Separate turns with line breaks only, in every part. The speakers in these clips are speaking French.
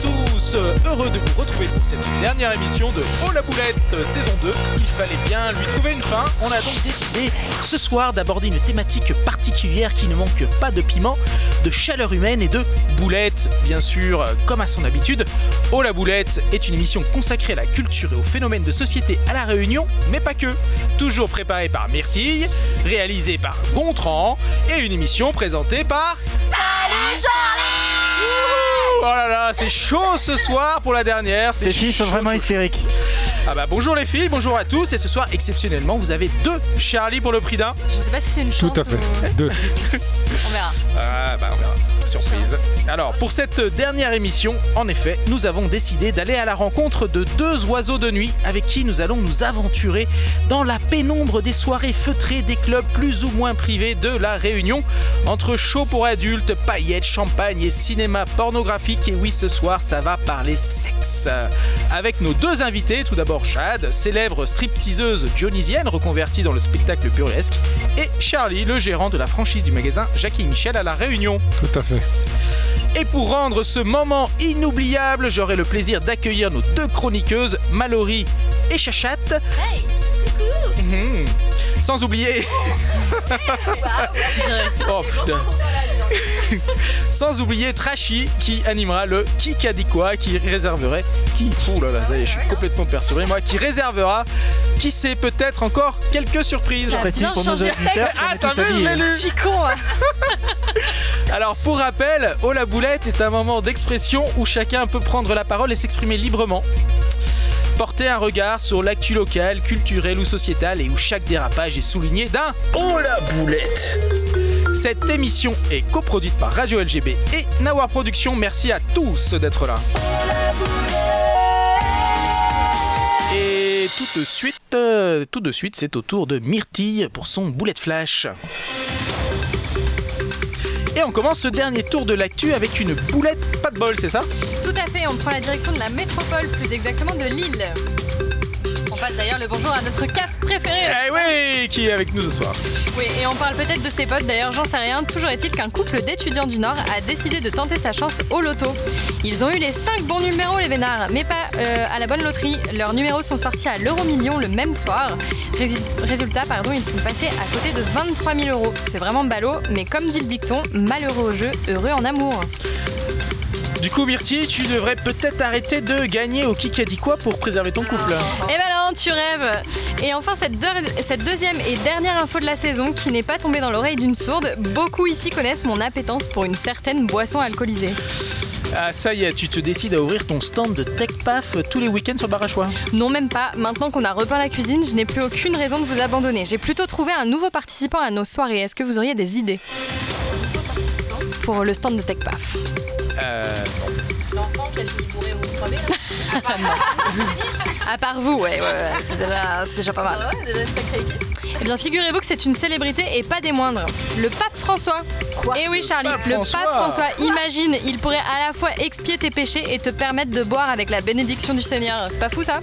tous, euh, heureux de vous retrouver pour cette dernière émission de Oh la boulette euh, saison 2. Il fallait bien lui trouver une fin. On a donc décidé ce soir d'aborder une thématique particulière qui ne manque pas de piment, de chaleur humaine et de boulettes, bien sûr, euh, comme à son habitude. Oh la boulette est une émission consacrée à la culture et aux phénomènes de société à La Réunion, mais pas que. Toujours préparée par Myrtille, réalisée par Gontran et une émission présentée par Oh là là, c'est chaud ce soir pour la dernière.
Ces filles sont
chaud,
vraiment
chaud,
hystériques.
chaud. Ah bah bonjour les filles, bonjour à tous. Et ce soir, exceptionnellement, vous avez deux Charlie pour le prix d'un.
Je sais pas si c'est une chance.
Tout à fait.
ou-
Deux.
On verra.
Ah bah on verra. Surprise. Alors pour cette dernière émission, en effet, nous avons décidé d'aller à la rencontre de deux oiseaux de nuit avec qui nous allons nous aventurer dans la pénombre des soirées feutrées des clubs plus ou moins privés de la Réunion, entre show pour adultes, paillettes, champagne et cinéma pornographique. Et oui, ce soir, ça va parler sexe. Avec nos deux invités, tout d'abord Chad, célèbre stripteaseuse dionysienne reconvertie dans le spectacle burlesque, et Charlie, le gérant de la franchise du magasin Jackie Michel à La Réunion.
Tout à fait.
Et pour rendre ce moment inoubliable, j'aurai le plaisir d'accueillir nos deux chroniqueuses, Mallory et Chachat.
Hey,
Mhm. Sans oublier. Oh, putain. Sans oublier Trashy qui animera le Kikadikwa qui réserverait. Qui. Ouh là là, ça y est, je suis complètement perturbé. Moi, qui réservera. Qui sait peut-être encore quelques surprises.
Ah,
Précise
bien
pour nos
changé.
auditeurs.
Ah,
on est
t'as
tous
vu, je
habillés.
l'ai lu.
Petit con. hein.
Alors pour rappel, Oh la boulette est un moment d'expression où chacun peut prendre la parole et s'exprimer librement. Porter un regard sur l'actu locale, culturelle ou sociétale et où chaque dérapage est souligné d'un
Oh la boulette
Cette émission est coproduite par Radio LGB et Nawar Productions. Merci à tous d'être là. Et tout de suite, euh, tout de suite, c'est au tour de Myrtille pour son boulet de flash. Et on commence ce dernier tour de l'actu avec une boulette pas de bol, c'est ça
Tout à fait, on prend la direction de la métropole, plus exactement de Lille. On passe d'ailleurs le bonjour à notre CAF préféré.
Eh oui, qui est avec nous ce soir
Oui, et on parle peut-être de ses potes, d'ailleurs j'en sais rien. Toujours est-il qu'un couple d'étudiants du Nord a décidé de tenter sa chance au loto. Ils ont eu les 5 bons numéros, les vénards, mais pas euh, à la bonne loterie. Leurs numéros sont sortis à l'euro million le même soir. Rési- Résultat, pardon, ils sont passés à côté de 23 000 euros. C'est vraiment ballot, mais comme dit le dicton, malheureux au jeu, heureux en amour.
Du coup, Myrtille, tu devrais peut-être arrêter de gagner au qui qui a dit quoi pour préserver ton couple.
Eh ben non, tu rêves Et enfin, cette, deux- cette deuxième et dernière info de la saison qui n'est pas tombée dans l'oreille d'une sourde, beaucoup ici connaissent mon appétence pour une certaine boisson alcoolisée.
Ah, ça y est, tu te décides à ouvrir ton stand de Tech Paf tous les week-ends sur Barachois.
Non, même pas. Maintenant qu'on a repeint la cuisine, je n'ai plus aucune raison de vous abandonner. J'ai plutôt trouvé un nouveau participant à nos soirées. Est-ce que vous auriez des idées pour le stand de TechPaf.
Euh,
L'enfant qui a fini bourré au 3B, là.
À part vous, ouais, ouais, ouais, c'est déjà, c'est déjà pas mal.
Ah ouais, déjà une sacrée équipe.
Eh bien, figurez-vous que c'est une célébrité et pas des moindres. Le pape François. Eh oui, Charlie,
pape
le
François.
pape François. Imagine, il pourrait à la fois expier tes péchés et te permettre de boire avec la bénédiction du Seigneur. C'est pas fou ça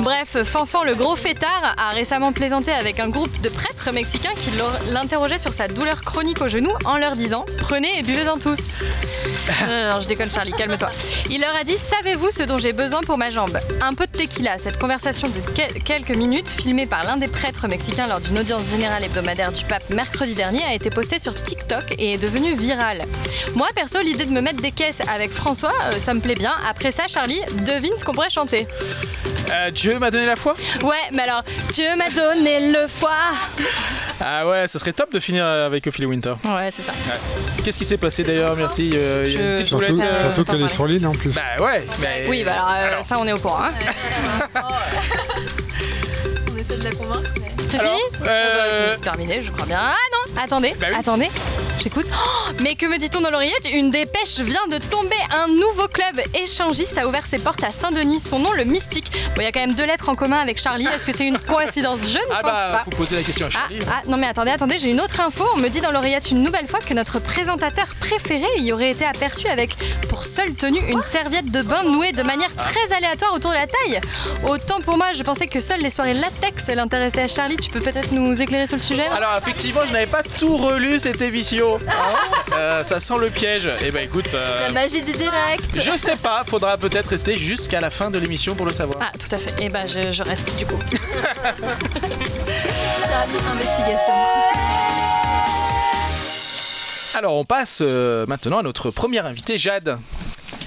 Bref, Fanfan, le gros fêtard, a récemment plaisanté avec un groupe de prêtres mexicains qui l'or- l'interrogeaient sur sa douleur chronique au genou en leur disant Prenez et buvez-en tous. non, non, non, je déconne, Charlie, calme-toi. Il leur a dit Savez-vous ce dont j'ai besoin pour ma jambe Un peu de tequila. Cette conversation de que- quelques minutes, filmée par l'un des prêtres mexicains lors d'une audience générale hebdomadaire du pape mercredi dernier, a été postée sur TikTok et est devenue virale. Moi, perso, l'idée de me mettre des caisses avec François, euh, ça me plaît bien. Après ça, Charlie, devine ce qu'on pourrait chanter.
euh, Dieu m'a donné la foi
Ouais, mais alors, Dieu m'a donné le foie.
Ah ouais, ce serait top de finir avec Ophélie Winter.
Ouais, c'est ça.
Qu'est-ce qui s'est passé d'ailleurs, Myrtille Euh, Il y a une
Je-
petite
Surtout,
boulette, euh,
surtout
on peut en
qu'elle est
parler.
sur l'île en plus.
Bah ouais, mais... Euh,
Oui, bah alors, euh, ça, on est au courant. hein.
On essaie de la convaincre, mais.
C'est
Alors,
fini Ah bah,
euh,
C'est c'est terminé, je crois bien. Ah non Attendez,
Bah oui.
attendez. J'écoute. Oh, mais que me dit-on dans l'oreillette Une dépêche vient de tomber. Un nouveau club échangiste a ouvert ses portes à Saint-Denis. Son nom, le Mystique. Bon, il y a quand même deux lettres en commun avec Charlie. Est-ce que c'est une coïncidence Je ne
Ah
pense
bah,
pas.
faut poser la question à
Ah,
Charlie.
ah, non mais attendez, attendez, j'ai une autre info. On me dit dans l'oreillette une nouvelle fois que notre présentateur préféré y aurait été aperçu avec pour seule tenue une serviette de bain nouée de manière très aléatoire autour de la taille. Autant pour moi, je pensais que seules les soirées latex l'intéressaient à Charlie. Tu peux peut-être nous éclairer sur le sujet
Alors effectivement, je n'avais pas pas tout relu, c'était vicieux. Euh, ça sent le piège. Eh ben écoute, euh,
La Ah, magie du direct.
je sais pas, faudra peut-être rester jusqu'à la fin de l'émission pour le savoir.
Ah, tout à fait. Et bah, je, je reste du coup.
Investigation.
Ah.
Alors on passe euh, maintenant à notre première invitée, Jade.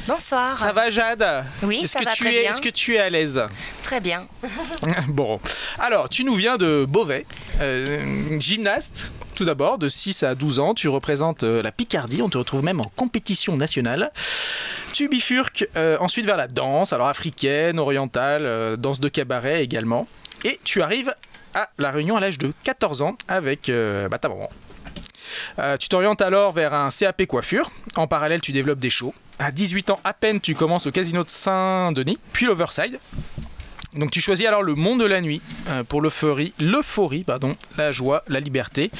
Bonsoir.
Ça va Jade
Oui,
Est-ce
ça
que
va
tu
très
es,
bien.
Est-ce que tu es à l'aise
Très bien.
Bon, alors tu nous viens de Beauvais, Euh, gymnaste tout d'abord, de 6 à 12 ans, tu représentes euh, la Picardie, on te retrouve même en compétition nationale. Tu bifurques euh, ensuite vers la danse, alors africaine, orientale, euh, danse de cabaret également, et tu arrives à La Réunion à l'âge de 14 ans avec euh, bah, ta maman. Euh, tu t'orientes alors vers un CAP coiffure. En parallèle, tu développes des shows. À 18 ans à peine, tu commences au casino de Saint-Denis, puis l'Overside. Donc tu choisis alors le monde de la nuit euh, pour l'euphorie, l'euphorie, pardon, la joie, la liberté.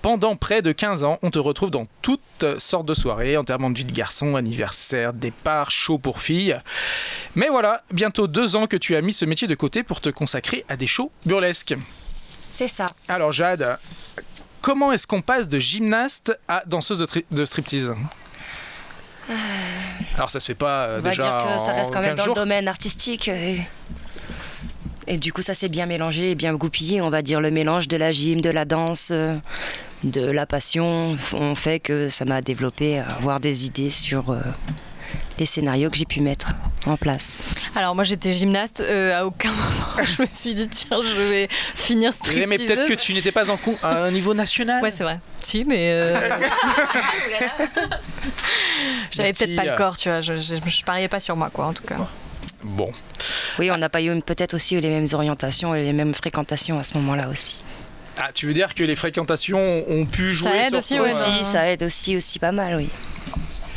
Pendant près de 15 ans, on te retrouve dans toutes sortes de soirées, enterrement de vie de garçon, anniversaire, départ, show pour filles. Mais voilà, bientôt deux ans que tu as mis ce métier de côté pour te consacrer à des shows burlesques.
C'est ça.
Alors Jade, comment est-ce qu'on passe de gymnaste à danseuse de, tri- de striptease Alors ça se fait pas euh,
On va
déjà
dire que ça
en
reste quand
15
même dans
jours.
le domaine artistique. Et, et du coup, ça s'est bien mélangé et bien goupillé. On va dire le mélange de la gym, de la danse, euh, de la passion. On fait que ça m'a développé à avoir des idées sur euh, les scénarios que j'ai pu mettre en place.
Alors, moi, j'étais gymnaste. euh, à aucun moment, je me suis dit, tiens, je vais finir
Oui, Eh, mais peut-être que
stripteaseuse.
tu n'étais pas en con- à un niveau national.
Ouais, c'est vrai. Si, mais. euh, J'avais
Merci.
peut-être
euh.
pas le corps, tu vois. Je, je, je pariais pas sur moi, quoi, en tout cas.
Bon.
Oui, on n'a pas eu peut-être aussi les mêmes orientations et les mêmes fréquentations à ce moment-là aussi.
Ah, tu veux dire que les fréquentations ont pu jouer
aide
sur
aussi,
toi,
ouais,
euh,
non.
Aussi, ça aide aussi, aussi pas mal, oui.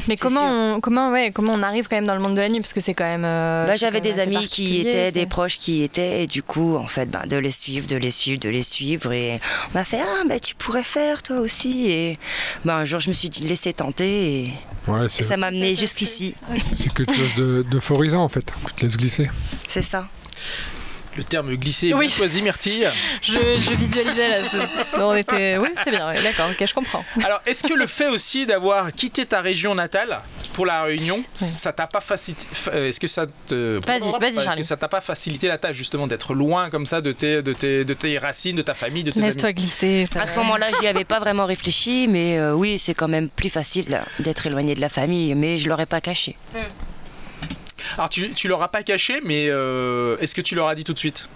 Mais
C'est
comment
sûr.
on, comment, ouais, comment on arrive quand même dans le monde de la nuit Parce que c'est quand même. euh,
Bah,
c'est
j'avais
quand même
des
assez
amis qui
particulier,
étaient,
c'est-
des proches qui étaient, et du coup, en fait, ben, de les suivre, de les suivre, de les suivre, et on m'a fait ah ben tu pourrais faire toi aussi, et ben un jour je me suis dit laissez tenter, et,
Ouais,
et
c'est
ça m'a amené
Ça t'a
jusqu'ici,
c'est quelque chose de- d'euphorisant en fait. Tu te laisses glisser.
c'est ça.
Le terme glissé est
Oui.
bien choisi, Myrtille.
Je, je visualisais là. ce- Non, on était... Oui, c'était bien, ouais, d'accord, ok, je comprends.
Alors, est-ce que le fait aussi d'avoir quitté ta région natale pour la Réunion, ça t'a pas facilité fa- euh, Est-ce que ça te
Vas-y, vas-y,
Est-ce que
Charlie.
ça t'a pas facilité la tâche justement d'être loin comme ça de tes, de tes, de tes racines, de ta famille, de tes
Laisse-toi glisser. ça
À
va.
ce moment-là, j'y avais pas vraiment réfléchi, mais euh, oui, c'est quand même plus facile d'être éloigné de la famille, mais je l'aurais pas caché.
amis Alors, tu, tu leur as pas caché, mais euh, est-ce que tu leur as dit tout de suite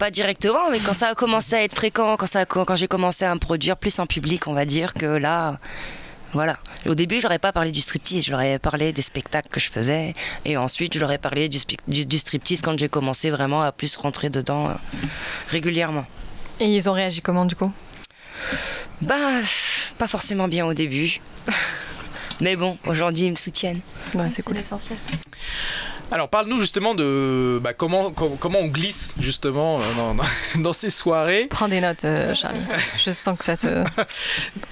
Pas directement, mais quand ça a commencé à être fréquent, quand, ça a- quand j'ai commencé à me produire plus en public, on va dire que là, voilà. Au début, j'aurais pas parlé du striptease, j'aurais parlé des spectacles que je faisais, et ensuite, j'aurais parlé du, spi- du- du striptease quand j'ai commencé vraiment à plus rentrer dedans euh, régulièrement.
Et ils ont réagi comment du coup
Bah, pff, pas forcément bien au début. Mais bon, aujourd'hui, ils me soutiennent.
Bah,
C'est
C'est cool.
l'essentiel.
Alors, parle-nous justement de bah, comment, com- comment on glisse justement euh, dans, dans- dans ces soirées.
Prends des notes, euh, Charlie. Je sens que ça te.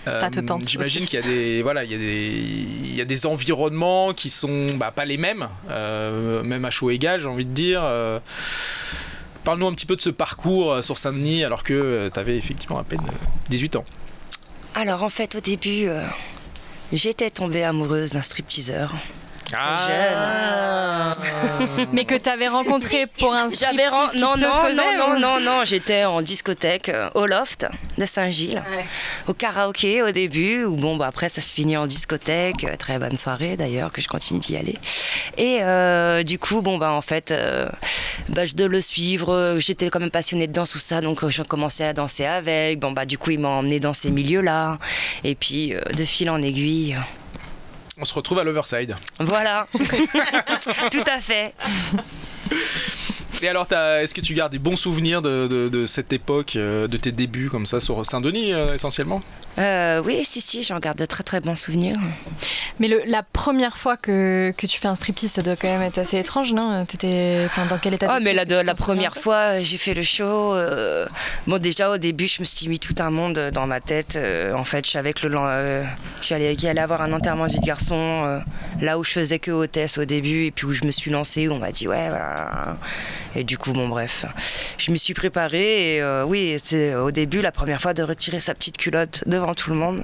Ça te tente
Euh, J'imagine
aussi.
qu'il y a des voilà, il y a des il y a des environnements qui sont bah, pas les mêmes, euh, même à chaud égal, j'ai envie de dire. euh. Parle-nous un petit peu de ce parcours euh, sur Saint-Denis alors que tu avais effectivement à peine euh, 18 ans.
Alors, en fait, au début, euh, j'étais tombée amoureuse d'un stripteaseur. Ah.
Mais que t'avais rencontré pour un
J'avais
striptease
ren-
qui
non,
te
non,
faisait,
non,
ou-
non, non, non, j'étais en discothèque euh, au loft de Saint-Gilles,
Ouais.
au karaoké au début, où bon, bah, après ça se finit en discothèque, euh, très bonne soirée d'ailleurs, que je continue d'y aller. Et euh, du coup, bon, bah en fait, euh, bah, je de le suivre, euh, j'étais quand même passionnée de danse, tout ça, donc euh, je commençais à danser avec, bon, bah du coup, il m'a emmenée dans ces milieux-là, et puis euh, de fil en aiguille, euh,
On se retrouve à l'Overside.
voilà, tout à fait.
Et alors, t'as- est-ce que tu gardes des bons souvenirs de, de- de cette époque, euh, de tes débuts comme ça sur Saint-Denis euh, essentiellement
Euh, oui, si, si, j'en garde de très très bons souvenirs.
Mais le- la première fois que, que tu fais un striptease, ça doit quand même être assez étrange, non T'étais. Enfin, dans quel état
Ah,
d'esprit
mais la,
est-ce que tu
la
t'en souviens
première fois, euh, j'ai fait le show. euh, bon, déjà, au début, je me suis mis tout un monde euh, dans ma tête. euh, en fait, je savais que le lan- euh, que j'allais qu'il allait avoir un enterrement de vie de garçon, euh, là où je faisais que hôtesse au début, et puis où je me suis lancée, où on m'a dit, ouais, voilà. Et du coup, bon, bref, je me suis préparée. Et euh, oui, c'est au début la première fois de retirer sa petite culotte devant tout le monde.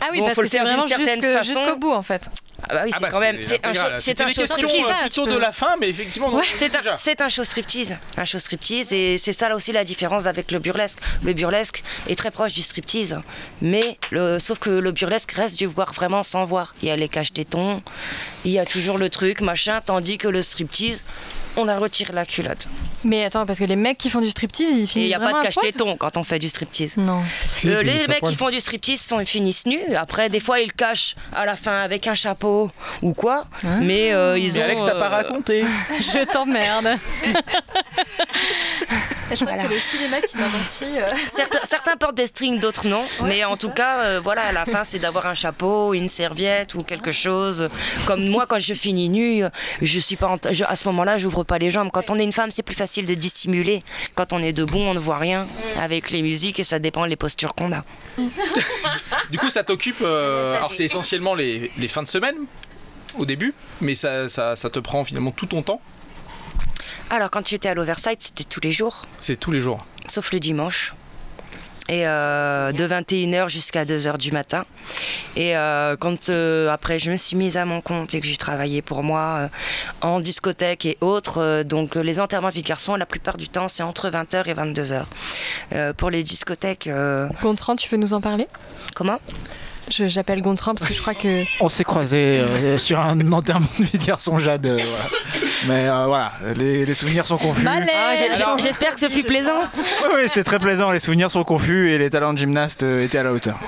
Ah oui,
Bon,
parce
faut
que
le
c'est
faire d'une
vraiment
certaine
jusque-
façon.
jusqu'au bout en fait.
Ah bah oui,
Ah
c'est
bah,
quand même. C'est un, show-
intégral.
c'est un
C'était
show
des questions euh,
striptease.
hein,
striptease, un
plutôt
petit
de
peu.
la fin, mais effectivement, on en
Ouais,
discute
C'est un,
déjà.
c'est un show striptease, un show striptease, et c'est ça là aussi la différence avec le burlesque. Le burlesque est très proche du striptease, mais le, sauf que le burlesque reste du voir vraiment sans voir. Il y a les caches tétons, il y a toujours le truc, machin, tandis que le striptease, on a retiré la culotte.
Mais attends, parce que les mecs qui font du striptease, ils
Et
finissent
il n'y a pas
vraiment
de
à
cache
poil
tétons quand on fait du striptease.
Non.
Si,
Euh,
ils
les
finissent à
mecs
poil.
qui font du striptease font, finissent nus. Après, des fois, ils le cachent à la fin avec un chapeau ou quoi. Mais euh, ils
Et
ont.
Alex, t'as pas
euh,
raconté.
Ah. Je t'emmerde.
Je crois que c'est le cinéma qui m'a menti. euh.
Certains, certains portent des strings, d'autres non. mais en tout cas, euh, voilà, à la fin, c'est d'avoir un chapeau, une serviette ou quelque chose. Comme moi, quand je finis nue, euh, je suis pas en t- je- à ce moment-là, j'ouvre pas les jambes. Quand on est une femme, c'est plus facile de dissimuler. Quand on est debout, on ne voit rien avec les musiques et ça dépend les postures qu'on a.
Du coup, ça t'occupe. euh, alors, c'est essentiellement les, les fins de semaine au début, mais ça, ça, ça te prend finalement tout ton temps.
Alors, quand j'étais à l'Oversight, c'était tous les jours,
C'est tous les jours.
sauf le dimanche. Et euh, de 21h jusqu'à 2h du matin. Et euh, quand euh, après je me suis mise à mon compte et que j'ai travaillé pour moi euh, en discothèque et autres, euh, donc euh, les enterrements de vie de garçon, la plupart du temps, c'est entre 20h et 22h. Euh, pour les discothèques, euh,
Gontran, tu veux nous en parler
comment
Je- J'appelle Gontran parce que je crois que.
On s'est croisés euh, sur un enterrement de vie de garçon Jade. euh, voilà. Mais euh, voilà, les, les souvenirs sont confus.
Ah, j'ai-
Malaise
j'ai- J'espère que ce fut plaisant.
Oui, oui, c'était très plaisant. Les souvenirs sont confus et les talents de gymnaste euh, étaient à la hauteur.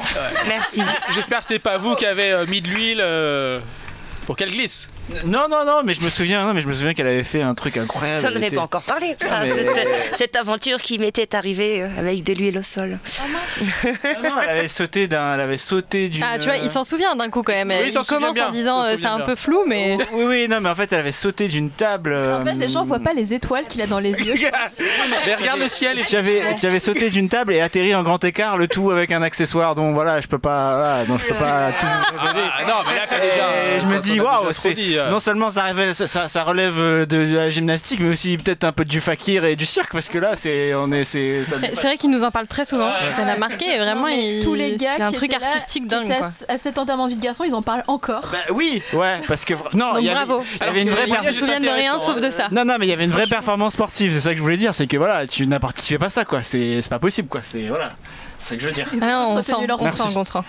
Merci.
J'espère que c'est pas vous qui avez euh, mis de l'huile euh, pour qu'elle glisse.
Non, non, non, mais je me souviens, non, mais je me souviens qu'elle avait fait un truc incroyable.
Ça, on n'avait
Elle
pas
était-
encore parlé de ça,
Ah, Non, mais-
cette, cette aventure qui m'était arrivée euh, avec de l'huile au sol.
Ah Non, non, elle avait sauté d'un, elle avait sauté d'une.
Ah, tu vois, il s'en souvient d'un coup quand même.
euh, Oui, il
il
s'en souvient
commence
bien,
en disant
il s'en
euh, c'est
souvient
un
bien.
peu flou, mais.
Oui, oui, non, mais en fait, elle avait sauté d'une table.
En fait, les gens voient pas les étoiles qu'il a dans les yeux.
Mais regarde le ciel et
Tu avais, tu avais sauté d'une table et atterri en grand écart, le tout avec un accessoire. Donc voilà, je peux pas, voilà, non, je peux pas tout.
Ah, non, mais là, t'as
Et
déjà.
je me
t'en
dis,
as
waouh,
Ah, déjà trop
c'est-
dit, euh.
non seulement ça, relève- ça, ça- ça relève euh, de, de la gymnastique, mais aussi peut-être un peu du fakir et du cirque, parce que là, c'est, on est,
Oh,
c'est, ça-
C'est vrai qu'il nous en parle très souvent. Ça l'a marqué et vraiment,
Non, mais
il-
tous les gars
c'est un
qui
truc
étaient là,
artistique
qui
dingue.
étaient
quoi.
À, à cet enterrement de vie de garçon, ils en parlent encore.
Bah oui, ouais, parce que vra- non,
Donc
il y avait,
bravo.
il y avait une vraie
Ils
per-
se souviennent de rien sauf de ça.
Non, non, mais il y avait une vraie performance sportive. C'est ça que je voulais dire, c'est que voilà, tu n'importe qui fait pas ça, quoi. C'est, c'est pas possible, quoi. C'est voilà, c'est ça que je veux dire.
Ils ont
Ah non,
tous
on
retenu
sent,
leur
on
Merci.
sent Gontran.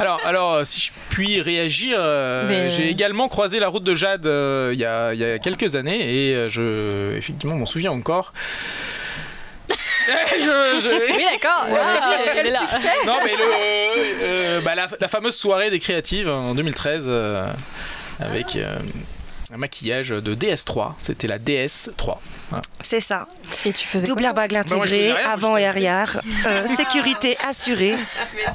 Alors, alors, euh, si je puis réagir, euh,
Mais-
j'ai également croisé la route de Jade euh, il y, a, il y a quelques années et euh, je, effectivement, m'en souviens encore. Eh, je- je-
Oui, d'accord. Ah,
quel succès
Non, mais le, euh, bah, la, la fameuse soirée des créatives hein, en 2013 euh, avec euh, un maquillage de DS3. C'était la DS3.
C'est ça.
Et tu faisais
Double
quoi
airbag
Bah, moi, je faisais
intégré,
rien, moi,
avant et
j'étais-
arrière, euh, sécurité assurée,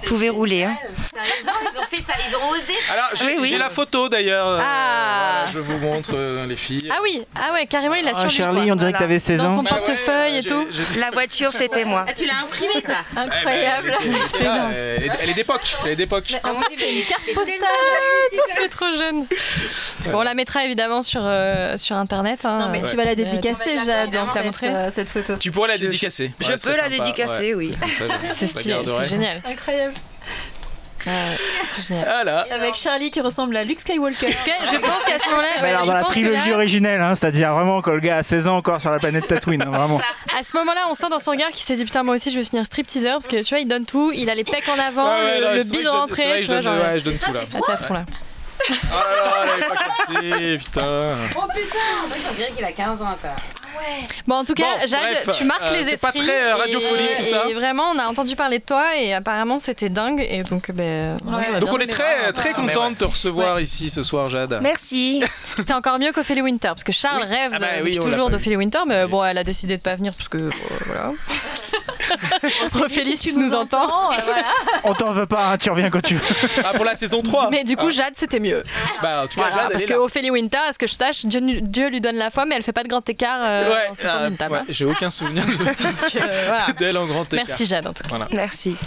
pouvez rouler. hein.
T'as raison, Ah, ils ont fait ça, ils ont osé.
Alors, Ah, j'ai
Ah
Oui, oui.
j'ai la photo d'ailleurs. Euh,
Ah.
voilà, je vous montre euh, les filles.
Ah oui, ah ouais, carrément, il a
Oh,
survécu.
Charlie, on dirait que t'avais 16
Dans
ans.
son
Bah ouais,
portefeuille et
j'ai-
tout.
j'ai-
La voiture, c'était moi.
Ah, tu l'as imprimé quoi
Eh ben, elle
Incroyable.
était- elle était là, Elle est- elle est d'époque. Elle est d'époque.
Mais en fait, c'est une carte postale. Ah,
Elle est trop jeune. Bon, on la mettra évidemment sur, euh, sur internet. hein.
Non, mais
Ouais.
tu vas la dédicacer,
Ouais.
Jade, en
Tu
vas la
fait,
montrer
euh, cette photo.
Tu pourrais la dédicacer.
Je
Ouais, ce
peux
serait
la
sympa,
dédicacer, oui.
ouais. Comme ça, je-
c'est
je la
stylé,
garderai.
c'est génial. Ah
Incroyable.
Ouais, c'est génial.
Ah là.
Avec Charlie qui ressemble à Luke Skywalker.
Ok, je pense qu'à ce moment-là,
Mais
ouais,
alors,
je
dans la
pense que là,
trilogie originelle, hein, c'est-à-dire vraiment quand le gars a 16 ans encore sur la planète Tatooine, hein, vraiment.
à ce moment-là, on sent dans son regard qu'il s'est dit putain moi aussi je vais finir stripteaser parce que tu vois il donne tout, il a les pecs en avant,
Ouais, ouais,
le,
non,
le
c'est vrai que je donne-
bide
c'est vrai
rentré,
que
tu
je
vois
donne-
genre.
ouais, je donne tout là.
Ah, t'es à fond, là.
Oh là là, elle avait pas capté, putain.
Oh
Ah,
putain, Ah, on dirait qu'il a 15 ans quoi.
Bon, en tout cas,
Bon,
Jade,
bref,
tu marques
euh,
les
c'est pas
esprits.
très, euh,
et-
radiophonique, tout
et,
ça.
vraiment, on a entendu parler de toi et apparemment c'était dingue et donc ben. moi,
Ouais.
j'aurais
Donc
bien
on est
aimé
très
voir.
très content de te recevoir ici ce soir, Jade.
Merci.
C'était encore mieux qu'Ophélie Winter parce que Charles rêve
Ah bah
euh,
oui,
depuis
on l'a
toujours
pas
d'Ophélie Winter, mais
Oui.
bon, elle a décidé de pas venir parce que bon, voilà. Ophélie,
si
si tu nous entends.
euh, voilà.
On t'en veut pas, hein, tu reviens quand tu veux.
Ah pour la saison 3
Mais du coup, Jade, c'était mieux.
Bah Ah. en tout cas,
Voilà,
Jade, elle
parce
est
que
là.
Ophélie Winter, à ce que je sache, Dieu, nu- Dieu lui donne la foi, mais elle fait pas de grand écart euh,
Ouais,
en se tournant
euh,
d'une table.
ouais, j'ai aucun souvenir de-
Donc, euh, voilà.
d'elle en grand écart.
Merci Jade en tout cas.
Merci.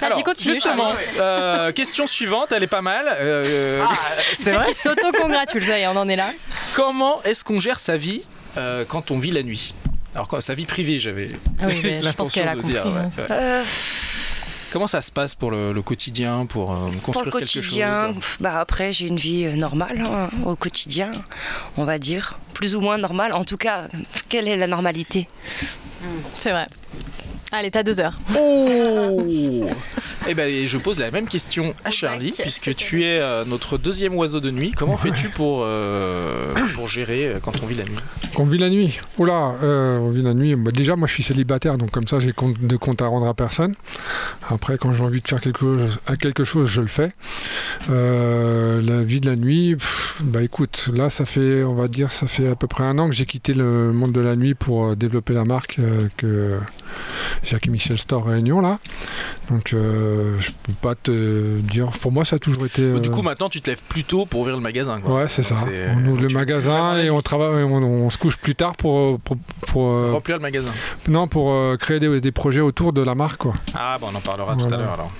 Alors,
Vas-y, continue.
justement, euh, question suivante, elle est pas mal. Euh,
Ah,
C'est vrai
Charles. Il s'auto-congratule, ça y est, on en est là.
Comment est-ce qu'on gère sa vie euh, quand on vit la nuit Alors, quand sa vie privée, j'avais
Ah oui, mais je pense
l'intention
qu'elle a
de
compris.
dire.
hein.
ouais, ouais.
Euh,
Comment ça se passe pour le, le quotidien, pour euh,
pour le
construire quelque chose hein.
quotidien, pff, bah après j'ai une vie euh, normale hein, au quotidien, on va dire, plus ou moins normale. En tout cas, quelle est la normalité
C'est vrai. Allez, t'as deux heures.
Oh Eh ben, et je pose la même question à
Au
Charlie,
bec,
puisque
c'est
tu es euh, notre deuxième oiseau de nuit. Comment fais-tu pour, euh, pour gérer euh, quand on vit la nuit
On vit la nuit. Oula, euh, on vit la nuit. Bah, déjà, moi, je suis célibataire, donc comme ça, j'ai compte- de compte à rendre à personne. Après, quand j'ai envie de faire quelque chose, à quelque chose, je le fais. Euh, la vie de la nuit, pff, bah écoute, là, ça fait, on va dire, ça fait à peu près un an que j'ai quitté le monde de la nuit pour euh, développer la marque euh, que Jacques et Michel Store Réunion là. Donc, euh, je peux pas te dire. Pour moi, ça a toujours été.
Du
euh,
coup, maintenant, tu te lèves plus tôt pour ouvrir le magasin. Quoi.
Ouais, c'est ça.
Donc, c'est- euh,
On ouvre le
tu-
magasin et on travaille, on, on se couche plus tard pour pour, pour, euh,
Remplir le magasin.
non pour euh, créer des, des projets autour de la marque quoi.
Ah, bah, on en parlera tout à
Voilà.
l'heure alors.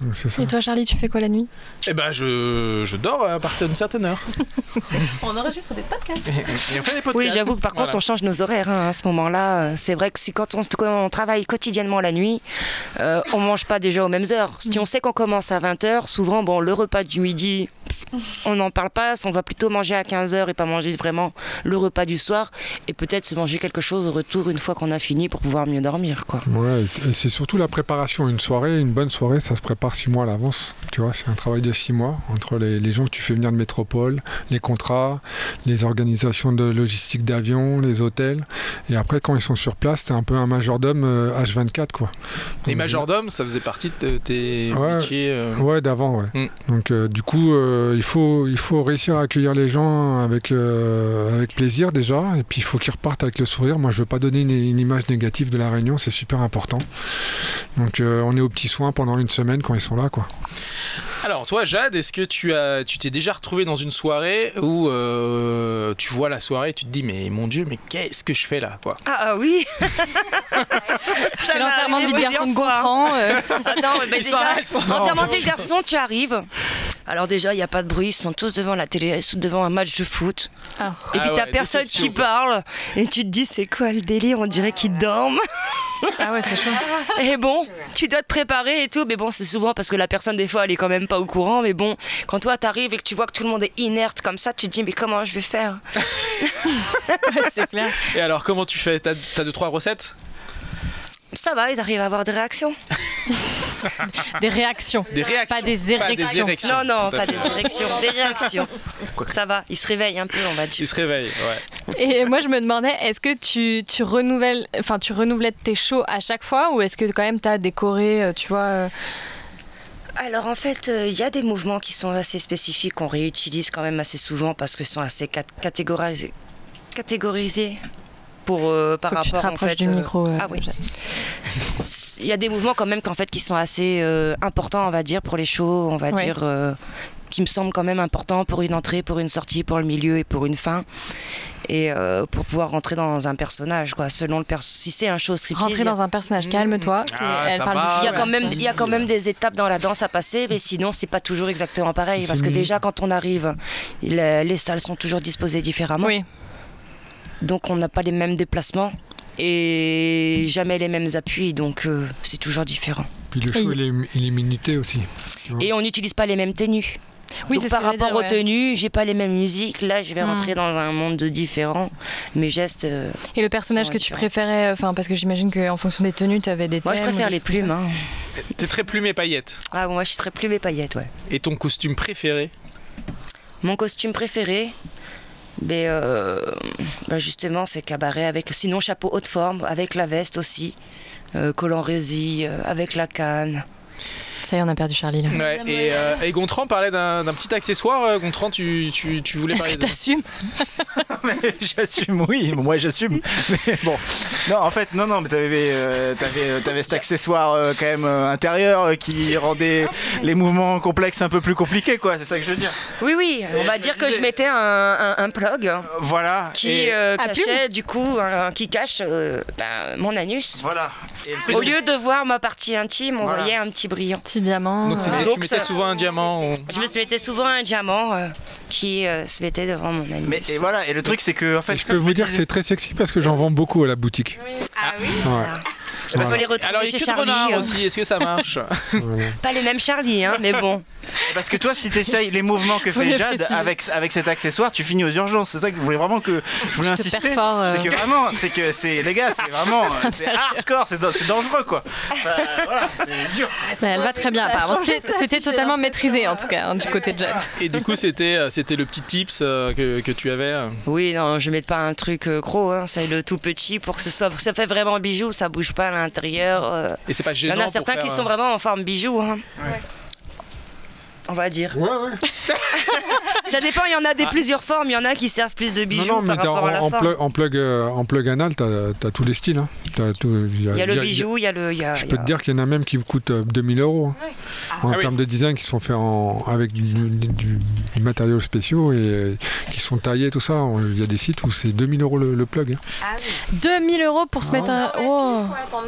Donc, C'est ça.
Et toi, Charlie, tu fais quoi la nuit
Eh ben, je, je dors euh, à partir d'une certaine heure.
On enregistre des podcasts.
Et on fait des podcasts.
Oui, j'avoue que par
Voilà.
contre, on change nos horaires hein, à ce moment-là. Euh, C'est vrai que si quand on, quand on travaille quotidiennement la nuit, euh, on mange pas déjà aux mêmes heures. Si on sait qu'on commence à 20h, souvent, bon, le repas du midi, on n'en parle pas. On va plutôt manger à 15h et pas manger vraiment le repas du soir. Et peut-être se manger quelque chose au retour une fois qu'on a fini pour pouvoir mieux dormir, quoi.
Ouais, et c'est- et c'est surtout la préparation. Une soirée, une bonne soirée, ça se prépare six mois à l'avance. Tu vois, c'est un travail de six mois entre les, les gens que tu fais venir de métropole, les contrats, les organisations de logistique d'avion, les hôtels. Et après, quand ils sont sur place, t'es un peu un majordome euh, H24 quoi.
Et
Donc,
majordome, ça faisait partie de tes
Ouais.
métiers. euh,
Ouais, d'avant, ouais.
Mm.
Donc, euh, du coup, euh, il, faut, il faut réussir à accueillir les gens avec, euh, avec plaisir déjà. Et puis, il faut qu'ils repartent avec le sourire. Moi, je veux pas donner une, une image négative de la réunion, c'est super important. Donc, euh, on est aux petits soins pendant une semaine quand ils sont là, quoi.
Alors toi Jade, est-ce que tu as tu t'es déjà retrouvé dans une soirée où euh, tu vois la soirée et tu te dis mais mon dieu mais qu'est-ce que je fais là quoi
Ah, ah oui
C'est l'enterrement de vie de garçon de Gontran. euh,
Attends, Ah mais
Ils
déjà,
s'arrêtent pendant-
en termes de vie de garçon, tu arrives. Alors déjà, il n'y a pas de bruit, ils sont tous devant la télé, ils sont devant un match de foot.
Ah.
Et puis
Ah
t'as
ouais,
personne
déception,
qui
quoi.
parle, et tu te dis c'est quoi le délire, on dirait qu'ils dorment.
Ah ouais, c'est chaud.
Et bon, tu dois te préparer et tout, mais bon, c'est souvent parce que la personne des fois elle est quand même pas au courant, mais bon, quand toi t'arrives et que tu vois que tout le monde est inerte comme ça, tu te dis mais comment je vais faire
Ouais, c'est clair.
Et alors comment tu fais T'as t'as deux trois recettes
Ça va, ils arrivent à avoir des réactions.
Des réactions.
Des réactions.
Pas des érections.
érections.
Non, non,
Tout à
pas
fait.
des érections, des réactions. Ça va, ils se réveillent un peu, on va dire.
Ils se réveillent. Ouais.
Et moi, je me demandais, est-ce que tu, tu renouvelles, enfin, tu renouvelais tes shows à chaque fois ou est-ce que quand même t'as décoré, euh, tu vois euh,
Alors en fait, euh, il y a des mouvements qui sont assez spécifiques, qu'on réutilise quand même assez souvent parce qu'ils sont assez cat- catégorisés, catégorisés pour, euh, par
faut que tu te
rapport en
rapproches
fait,
du
euh,
micro. euh,
ah oui.
Jade.
Il y a des mouvements quand même qu'en fait qui sont assez euh, importants, on va dire, pour les shows, on va
Ouais.
dire, euh, qui me semblent quand même importants pour une entrée, pour une sortie, pour le milieu et pour une fin. Et euh, pour pouvoir rentrer dans un personnage, quoi. Selon le pers- si c'est un show striptease,
Rentrer
il y a- Mm.
dans un personnage, calme-toi.
Ah,
c'est- elle
ça
parle du-
va,
il y, a
ouais.
quand même, il y a quand même des étapes dans la danse à passer, mais sinon, c'est pas toujours exactement pareil.
C'est
Parce que
mieux.
déjà, quand on arrive, le- les salles sont toujours disposées différemment.
Oui,
Donc, on n'a pas les mêmes déplacements et jamais les mêmes appuis. Donc, euh, c'est toujours différent.
Puis le show, il est, il est minuté aussi.
Et on n'utilise pas les mêmes tenues.
oui
donc,
c'est
par
ce que j'allais
rapport aux
dire, ouais.
tenues, j'ai pas les mêmes musiques. Là, je vais
Hmm.
rentrer dans un monde différent. Mes gestes. euh,
Et le personnage
sont
que tu
différents.
préférais, euh, enfin, parce que j'imagine qu'en fonction des tenues, tu avais des
Moi, je
thèmes
préfère
ou des
les
trucs comme
plumes. hein.
T'es très plumé paillette.
Ah, moi, je serais plumes et paillettes, ouais.
Et ton costume préféré
Mon costume préféré ben, euh, ben justement, c'est cabaret avec, sinon chapeau haute forme, avec la veste aussi, euh, collant résille, euh, avec la canne.
ça. Ça y est, on a perdu Charlie là.
Ouais. Et, euh, et Gontran parlait d'un d'un petit accessoire. euh, Gontran, tu, tu, tu voulais
Est-ce
parler
que
de...
t'assumes
Mais j'assume, oui, bon, moi j'assume. Mais bon, non, en fait, non, non, mais t'avais, euh, t'avais, euh, t'avais cet accessoire euh, quand même euh, intérieur euh, qui rendait les mouvements complexes un peu plus compliqués, quoi. C'est ça que je veux dire.
Oui, oui, on va dire que je mettais un, un, un plug
Euh, Voilà.
qui
et-
euh,
Ah,
cachait, du coup, un- qui cache euh, ben, mon anus.
Voilà. Et le truc,
Au
c'est-
lieu de voir ma partie intime, on
Voilà.
voyait un petit brillant.
Petit diamant.
Donc,
euh,
c'était-
Donc
tu mettais
ça-
souvent un diamant. on-
Je me mettais souvent un diamant euh, qui euh, se mettait devant mon anus.
Mais et voilà, et le truc c'est que en fait.
Et je peux vous dire que c'est très sexy parce que j'en vends beaucoup à la boutique.
Ah oui
Ouais,
On peut
voilà.
les retrouver
Alors, il y
chez
a que de
Charlie.
renard
euh,
aussi, est-ce que ça marche
voilà.
Pas les mêmes Charlie, hein, mais bon.
Parce que toi, si t'essayes les mouvements que
Faut
fait
le
Jade
préciser.
avec, avec cet accessoire, tu finis aux urgences. C'est ça que je voulais vraiment que je voulais
Je te
insister.
perfore, euh.
C'est que vraiment, c'est que c'est les gars, c'est vraiment euh, c'est hardcore, c'est dan- c'est dangereux quoi. Enfin, voilà, c'est dur.
Ah, Ça, elle va très bien,
Ça a
apparemment.
changé
C'était
sa vie,
c'était
j'ai
totalement
l'impression,
maîtrisé, en
hein.
tout cas, hein, du côté de Jack.
Et du coup, c'était euh, c'était le petit tips euh, que, que tu avais. euh.
Oui, non, je mets pas un truc euh, gros, hein, c'est le tout petit pour que ce soit. Ça fait vraiment bijou, ça bouge pas à l'intérieur. euh.
Et c'est pas
Il y
gênant.
en a
pour
certains
faire,
qui
euh,
sont vraiment en forme bijou. Hein. On va dire.
Ouais, ouais.
Ça dépend, il y en a
Ah.
des plusieurs formes, il y en a qui servent plus de bijoux
non, non, mais
par
t'as-
rapport à
en,
la
en
forme.
plug, en, plug, euh, en plug anal, t'as as tous les styles. hein. T'as tout-
Il y a
il
le
y a-
bijou, il y a le. il Y a,
Je
il y
peux
a-
te dire qu'il y en a même qui vous coûtent euh, 2000 euros hein, en
Ah oui.
termes de design, qui sont faits en- avec du, du- du matériau spéciaux et euh, qui sont taillés, tout ça. On- Il y a des sites où c'est 2000 euros le, le plug. hein.
Ah oui.
2000 euros pour se mettre un. Oh. Wow.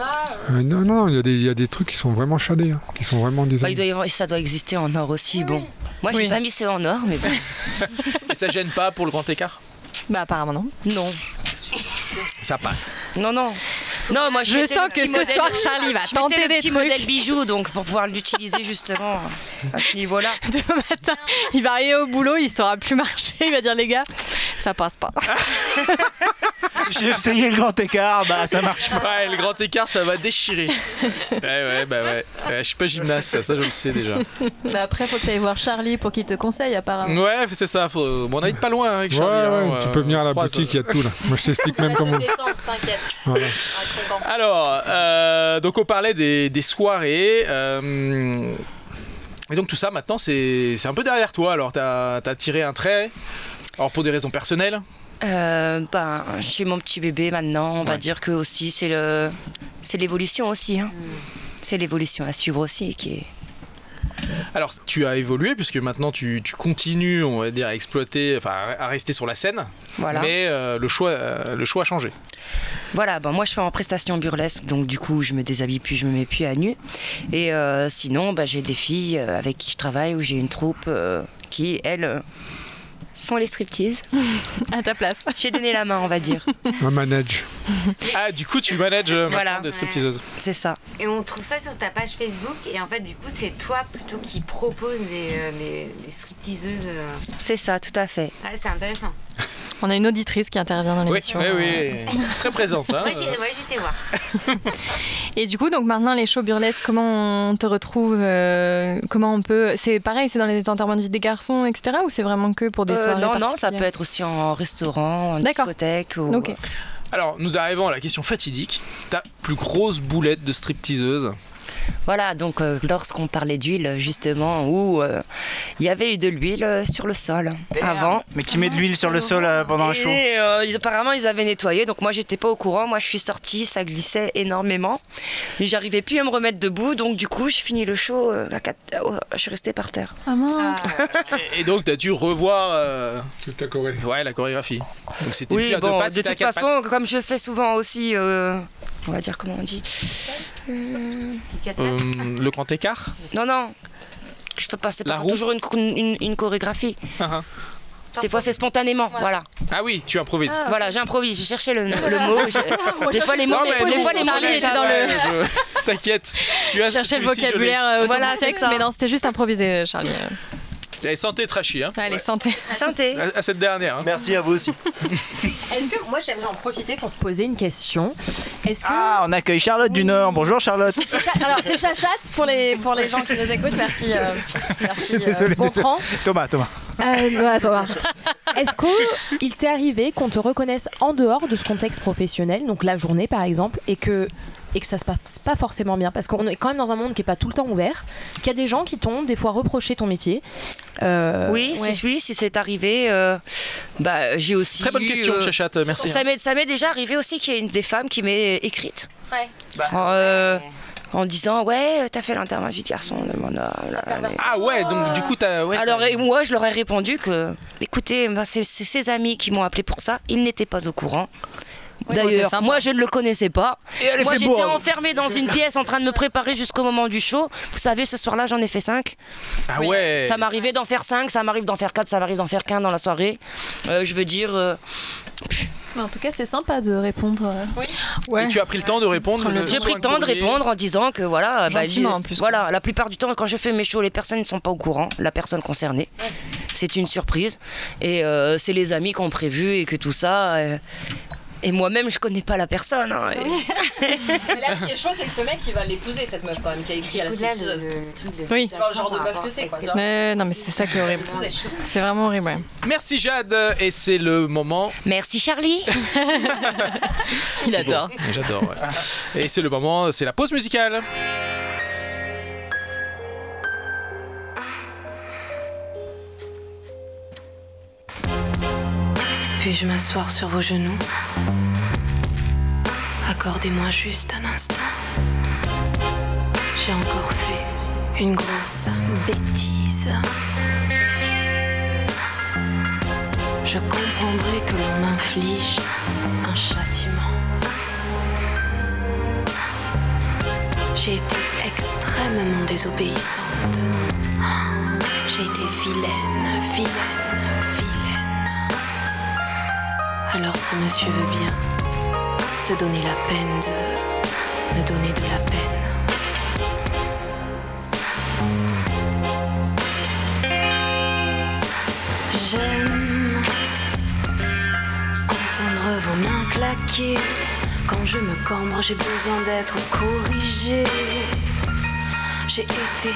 Euh, non, non, non, il y, a des- il y a des trucs qui sont vraiment chadés, hein, qui sont vraiment
Bah, il
designés.
doit y avoir- ça doit exister en or aussi, bon. Moi, j'ai
Oui.
pas mis ceux en or, mais bon.
Et ça gêne pas pour le grand écart
Bah, apparemment, non.
non.
Ça passe.
Non, non. Non, moi,
Je
mettais
sens
le
que
petit
ce
modèle-
soir, Charlie va
je
tenter
mettais le
des
petit
trucs.
modèle bijou, donc, pour pouvoir l'utiliser justement à ce niveau-là.
Demain matin, il va arriver au boulot, il saura plus marcher, il va dire les gars, ça passe pas.
J'ai essayé le grand
Ah,
écart, bah ça marche.
Ouais, le grand écart, ça va déchirer. ouais, ouais, bah ouais. Ouais, je suis pas gymnaste, ça je le sais déjà.
Mais Bah, après, faut que t'ailles voir Charlie pour qu'il te conseille, apparemment.
Ouais, c'est ça. Faut... Bon, on être pas loin hein, avec
Ouais,
Charlie. hein,
ouais, tu
euh,
peux venir
on
à
se
la
croise,
boutique, il
euh.
y a tout là. Moi, je t'explique même comment.
t'inquiète.
Voilà.
Alors, euh, donc on parlait des, des soirées. euh, et donc tout ça, maintenant, c'est c'est un peu derrière toi. Alors, t'as as tiré un trait. Alors, pour des raisons personnelles.
Euh, ben, chez mon petit bébé maintenant, on va
Ouais.
dire que aussi c'est le, c'est l'évolution aussi. hein. C'est l'évolution à suivre aussi qui est.
Alors, tu as évolué, puisque maintenant, tu, tu continues, on va dire, à exploiter, enfin, à à rester sur la scène.
Voilà.
Mais euh, le, choix, euh, le choix a changé.
Voilà, ben moi je fais en prestation burlesque, donc du coup je me déshabille puis je me mets plus à nu. Et euh, sinon, ben, j'ai des filles euh, avec qui je travaille ou j'ai une troupe euh, qui, elles, euh, font les striptease.
À ta place.
J'ai donné la main, on va dire.
Un manage.
Ah, du coup, tu manages euh,
Voilà.
maintenant des stripteaseuses.
C'est ça.
Et on trouve ça sur ta page Facebook. Et en fait, du coup, c'est toi plutôt qui propose des, euh, des, des stripteaseuses. euh.
C'est ça, tout à fait.
Ah, c'est intéressant.
On a une auditrice qui intervient dans
Oui,
l'émission.
oui, oui. Très présente. hein.
Moi, j'ai- ouais, j'étais voir.
Et du coup, donc maintenant, les shows burlesques, comment on te retrouve euh, Comment on peut. C'est pareil, c'est dans les enterrements de vie des garçons, etc. Ou c'est vraiment que pour des
Euh,
soirées
non, non, ça peut
particulières
être aussi en restaurant, en
D'accord.
discothèque. Ou,
Ok.
Alors, nous arrivons à la question fatidique. Ta plus grosse boulette de stripteaseuse.
Voilà, donc euh, lorsqu'on parlait d'huile, justement, où euh, il y avait eu de l'huile euh, sur le sol avant.
Mais qui met de l'huile sur le sol euh, pendant un show
Et euh, ils- apparemment, ils avaient nettoyé, donc moi, j'étais pas au courant. Moi, je suis sortie, ça glissait énormément. Et j'arrivais plus à me remettre debout, donc du coup, j'ai fini le show. euh, à quatre- euh, je suis restée par terre.
Ah mince.
Ah,
Et, et donc, t'as dû revoir euh,
Tout à Corée.
ouais, la chorégraphie. Donc, c'était
Oui,
plus à deux
bon,
pattes,
de
c'était à
toute
quatre
façon, comme je fais souvent aussi, euh, on va dire comment on dit.
quatre
pattes. Euh, le grand écart
Non, non. Je peux pas, c'est
La
pas
roue
toujours une, une- une chorégraphie.
Ah, ah.
Ces fois, c'est spontanément, voilà.
Ah oui, tu improvises.
Voilà, j'improvise, j'ai cherché le, le mot. j'ai- Des fois, les mots,
Non, mais
des
nous,
fois, les mots,
Charlie
m'échappent.
était dans le-
je- T'inquiète. Tu as
Je cherchais le
celui-ci, je l'ai.
vocabulaire euh, autour
Voilà,
du
c'est
sexe,
ça.
mais non, c'était juste improvisé, Charlie. Euh,
Allez, santé, trachy. Hein.
Allez, santé.
Santé.
À, à cette dernière. hein.
Merci à vous aussi.
Est-ce que moi, j'aimerais en profiter pour te poser une question Est-ce que.
Ah, on accueille Charlotte du Nord. Bonjour Charlotte.
C'est Cha- Alors, c'est Chachat pour les, pour les gens qui nous écoutent. Merci. euh, merci. euh,
Désolé,
Gontran.
Thomas, Thomas.
Euh, non, attends, attends. Est-ce qu'il t'est arrivé qu'on te reconnaisse en dehors de ce contexte professionnel, donc la journée par exemple, et que, et que ça se passe pas forcément bien Parce qu'on est quand même dans un monde qui est pas tout le temps ouvert. Parce qu'il y a des gens qui t'ont des fois reproché ton métier. Euh,
Oui,
ouais.
si, oui, si c'est arrivé, euh, bah, j'ai aussi.
Très bonne
eu,
question,
euh,
Chachat. Merci. hein.
ça m'est ça m'est déjà arrivé aussi qu'il y ait une des femmes qui m'ait écrite.
Ouais.
Bah.
En, euh, en disant ouais, euh, t'as fait l'intervention du garçon de mon homme, là, là, là.
Ah ouais, donc du coup, t'as. Ouais,
Alors
t'as-
et moi, je leur ai répondu que, écoutez, bah, c'est c'est ses amis qui m'ont appelé pour ça. Ils n'étaient pas au courant.
il était
D'ailleurs,
sympa.
moi je ne le connaissais pas.
Et elle est
Moi
fait
j'étais
bourre.
enfermée dans une pièce en train de me préparer jusqu'au moment du show. Vous savez, ce soir-là j'en ai fait 5.
Ah ouais
Ça m'arrivait d'en faire 5, ça m'arrive d'en faire 4, ça m'arrive d'en faire qu'un dans la soirée. Euh, je veux dire, euh,
Mais en tout cas, c'est sympa de répondre. euh.
Ouais.
Et tu as pris le temps de répondre
J'ai
euh,
j'ai
sur
pris
un
le temps de
courrier.
répondre en disant que voilà, bah,
Gentiment,
lui-
en plus.
voilà, la plupart du temps quand je fais mes shows, les personnes ne sont pas au courant, la personne concernée. C'est une surprise et euh, c'est les amis qui ont prévu et que tout ça. euh, et moi-même, je connais pas la personne. hein, et-
Mais là, ce qui est chaud, c'est que ce mec, il va l'épouser, cette meuf, quand même, qui a écrit à la
Au-delà
stripteaseuse.
de- de- le truc de-
Oui.
de-
Genre le genre de meuf que c'est, quoi.
Est-ce Euh,
Genre,
Mais non, mais c'est ça qui est horrible.
vous êtes chaud.
C'est vraiment horrible. ouais.
Merci Jade, et c'est le moment.
Merci Charlie.
Il adore.
J'adore, ouais. Et c'est le moment, c'est la pause musicale.
Puis-je m'asseoir sur vos genoux Accordez-moi juste un instant. J'ai encore fait une grosse bêtise. Je comprendrai que l'on m'inflige un châtiment. J'ai été extrêmement désobéissante. J'ai été vilaine, vilaine, vilaine. Alors si monsieur veut bien se donner la peine de me donner de la peine. J'aime entendre vos mains claquer. Quand je me cambre, j'ai besoin d'être corrigée. J'ai été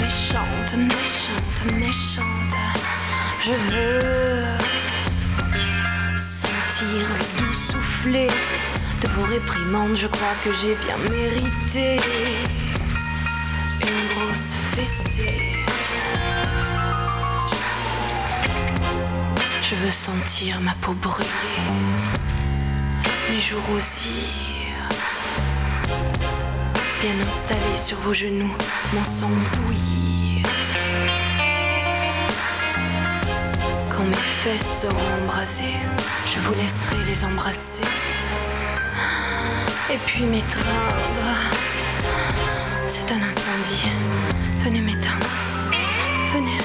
méchante, méchante, méchante. Je veux sentir le doux soufflet de vos réprimandes, je crois que j'ai bien mérité une grosse fessée. Je veux sentir ma peau brûler, mes joues rosir, bien installée sur vos genoux, mon sang bouillir. Quand mes fesses seront embrasées, je vous laisserai les embrasser. Et puis m'étreindre. C'est un incendie. Venez m'éteindre. Venez.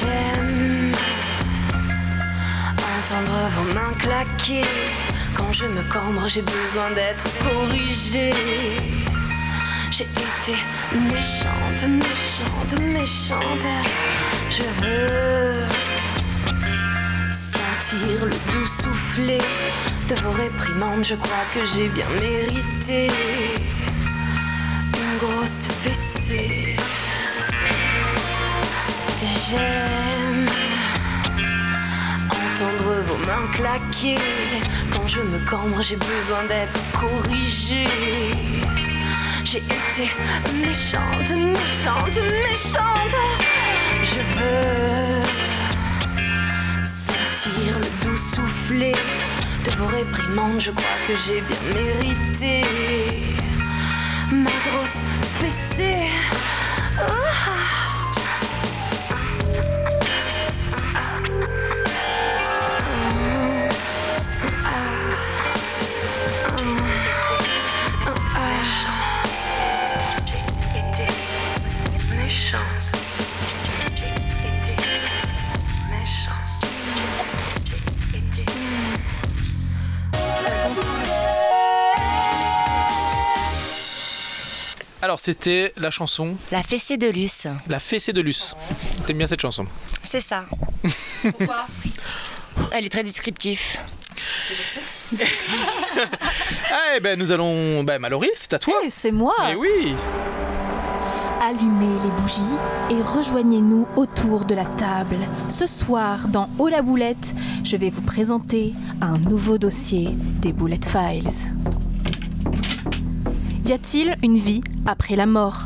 J'aime entendre vos mains claquer. Quand je me cambre, j'ai besoin d'être corrigée. J'ai été méchante, méchante, méchante. Je veux sentir le doux soufflet de vos réprimandes. Je crois que j'ai bien mérité une grosse fessée. J'aime entendre vos mains claquer. Quand je me cambre, j'ai besoin d'être corrigée. J'ai été méchante, méchante, méchante. Je veux sentir le doux soufflet de vos réprimandes. Je crois que j'ai bien mérité ma grosse fessée. Ah.
Alors c'était la chanson
La fessée de Luce,
La fessée de Luce. T'aimes bien cette chanson
c'est ça. Elle est très descriptive.
Ah eh ben nous allons... Ben Mallory, c'est à toi
Eh, c'est moi
Eh oui
Allumez les bougies et rejoignez-nous autour de la table. Ce soir, dans Haut la boulette, je vais vous présenter un nouveau dossier des Bullet Files. Y a-t-il une vie après la mort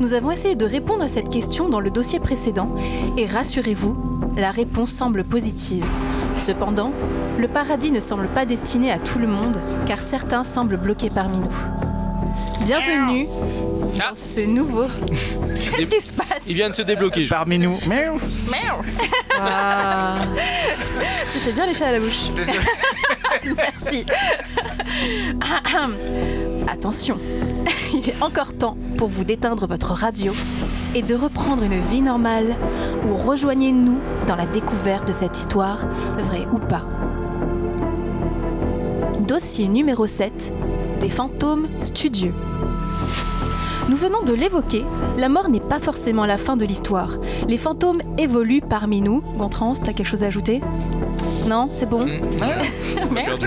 Nous avons essayé de répondre à cette question dans le dossier précédent et rassurez-vous, la réponse semble positive. Cependant, le paradis ne semble pas destiné à tout le monde, car certains semblent bloqués parmi nous. Bienvenue dans ce nouveau. Qu'est-ce qui se passe
Il vient de se débloquer.
Parmi nous.
tu fais bien les chats à la bouche. Merci. Ahem. Attention, il est encore temps pour vous d'éteindre votre radio et de reprendre une vie normale ou rejoignez-nous dans la découverte de cette histoire, vraie ou pas. Dossier numéro 7 des fantômes studieux. Nous venons de l'évoquer, la mort n'est pas forcément la fin de l'histoire. Les fantômes évoluent parmi nous. Gontran, t'as quelque chose à ajouter Non, c'est bon Merde.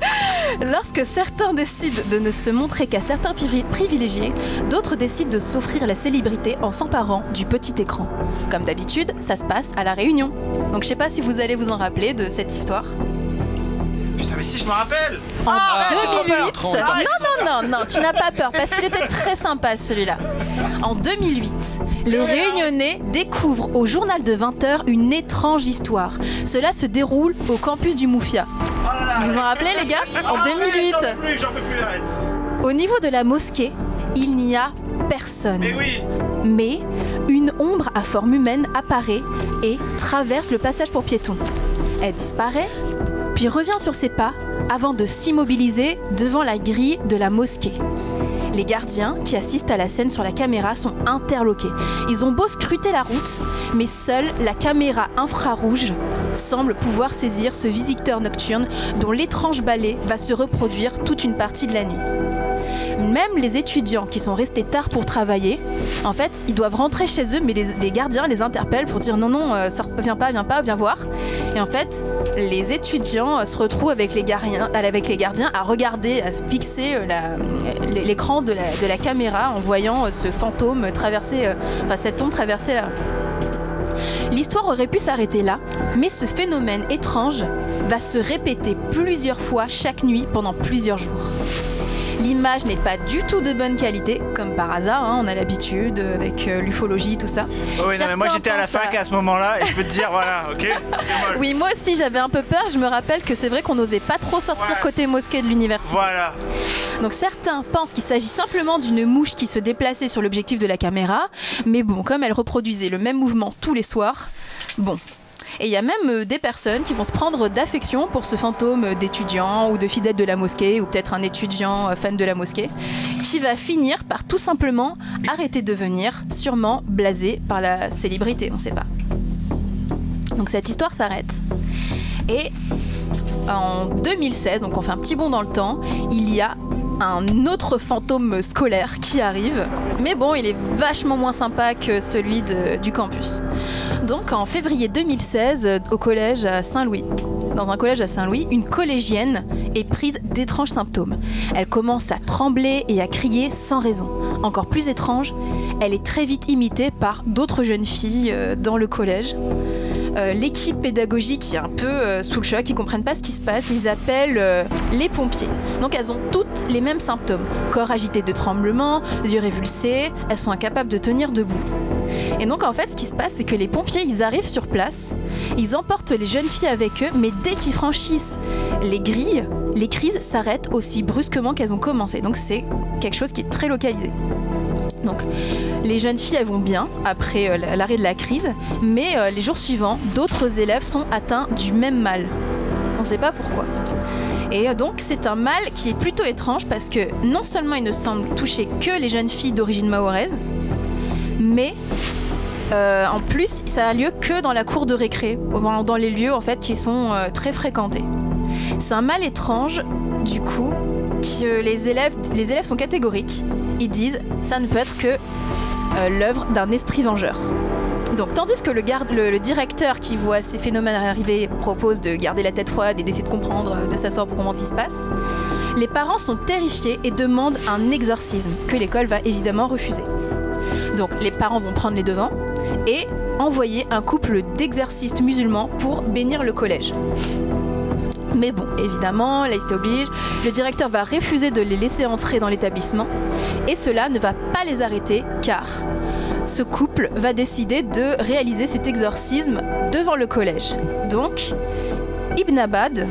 Lorsque certains décident de ne se montrer qu'à certains privi- privilégiés, d'autres décident de s'offrir la célébrité en s'emparant du petit écran. Comme d'habitude, ça se passe à la Réunion. Donc je sais pas si vous allez vous en rappeler de cette histoire.
Putain, mais si, je me rappelle
En
Ah, arrête, trop
2008.
peur, trop peur.
non, non, non, non, tu n'as pas peur parce qu'il était très sympa celui-là. En 2008, les Réunionnais découvrent au journal de 20h une étrange histoire. Cela se déroule au campus du Moufia.
Oh
Vous vous en rappelez, les gars En 2008.
Ah, J'en peux plus, j'en peux plus, arrête.
Au niveau de la mosquée, il n'y a personne.
Mais oui.
Mais une ombre à forme humaine apparaît et traverse le passage pour piétons. Elle disparaît, puis revient sur ses pas avant de s'immobiliser devant la grille de la mosquée. Les gardiens qui assistent à la scène sur la caméra sont interloqués. Ils ont beau scruter la route, mais seule la caméra infrarouge semble pouvoir saisir ce visiteur nocturne dont l'étrange balai va se reproduire toute une partie de la nuit. Même les étudiants qui sont restés tard pour travailler, en fait, ils doivent rentrer chez eux, mais les, les gardiens les interpellent pour dire non, non, euh, sors- viens pas, viens pas, viens voir. Et en fait, les étudiants euh, se retrouvent avec les, gardiens, euh, avec les gardiens à regarder, à se fixer euh, la- l'écran de la, de la caméra en voyant euh, ce fantôme traverser, euh, enfin cette ombre traverser la, L'histoire aurait pu s'arrêter là, mais ce phénomène étrange va se répéter plusieurs fois chaque nuit pendant plusieurs jours. L'image n'est pas du tout de bonne qualité, comme par hasard, hein, on a l'habitude euh, avec euh, l'ufologie, tout ça.
Oh oui, non, mais moi
Certains
j'étais à la
pensent
fac à ce moment-là et je peux te dire, voilà, ok
Oui, moi aussi j'avais un peu peur, je me rappelle que c'est vrai qu'on n'osait pas trop sortir côté mosquée de l'université.
Voilà.
Donc certains pensent qu'il s'agit simplement d'une mouche qui se déplaçait sur l'objectif de la caméra, mais bon, comme elle reproduisait le même mouvement tous les soirs, bon. Et il y a même euh, des personnes qui vont se prendre d'affection pour ce fantôme euh, d'étudiant ou de fidèle de la mosquée, ou peut-être un étudiant euh, fan de la mosquée, qui va finir par tout simplement arrêter de venir, sûrement blasé par la célébrité, on sait pas. Donc cette histoire s'arrête. Et en 2016, donc on fait un petit bond dans le temps, il y a un autre fantôme scolaire qui arrive. Mais bon, il est vachement moins sympa que celui de- du campus. Donc en février 2016, euh, au collège à Saint-Louis, dans un collège à Saint-Louis, une collégienne est prise d'étranges symptômes. Elle commence à trembler et à crier sans raison. Encore plus étrange, elle est très vite imitée par d'autres jeunes filles euh, dans le collège. Euh, l'équipe pédagogique est un peu euh, sous le choc, ils comprennent pas ce qui se passe, ils appellent euh, les pompiers. Donc elles ont toutes les mêmes symptômes corps agité de tremblements, yeux révulsés, elles sont incapables de tenir debout. Et donc en fait, ce qui se passe, c'est que les pompiers, ils arrivent sur place, ils emportent les jeunes filles avec eux, mais dès qu'ils franchissent les grilles, les crises s'arrêtent aussi brusquement qu'elles ont commencé. Donc c'est quelque chose qui est très localisé. Donc, les jeunes filles, elles vont bien après euh, l- l'arrêt de la crise, mais euh, les jours suivants, d'autres élèves sont atteints du même mal. On ne sait pas pourquoi. Et euh, donc, c'est un mal qui est plutôt étrange parce que non seulement il ne semble toucher que les jeunes filles d'origine mahoraise, mais euh, en plus, ça a lieu que dans la cour de récré, au- dans les lieux en fait qui sont euh, très fréquentés. C'est un mal étrange, du coup, que les élèves, les élèves sont catégoriques. Ils disent, ça ne peut être que euh, l'œuvre d'un esprit vengeur. Donc, tandis que le, garde, le, le directeur qui voit ces phénomènes arriver propose de garder la tête froide et d'essayer de comprendre, euh, de s'asseoir pour comprendre ce qui se passe, les parents sont terrifiés et demandent un exorcisme que l'école va évidemment refuser. Donc les parents vont prendre les devants et envoyer un couple d'exorcistes musulmans pour bénir le collège. Mais bon, évidemment, la liste oblige, le directeur va refuser de les laisser entrer dans l'établissement et cela ne va pas les arrêter car ce couple va décider de réaliser cet exorcisme devant le collège. Donc, Ibn Abbad,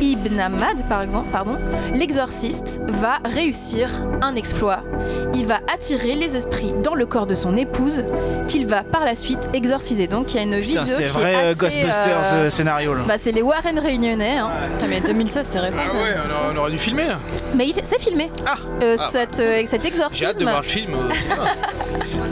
Ibn Ahmad, par exemple, pardon, l'exorciste va réussir un exploit. Il va attirer les esprits dans le corps de son épouse, qu'il va par la suite exorciser. Donc il y a une vidéo
Putain,
qui
c'est
est
vrai euh,
assez,
Ghostbusters
euh,
euh, scénario là.
Bah, c'est les Warren réunionnais. Hein. mais 2016, c'était récent.
Ah ouais, on, aurait dû filmer là.
Mais il- c'est filmé. Euh,
Ah.
cette, euh, cet exorcisme.
J'ai hâte de voir le film. euh, au cinéma.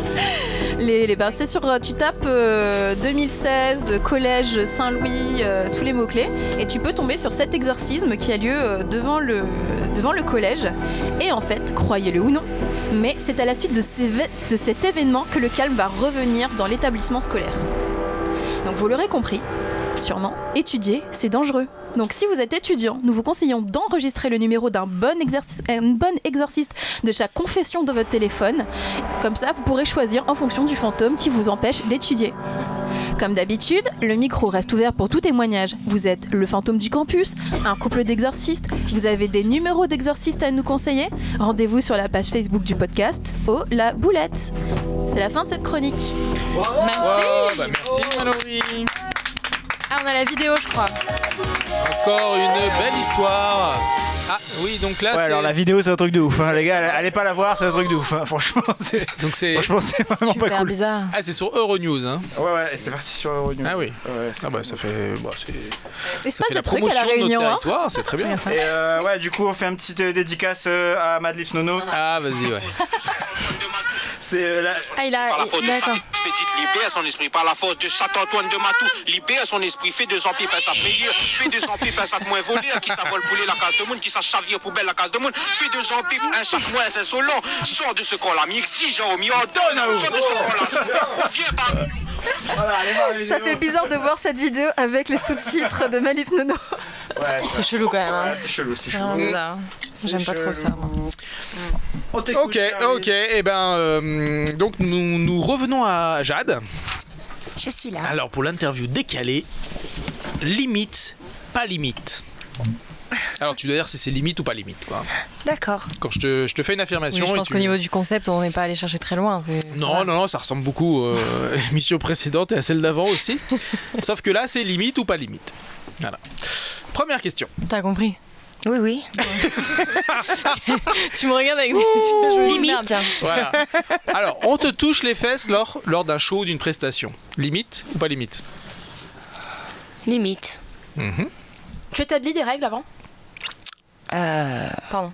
Les, les- ben, c'est sur, euh, tu tapes euh, 2016, euh, collège Saint-Louis, euh, tous les mots-clés, et tu peux tomber sur cet exorcisme qui a lieu euh, devant, le, devant le collège. Et en fait, croyez-le ou non, mais c'est à la suite de, ces vé- de cet événement que le calme va revenir dans l'établissement scolaire. Donc vous l'aurez compris, sûrement, étudier, c'est dangereux. Donc si vous êtes étudiant, nous vous conseillons d'enregistrer le numéro d'un bon, exercice- un bon exorciste de chaque confession de votre téléphone. Comme ça, vous pourrez choisir en fonction du fantôme qui vous empêche d'étudier. Comme d'habitude, le micro reste ouvert pour tout témoignage. Vous êtes le fantôme du campus, un couple d'exorcistes, vous avez des numéros d'exorcistes à nous conseiller. Rendez-vous sur la page Facebook du podcast Oh la boulette. C'est la fin de cette chronique.
Wow, bah, merci Mallory.
Ah, on a la vidéo, je crois.
Encore une belle histoire. Ah oui, donc là,
ouais,
c'est-
alors la vidéo c'est un truc de ouf, hein, les gars, allez pas la voir, c'est un truc de ouf, hein, franchement. c'est-
Donc c'est
Franchement, c'est vraiment pas cool.
bizarre. Ah, c'est sur Euronews, hein.
Ouais, ouais, c'est parti sur Euronews.
Ah oui. ah bah ça fait. Bah, c'est.
Il
ça fait la promotion de notre
hein.
territoire, C'est très bien.
Et euh, ouais, du coup, on fait un petit euh, dédicace euh, à Madlips Nono.
Ah, vas-y, ouais.
c'est euh, la-
Ah, il a.
Par la faute
il-
de
D'accord.
Satan, petite libère son esprit. Par la force de Saint-Antoine de Matou, libère son esprit. Fais deux empires, par sa meilleure. Fais deux empires, par sa moins voler. Qui ça vole poulet la case de monde. Qui ça chavire poubelle la case de monde. Fais deux empires, un chaque mois, c'est solon. Sors de ce corps-là, mi exige, mi ordonne. Sors de ce corps-là, reviens par
Ça
oh.
fait bizarre de voir cette vidéo avec les sous-titres de Malif Nono.
Ouais,
C'est chelou quand même. hein.
c'est chelou, c'est
C'est
chelou.
vraiment bizarre. J'aime pas trop ça. moi.
Ok, ok, et ben euh, donc nous, nous revenons à Jade.
Je suis là.
Alors pour l'interview décalée, limite, pas limite. Alors tu dois dire si c'est limite ou pas limite quoi.
D'accord.
Quand je te, je te fais une
Oui,
affirmation
je
et
pense
tu-
qu'au niveau du concept, on n'est pas allé chercher très loin. c'est-
Non, non, non, ça ressemble beaucoup euh, à l'émission précédente et à celle d'avant aussi. Sauf que là, c'est limite ou pas limite. Voilà. Première question.
T'as compris
Oui, oui.
tu me regardes avec des yeux. je me dis, merde.
Voilà. Alors, on te touche les fesses lors, lors d'un show ou d'une prestation. Limite ou pas limite
Limite.
Mhm.
Tu établis des règles avant
Pardon.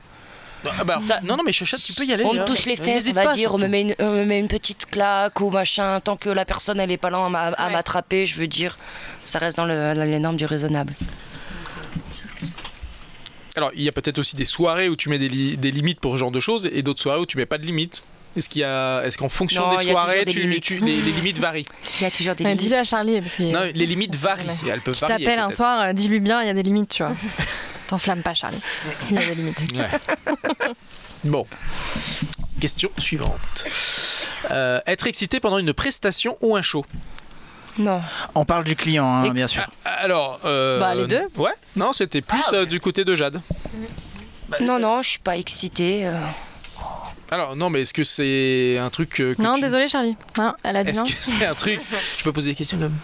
Ah bah, non, non, mais Chachette, tu peux y aller.
Euh, On me
hein.
touche les fesses, on
N'hésite
va
pas,
dire, on me,
surtout.
met une, on me met une petite claque ou machin. Tant que la personne, elle est pas là à m'a- à m'attraper, je veux dire, ça reste dans, le, dans les normes du raisonnable.
Alors, il y a peut-être aussi des soirées où tu mets des, li- des limites pour ce genre de choses et d'autres soirées où tu mets pas de limites. Est-ce qu'il y a, est-ce qu'en fonction
Non, il
des
y a toujours
soirées,
des
tu-
limites.
tu- les, les limites varient
Il y a toujours des
Ouais,
limites.
Dis-le à Charlie. Parce que
Non, les limites varient. et Elles peuvent
Tu
varier.
t'appelles un
peut-être.
soir, euh, dis-lui bien, il y a des limites, tu vois. T'enflamme pas, Charlie. Il y a des limites.
Ouais. bon. Question suivante. Euh, être excité pendant une prestation ou un show
Non.
On parle du client, hein,
Et-
bien sûr.
Ah, Alors. euh,
Bah, les deux. Ah,
Ouais. Non, c'était plus euh, du côté de Jade. Bah,
Non, non, je suis pas excitée. euh.
Alors, non, mais est-ce que c'est un truc. euh, que
Non,
tu-
désolé, Charlie. Non, elle
Ah,
a dit
Est-ce
non.
que c'est un truc Je peux poser des questions comme.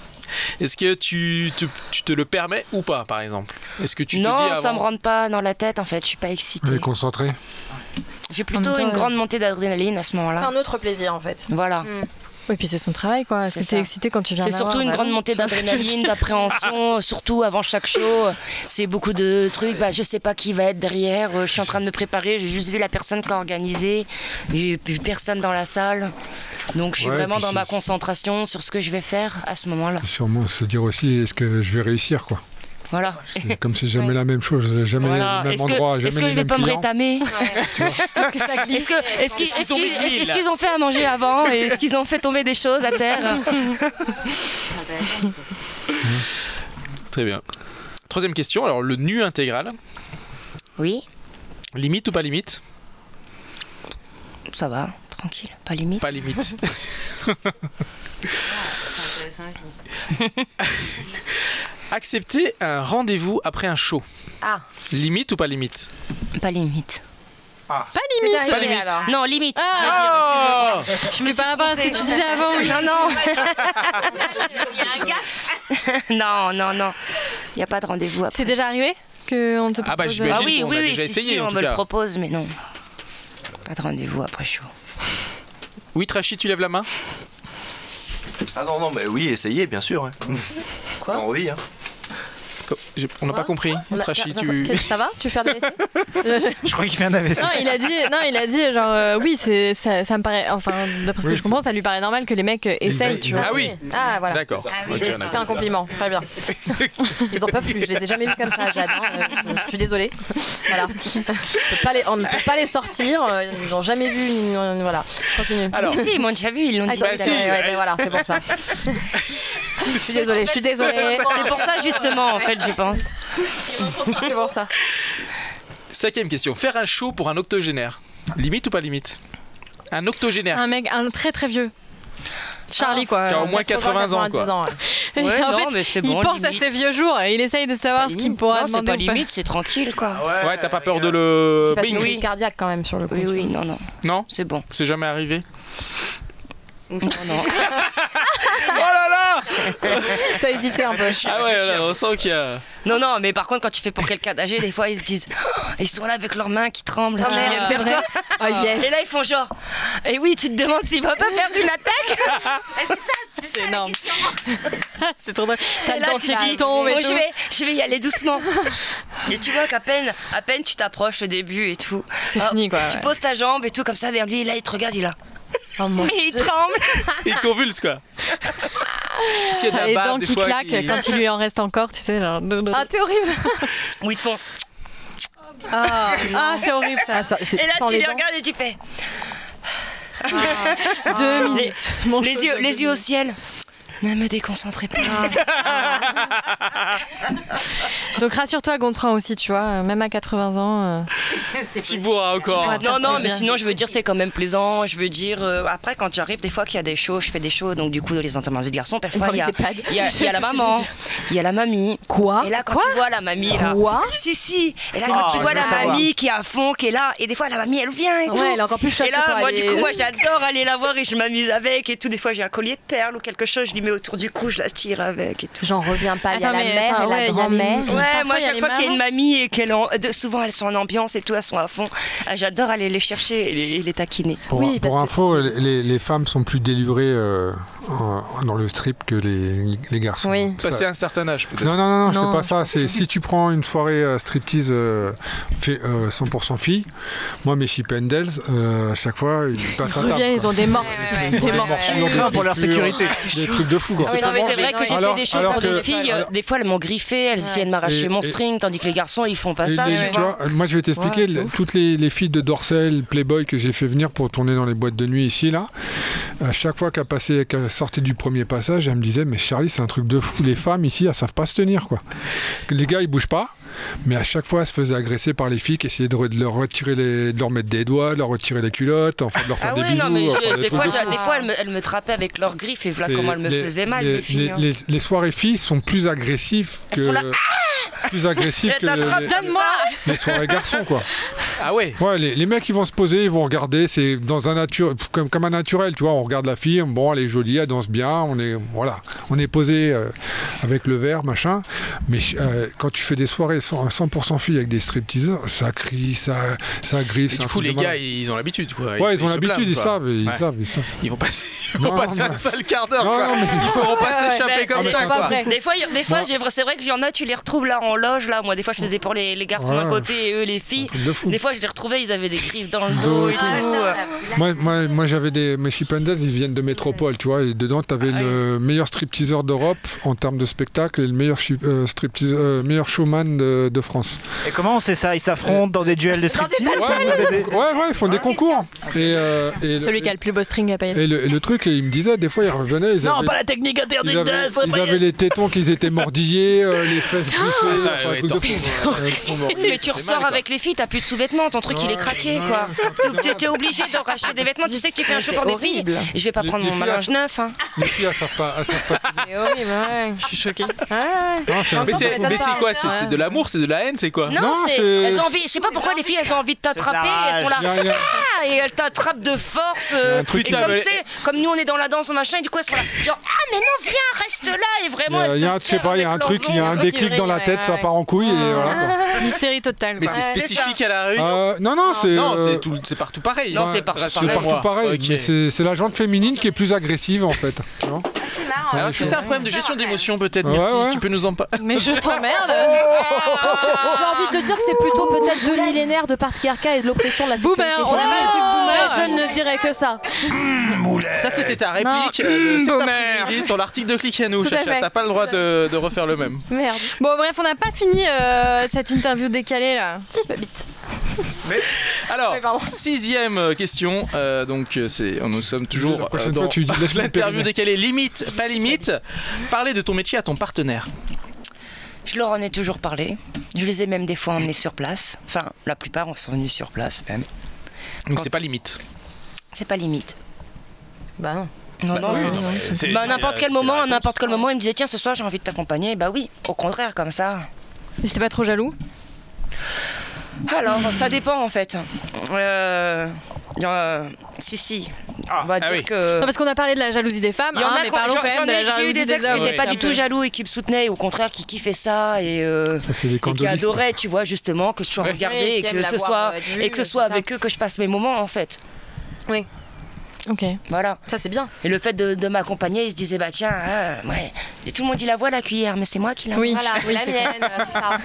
Est-ce que tu, tu, tu te le permets ou pas, par exemple Est-ce que tu te dis
non,
avant...
ça me rentre pas dans la tête en fait, je suis pas excitée.
Elle est concentrée.
J'ai
En
plutôt
même temps,
une
euh,
grande montée d'adrénaline à ce
C'est
moment-là.
un autre plaisir en fait.
Voilà.
Oui, puis c'est son travail, quoi. Est-ce
C'est
que t'es
ça.
excité quand tu viens
C'est
d'avoir,
surtout une
bah
grande
non.
montée
Tu vois ce que je veux
d'adrénaline,
dire
d'appréhension, euh, surtout avant chaque show. C'est beaucoup de trucs. Bah, je sais pas qui va être derrière. euh, Je suis en train de me préparer. J'ai juste vu la personne qui a organisé. J'ai plus personne dans la salle. Donc je suis
Ouais,
vraiment
puis
dans
c'est-
ma concentration sur ce que je vais faire à ce moment-là.
Sûrement se dire aussi, est-ce que je vais réussir quoi
Voilà.
C'est Comme c'est jamais la même chose, jamais
Voilà.
le même
Est-ce
endroit,
que,
jamais
est-ce que
les
je vais
mêmes
pas me
clients.
rétamer
Est-ce que ça glisse
Est-ce que- est-ce qu'ils
qu'ils ont mis de l'huile,
est-ce
là
qu'ils ont fait à manger avant et Est-ce qu'ils ont fait tomber des choses à terre
Très bien. Troisième question, alors le nu intégral.
Oui.
Limite ou pas limite
Ça va, tranquille, pas limite.
Pas limite. Accepter un rendez-vous après un show.
Ah.
Limite ou pas limite
Pas limite.
Pas limite.
Pas limite. Ah.
alors.
Non, limite.
Oh
Parce que par rapport à ce que tu disais avant, oui.
Non, non.
Il y a un gars
non, non, non. Il n'y a pas de rendez-vous après.
C'est déjà arrivé qu'on te propose euh,
Ah bah, j'imagine Ah oui, qu'on a oui, oui, déjà si, essayé, si, en on tout me le cas. propose, mais non. Pas de rendez-vous après chaud.
Oui, Trachy, tu lèves la main
Ah non, non, mais oui, essayez, bien sûr. hein. Quoi Oui, hein.
Ah,
J'ai- On n'a pas compris.
On a-
Trachy,
Attends,
Bah,
tu.
qu'est-ce- Ça va Tu veux faire des WC
Je crois qu'il fait un AVC.
Non, il a dit, non, il a dit genre euh, oui, c'est ça, ça me paraît. Enfin, d'après ce que
Oui,
je comprends, ça lui paraît normal que les mecs euh, essayent. Tu vois.
Ah oui. Ah voilà.
D'accord.
Ah oui,
Ok, on a
C'était un
compris.
compliment. Très bien. Ils en peuvent plus. Je les ai jamais vus comme ça, Jade. hein. Euh, Je je suis désolée. Voilà. On peut pas les- on ne peut pas les sortir. euh, Ils n'ont jamais vu. une- euh, Voilà. Continue.
Alors- Si, si, ils m'ont déjà vu, ils l'ont
Ah,
dit.
ouais,
Bah
ouais,
si.
ouais, ouais, voilà, c'est pour ça. Je suis désolée. Je suis désolée.
C'est pour ça, justement, en fait, je pense.
C'est pour ça.
Cinquième question. Faire un show pour un octogénaire. Limite ou pas limite Un octogénaire.
Un mec, un très très vieux. Charlie quoi.
Qui a au moins 80 ans,
90
quoi.
Et
Ouais,
en
non,
fait,
mais c'est
il
bon,
pense
limite.
à ses vieux jours et il essaye de savoir ce qu'il pourra
Non, c'est
demander.
pas
ou
limite, c'est tranquille,
Ah
quoi.
Ouais, t'as pas peur de le.
Qui passe une
Bing.
crise cardiaque quand même sur le coup.
Oui, oui, non, non.
Non
C'est bon.
C'est jamais arrivé
non.
Oh là là
T'as hésité un peu.
Ah ouais, ouais, on sent qu'il y a.
Non, non, mais par contre, quand tu fais pour quelqu'un d'âgé, des fois, ils se disent Oh, Ils sont là avec leurs mains qui tremblent.
Ah
qui
merde,
viennent
c'est
vers
vrai.
toi.
Ah, yes.
Et là, ils font genre Et oui, tu te demandes s'il va pas faire une attaque Eh,
C'est énorme. c'est trop drôle. T'as
Et
le
là,
dentier
tu
qui
dis,
tombe et
Bon,
tout.
Je vais, je vais y aller doucement. et tu vois qu'à peine, à peine tu t'approches le début et tout. Oh,
C'est fini, quoi,
Tu
ouais.
poses ta jambe et tout comme ça vers lui. Et là, il te regarde, il a.
Oh
Mais il tremble.
Il convulse quoi. S'il y a de
T'as
la
les
barbe,
dents
des
qui
fois,
claquent
qui-
quand il lui en reste encore, tu sais. Genre... Ah, t'es horrible.
Ou ils te font.
Ah, ah, c'est horrible ça.
Et là, tu les regardes et tu fais.
Deux
Les-
minutes.
Ah. les yeux, les yeux au ciel. Ne me déconcentrez pas.
Ah. Donc rassure-toi, Gontran aussi, tu vois, euh, même à 80 ans. euh,
Tu
bois
encore.
Non, non, mais sinon, je veux dire, c'est quand même plaisant. Je veux dire, euh, après, quand j'arrive, des fois qu'il y a des shows, je fais des shows, donc du coup, les enterrements de vie de garçons, parfois,
Dans
il y a,
les EHPAD.
il y a- il y a la
C'est ce que je
maman,
veux dire.
il y a la mamie.
Quoi
Et là, quand
Quoi
tu vois la mamie, là.
Quoi
Si, si. Et là, quand
C'est bon,
tu
je
vois
veux
la
savoir.
mamie qui est à fond, qui est là, et des fois, la mamie, elle vient et
Ouais,
tout.
elle est encore plus choc
Et là,
que toi,
moi,
elle
du
est-
coup, moi, j'adore aller la voir et je m'amuse avec et tout. Des fois, j'ai un collier de perles ou quelque chose, je lui mets autour du cou, je la tire avec et tout.
J'en reviens pas. Ah, Il y a
Attends,
la
mais
mère
attends,
et la
ouais, il y a les-
grand-mère.
Et
Ouais,
parfois,
moi,
il y a
chaque
les
fois qu'il y a une
mamans.
mamie et qu'elle en... de- souvent elles sont en ambiance et tout, elles sont à fond. Ah, J'adore aller les chercher et les, et les taquiner.
Pour, pour info, les, les femmes sont plus délurées euh, en- dans le strip que les, les garçons.
Oui.
Ça-
Passer Bah, un certain âge peut-être.
Non, non, non, non,
Non,
c'est pas ça.
je
C'est si tu prends une soirée euh, striptease euh, fait, euh, 100% fille, moi mes Chip and Dales, euh, à chaque fois, ils passent à table.
Reviens, ils ont des morses. Des morses.
Ils ont des
pour leur
griffures,
sécurité.
Des trucs de fou, quoi.
Ah non, mais c'est vrai que j'ai
Alors-
fait des choses
alors
pour
que-
des filles. euh,
alors-
des fois, elles m'ont griffé, elles essayaient de m'arracher
Et-
mon
et-
string, tandis que les garçons, ils font pas
Et
ça.
les- tu vois, moi je vais t'expliquer,
Ouais,
le-
c'est ouf.
toutes les, les filles de Dorsel, Playboy que j'ai fait venir pour tourner dans les boîtes de nuit ici, là, à chaque fois qu'elle passait- qu'elle sortait du premier passage, elle me disait, mais Charlie, c'est un truc de fou, les femmes ici, elles savent pas se tenir, quoi. Les gars, ils bougent pas, mais à chaque fois, elles se faisaient agresser par les filles qui essayaient de, re- de leur retirer les, de leur mettre des doigts, de leur retirer les culottes, enfin, de leur faire
Ah
des
ouais,
bisous.
non, mais
enfin,
je- des,
trucs
fois,
de
j'a-
fou.
des fois, elles me, elles me trappaient avec leurs griffes et voilà comment elles me
Les-
faisaient mal,
les,
les filles.
les-
hein.
les- les soirées filles sont plus agressives
Elles
que...
sont là, Ah,
plus agressives que...
Elle t'attrape,
les-
donne-moi
les soirées garçons quoi.
Ah ouais.
Ouais, les, les mecs ils vont se poser, ils vont regarder, c'est dans un nature comme, comme un naturel, tu vois, on regarde la fille, bon elle est jolie, elle danse bien, on est voilà, on est posé euh, avec le verre machin, mais euh, quand tu fais des soirées 100%, 100% filles avec des stripteaseurs, ça crie, ça ça griffe,
Et
c'est
du
un
coup,
truc de
les
malade.
gars, ils ont l'habitude quoi.
Ouais, ils, ont
se
l'habitude,
blâment,
ils
quoi.
savent, ils
Ouais.
savent, ils savent.
Ils vont passer, ils vont
Non,
passer
non,
un
mais-
sale quart d'heure
Non,
quoi.
non, mais-
Ils pourront pas
Ouais,
s'échapper
mais-
comme
mais
ça
c'est
quoi.
pas vrai.
Des fois, y- des fois j'ai- c'est vrai que j'en a, tu les retrouves là en loge, là. Moi, des fois, je faisais pour les, les garçons à
Ouais.
côté et eux, les filles.
truc de fou.
Des fois, je les retrouvais, ils avaient des griffes dans le
Dos
dos
et
et
tout.
Ah,
tout.
Moi, moi, moi j'avais des. Mes Chip and Dales, ils viennent de métropole, tu vois. Et dedans, t'avais le meilleur stripteaseur d'Europe en termes de spectacle et le meilleur, chi- euh, striptease- euh, meilleur showman de, de France.
Et comment on sait ça Ils s'affrontent dans des duels de striptease
Ouais, ouais, ouais, ils font des concours. Et, euh, et
Celui qui a le plus beau string à payer.
et le, et le truc, et il me disait, des fois, ils revenaient. Ils
Non,
avaient,
pas la technique interdite
ils avaient,
de-
ils avaient les tétons qu'ils étaient mordillés, euh, les fesses bouffées.
Ah, ça,
enfin, un
ouais,
truc de
torpille,
fou. hein. Euh, Ouais, ils sont
Mais tu ressors avec les filles, t'as plus de sous-vêtements, ton truc il est craqué quoi. Tu t'es obligé d'en racheter des vêtements, tu sais que tu fais un show pour des filles.
horrible.
Je vais pas
Les-
prendre
les
mon
filles,
linge
ah.
elles-
neuf. hein.
Les filles, elles savent pas. elles savent pas-
C'est horrible, ouais.
Je suis choquée.
Non, c'est un
Mais
peu-
c'est mais c'est quoi C'est c'est de l'amour, hein. c'est de la haine, c'est quoi
Non, c'est-
c'est-
elles ont envie, je sais pas pourquoi les filles elles ont envie de t'attraper,
la
elles sont
rage.
là.
Y a- y a-
Ah, et elle t'attrape de force. euh,
Un truc
et
qui
comme,
avait-
tu sais, comme nous on est dans la danse, machin, et du coup elles sont là, genre ah mais non viens reste là et
Il y
vraiment.
a,
elles
il y a
te
un- je sais
serrent
pas, il y a un
avec
truc,
leurs
il y a un
ongles.
déclic dans la tête, ça part en couille et voilà. quoi.
Mystérie Ah. totale.
Mais
quoi.
c'est spécifique à
Ah
la Réunion.
Euh, non, non, c'est.
Non,
euh,
c'est tout- c'est partout pareil. hein,
ouais, C'est
Rassure-moi.
partout pareil.
Ok.
mais C'est c'est la jante féminine qui est plus agressive en fait. tu vois.
C'est marrant.
Alors, est-ce que c'est un problème de gestion d'émotion peut-être,
Ouais,
Myrtille
ouais.
Tu peux nous en parler
Mais je t'emmerde
J'ai envie de te dire que c'est plutôt peut-être deux millénaires de patriarcat et de l'oppression de la sexualité
Boomer, on appelle le truc
féminine.
boomer.
Je ne dirais que ça.
Ça, c'était ta réplique euh, de cet après-midi sur l'article de Click à nous,
Tout à
Chacha.
fait.
T'as pas le droit de, de refaire le même.
Merde. Bon, bref, on n'a pas fini euh, cette interview décalée là.
Alors, sixième euh, question. euh, donc, euh, c'est, nous sommes
La
toujours
prochaine
euh, dans
fois, tu dis, lâche-moi le
l'interview
périnée.
décalée. Limite, pas limite. Parler de ton métier à ton partenaire.
Je leur en ai toujours parlé. Je les ai même des fois emmenés sur place. Enfin, la plupart en sont venus sur place même.
Donc, c'est pas limite.
C'est pas limite. Bah non. Non,
Bah
non,
oui,
non.
non, mais c'est-
Bah, à
c'est-
n'importe quel
c'est
moment, à n'importe quel
hein.
moment, il me disait tiens ce soir j'ai envie de t'accompagner. Bah oui, au contraire comme ça.
Mais c'était pas trop jaloux
Alors ça dépend en fait. Euh, euh, si si. On va
ah
dire
oui.
que.
Non, parce qu'on a parlé de la jalousie des femmes,
Il y en
hein,
a
mais
quoi-
parlons
j'en-
quand même
j'en
de la
ai- J'ai eu
jalousie
des ex qui
hommes.
n'étaient pas
Ouais.
du tout jaloux et qui me soutenaient, et au contraire qui kiffaient ça et, euh,
fait des
et qui
candolistes.
adoraient, tu vois, justement, que je sois
Ouais.
regardée
Oui,
et
qui
que,
aiment
ce
l'avoir,
soit,
euh, vue,
et que ce
c'est
soit
ça.
avec eux que je passe mes moments en fait.
Oui.
Ok.
Voilà.
Ça c'est bien.
Et le fait de, de m'accompagner, ils se disaient bah tiens, ah, ouais. Et tout le monde il la voit la cuillère, mais c'est moi qui la
Oui.
mange.
Voilà, c'est la mienne, c'est ça.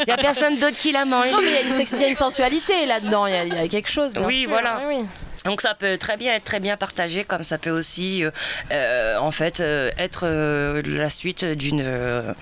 Il y a personne d'autre qui la mange.
Non, mais il y a une sex- il y, a une sensualité là-dedans, il y, a- il y a quelque chose. bien
oui,
sûr.
voilà.
Oui, oui.
Donc ça peut très bien être très bien partagé, comme ça peut aussi, euh, euh, en fait, euh, être euh, la suite d'une euh,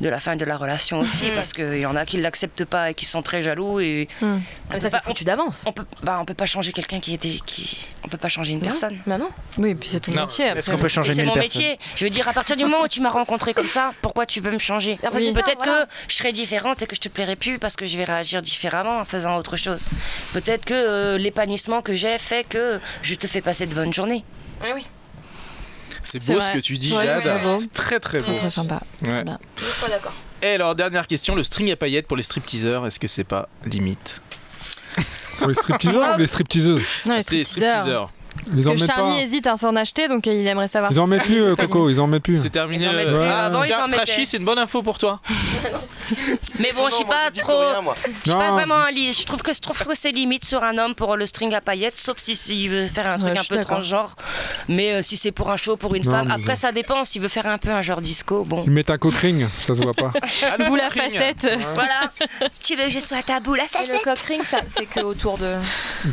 de la fin de la relation aussi, parce qu'il y en a qui l'acceptent pas et qui sont très jaloux et
Mhm. Mais ça, c'est foutu d'avance.
On peut, bah, on peut pas changer quelqu'un qui était, qui, on peut pas changer une
Non,
personne.
Bah non.
Oui, et puis c'est ton
Non.
métier.
Est-ce
après.
qu'on peut changer
Et C'est
mille
mon
personnes
métier. Je veux dire, à partir du moment où tu m'as rencontré comme ça, pourquoi tu veux me changer
Après, c'est ça,
Peut-être
voilà.
que je serai différente et que je te plairai plus parce que je vais réagir différemment en faisant autre chose. Peut-être que euh, l'épanouissement que j'ai fait que je te fais passer de bonnes journées.
Oui, oui.
C'est
C'est
beau ce
vrai.
que tu dis,
Ouais,
Jade.
c'est très beau.
C'est très très beau.
Très, très
sympa.
Ouais.
Je suis pas d'accord.
Et alors, dernière question le string à paillettes pour les stripteaseurs, est-ce que c'est pas limite
Pour les stripteaseurs ou les stripteaseuses
Non, les
Ah, C'est les stripteaseurs.
stripteaseurs.
Ils en
Parce que
mettent
Charlie
pas. hein.
hésite à s'en acheter, donc euh, il aimerait savoir.
Ils en mettent plus, euh, Coco, ils en mettent plus.
C'est terminé.
Ils en mettent
euh,
plus.
ah,
Avant, ils
tiens,
en mettaient.
Trachy, c'est une bonne info pour toi.
Mais bon, je suis pas trop. Je suis pas
Non.
vraiment un lit. Je trouve que je trouve que c'est limite sur un homme pour le string à paillettes, sauf si s'il veut faire un truc
je
un
suis
peu
d'accord.
transgenre. Mais euh, si c'est pour un show, pour une
Non,
femme,
mais
après
ça-
ça dépend. S'il veut faire un peu un genre disco, bon.
Ils mettent un coquering, ça se voit pas.
Boule à facette.
Voilà. tu veux que je sois ta boule à
facette Le cock ring, ça, c'est que autour de.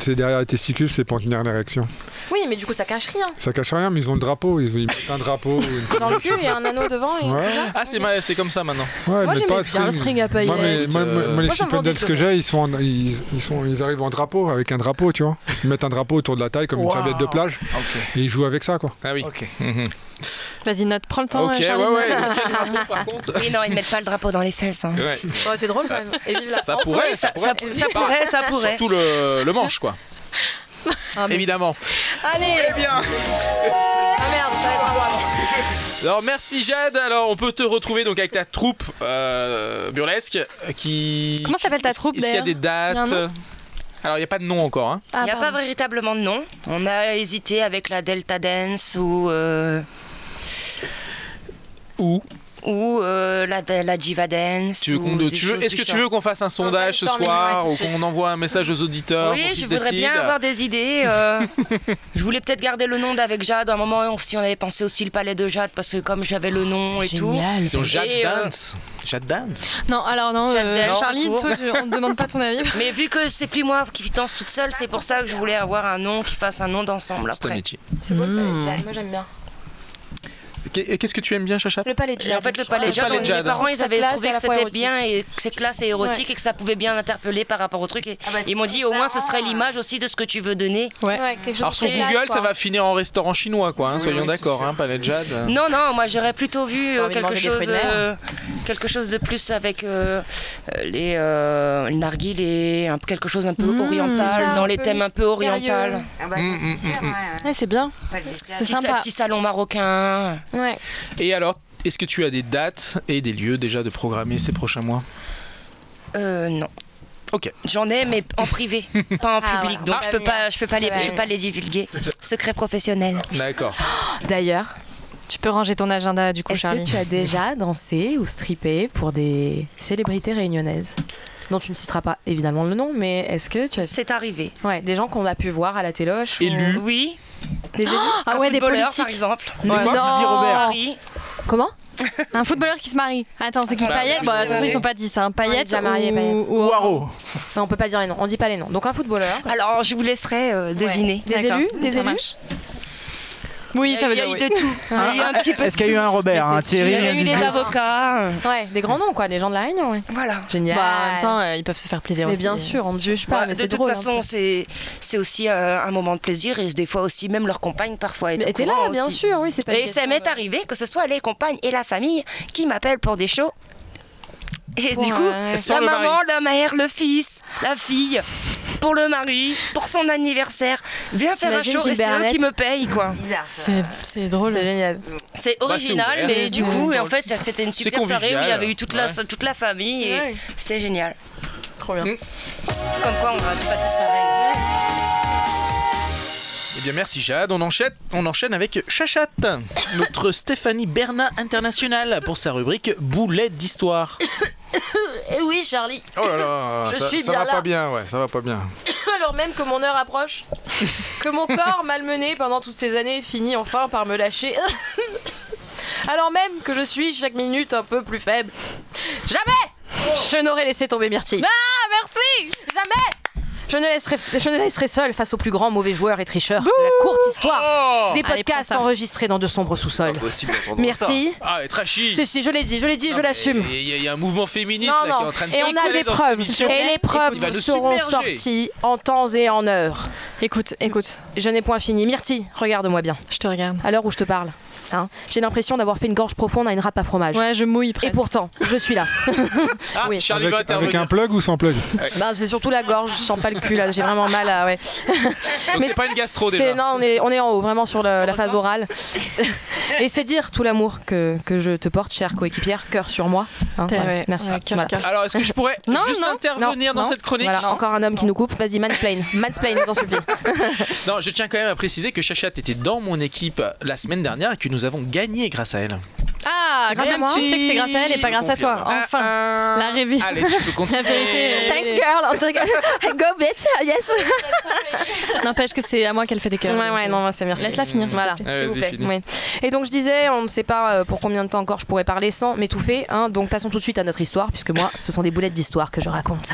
C'est derrière les testicules, c'est pour tenir l'érection.
Oui, mais du coup, ça cache rien.
Ça cache rien, mais ils ont le drapeau. Ils, ils mettent un drapeau. ou une-
Dans le cul, il y a un anneau devant. Et...
Ouais.
Ah, c'est ma- c'est comme ça maintenant.
Ouais, mais
Moi, j'aimais
pas de
bien le string à paillettes.
Moi, mais- moi, moi, moi, les
Moi, ça
Chip and
me
Dale,
vendait
ce que
le-
j'ai, ils, sont en- ils, ils sont, ils arrivent en drapeau, avec un drapeau, tu vois. Ils mettent un drapeau autour de la taille, comme une
Wow.
serviette de plage. Et ils jouent avec ça, quoi.
Ah oui.
Vas-y, note, prends le temps.
Ok,
euh, Charlie,
ouais, ouais,
note.
Oui, non, ils mettent pas le drapeau dans les fesses. hein.
Ouais.
Ouais, c'est drôle quand même. Et vive la
Ça
France.
pourrait, ça
ça- ça-
pourrait.
ça pourrait, ça pourrait.
Bah,
Ah,
Surtout le, le manche, quoi. Évidemment.
Allez
Eh bien
Ah merde, ça va être
Alors merci Jade. Alors on peut te retrouver donc avec ta troupe euh, burlesque euh, qui.
Comment s'appelle ta
Est-ce-
troupe,
Est-ce qu'il y a des
d'ailleurs Il y a un
dates
nom Ah, bah,
Alors il n'y a pas de nom encore. Hein.
Il n'y a pas véritablement de nom. On a hésité avec la Delta Dance ou. euh,
Ou.
Ou euh, la, la Diva Dance.
Tu veux qu'on-
ou des
tu veux-
choses
Est-ce
du
que tu
genre.
veux qu'on fasse un sondage ce
brainstorming, ouais,
soir
tout de
ou qu'on
suite.
envoie un message aux auditeurs
Oui,
pour
je
qu'ils
voudrais bien
décident
avoir des idées. euh, je voulais peut-être garder le nom d'avec Jade. À un moment, on- si on avait pensé aussi le palais de Jade, parce que comme j'avais le nom et tout.
Sinon, Jade
Et, euh,
Dance. Jade Dance.
Non, alors non,
Jade
euh,
Dance,
Charlie,
tout court.
toi, tu- on te demande pas ton avis.
Mais vu que c'est plus moi qui danse toute seule, c'est pour ça que je voulais avoir un nom qui fasse un nom d'ensemble
C'est un
après.
métier.
C'est beau le
Mm.
palais
Hmm.
de Jade, moi j'aime bien.
Qu'est- Qu'est-ce que tu aimes bien, Chacha
Le palais de
Et
Jade.
en fait, le palais
Le
de Jade,
palais de Jade.
mes parents, ils
Ça
avaient
classe,
trouvé
à
que
la fois
c'était
érotique.
bien et que c'est classe et érotique
Ouais.
et que ça pouvait bien interpeller par rapport au truc. Et ils m'ont dit, au moins, ce serait l'image aussi de ce que tu veux donner.
Alors sur
de
Google,
classe,
ça
quoi.
va finir en restaurant chinois, quoi. hein, soyons d'accord, hein, Palais de Jade. euh.
Non, non, moi j'aurais plutôt vu euh,
envie de
quelque
manger des
chose,
fruits de mer.
euh, quelque chose de plus avec euh, euh, les euh, le narguil et un- quelque chose un peu oriental,
c'est ça,
dans
un
les
peu
thèmes un peu
mystérieux.
oriental.
Ah bah,
Mm, mm,
ça, c'est sûr,
mm, mm.
ouais.
Ouais, c'est bien.
Petit,
sympa.
sa- petit salon marocain.
mm.
Ouais.
Et alors, est-ce que tu as des dates et des lieux déjà de programmer ces prochains mois
Euh, non.
Ok.
J'en ai, mais en privé, pas en
Ah,
public.
ouais.
Donc
Ah.
je peux pas, je peux pas les,
Ouais.
je peux pas les divulguer. Secret professionnel.
D'accord.
D'ailleurs,
tu peux ranger ton agenda du coup,
Est-ce
Charlie.
que tu as déjà dansé ou strippé pour des célébrités réunionnaises dont tu ne citeras pas évidemment le nom, mais est-ce que tu as...
C'est arrivé.
Ouais, des gens qu'on a pu voir à la téloche.
Élus.
Oui.
Des élus.
Oh
Ah
Un footballeur, par exemple.
Ouais,
Des quoi,
non.
Didier Robert.
Oui.
Comment
Un footballeur qui se marie. Attends, c'est qui
Bah,
Payet
oui,
Bon,
oui,
attention,
oui.
ils sont pas 10, hein.
On est
Payet
déjà marié,
ou-
Payet.
ou Haro.
Mais on peut pas dire les noms, on dit pas les noms. Donc un footballeur.
Alors je vous laisserai euh, deviner.
Des élus Des
Ça
élus
marche.
Oui,
ça veut dire. Il y a eu de tout. Il y
Hein
a eu un petit peu
Hein? Est-ce qu'il y a eu un Robert, un
Il
Thierry
y a
un
eu des
Didier
avocats.
Ouais, des grands noms quoi, les gens de la Réunion. ouais.
Voilà.
Génial.
Bah, en même temps, euh, ils peuvent se faire plaisir
Mais
aussi.
bien sûr, on ne juge pas,
Bah,
Ouais,
mais
de
c'est
toute
drôle. hein.
façon, c'est c'est aussi euh, un moment de plaisir et des fois aussi même leur compagne parfois. Est
Mais
au
t'es là,
courant
bien
aussi.
sûr, oui, c'est pas euh, une
Et ça
question
m'est arrivé que ce soit les compagnes et la famille qui m'appellent pour des shows. Et
Ouais.
du coup,
Sans
la
le
maman,
mari.
la mère, le fils, la fille, pour le mari, pour son anniversaire, viens faire un
T'imagines
show et c'est
Gilbert
eux qui
Arnett
me payent quoi.
C'est- C'est drôle.
C'est génial.
C'est
Bah, c'est
original,
ouvert.
mais du
Ouais,
coup,
ouais.
et en fait, ça, c'était une
C'est
super soirée où il y
convivial,
avait eu toute la,
ouais.
toute la famille et
Ouais.
c'était génial.
Trop
Mm.
bien.
Comme quoi, on ne pas tous pareil.
Eh bien merci Jade, on enchaîne, on enchaîne avec Chachat, notre Stéphanie Berna internationale pour sa rubrique Boulet d'histoire.
Eh oui, Charlie.
Oh là là,
Je
ça,
suis
ça
bien
va
là.
pas bien, ouais, ça va pas bien.
Alors même que mon heure approche, que mon corps malmené pendant toutes ces années finit enfin par me lâcher. Alors même que je suis chaque minute un peu plus faible. Jamais Je n'aurais laissé tomber Myrtille. Ah, merci Jamais je ne, laisserai, je ne laisserai seule face aux plus grands mauvais joueurs et tricheurs de la courte histoire
Oh
Ah,
des
Allez,
podcasts
prends ça.
enregistrés dans de sombres sous-sols. Merci.
Ah, elle est trashy.
Si, si, je l'ai dit, je l'ai dit,
Non,
je
mais
l'assume.
Il y, a- il y a un mouvement féministe
Non,
là, qui est en train de
non. Et on a
circuler
des
dans cette
preuves.
émission.
Et les preuves
Il va nous
seront
submerger.
sorties
en temps et en heure.
Écoute, écoute.
Je n'ai point fini. Myrtille, regarde-moi bien.
Je te regarde.
À l'heure où je te parle, hein, j'ai l'impression d'avoir fait une gorge profonde à une râpe à fromage.
Ouais, je mouille
Et pourtant, je suis là.
Ah,
oui.
Avec, avec un plug ou sans plug
Bah, c'est surtout la gorge, je sens pas le cul là, j'ai vraiment mal à- ouais.
Donc c'est pas une gastro déjà.
C'est- Non, on est, on est en haut, vraiment sur le- la phase orale. Et c'est dire tout l'amour que, que je te porte, chère coéquipière, cœur sur moi. hein,
T'es-
voilà,
ouais,
merci.
ouais, cœur,
Voilà.
cœur.
Alors est-ce que je pourrais
Non,
juste
non,
intervenir
non,
dans
non.
cette chronique
Voilà, encore un homme qui nous coupe. Vas-y, mansplain. Mansplain, je t'en supplie.
Non, je tiens quand même à préciser que Chachat était dans mon équipe la semaine dernière et que nous avons gagné grâce à elle.
Ah, grâce à moi. Tu sais que c'est grâce à elle et pas grâce à toi.
confirme.
Enfin, la révélation.
Ah, Allez, tu peux continuer.
La vérité.
Thanks, girl. En tout cas, Go, bitch.
Ah,
Yes.
N'empêche que c'est à moi qu'elle fait des cœurs.
Ouais, ouais, non, c'est merci.
Laisse-la finir.
Mm.
s'il te
Voilà,
plaît.
Ah,
s'il vous plaît. Oui. Et donc je disais, on ne sait pas euh, pour combien de temps encore je pourrais parler sans m'étouffer. hein. donc passons tout de suite à notre histoire, puisque moi, ce sont des boulettes d'histoire que je raconte.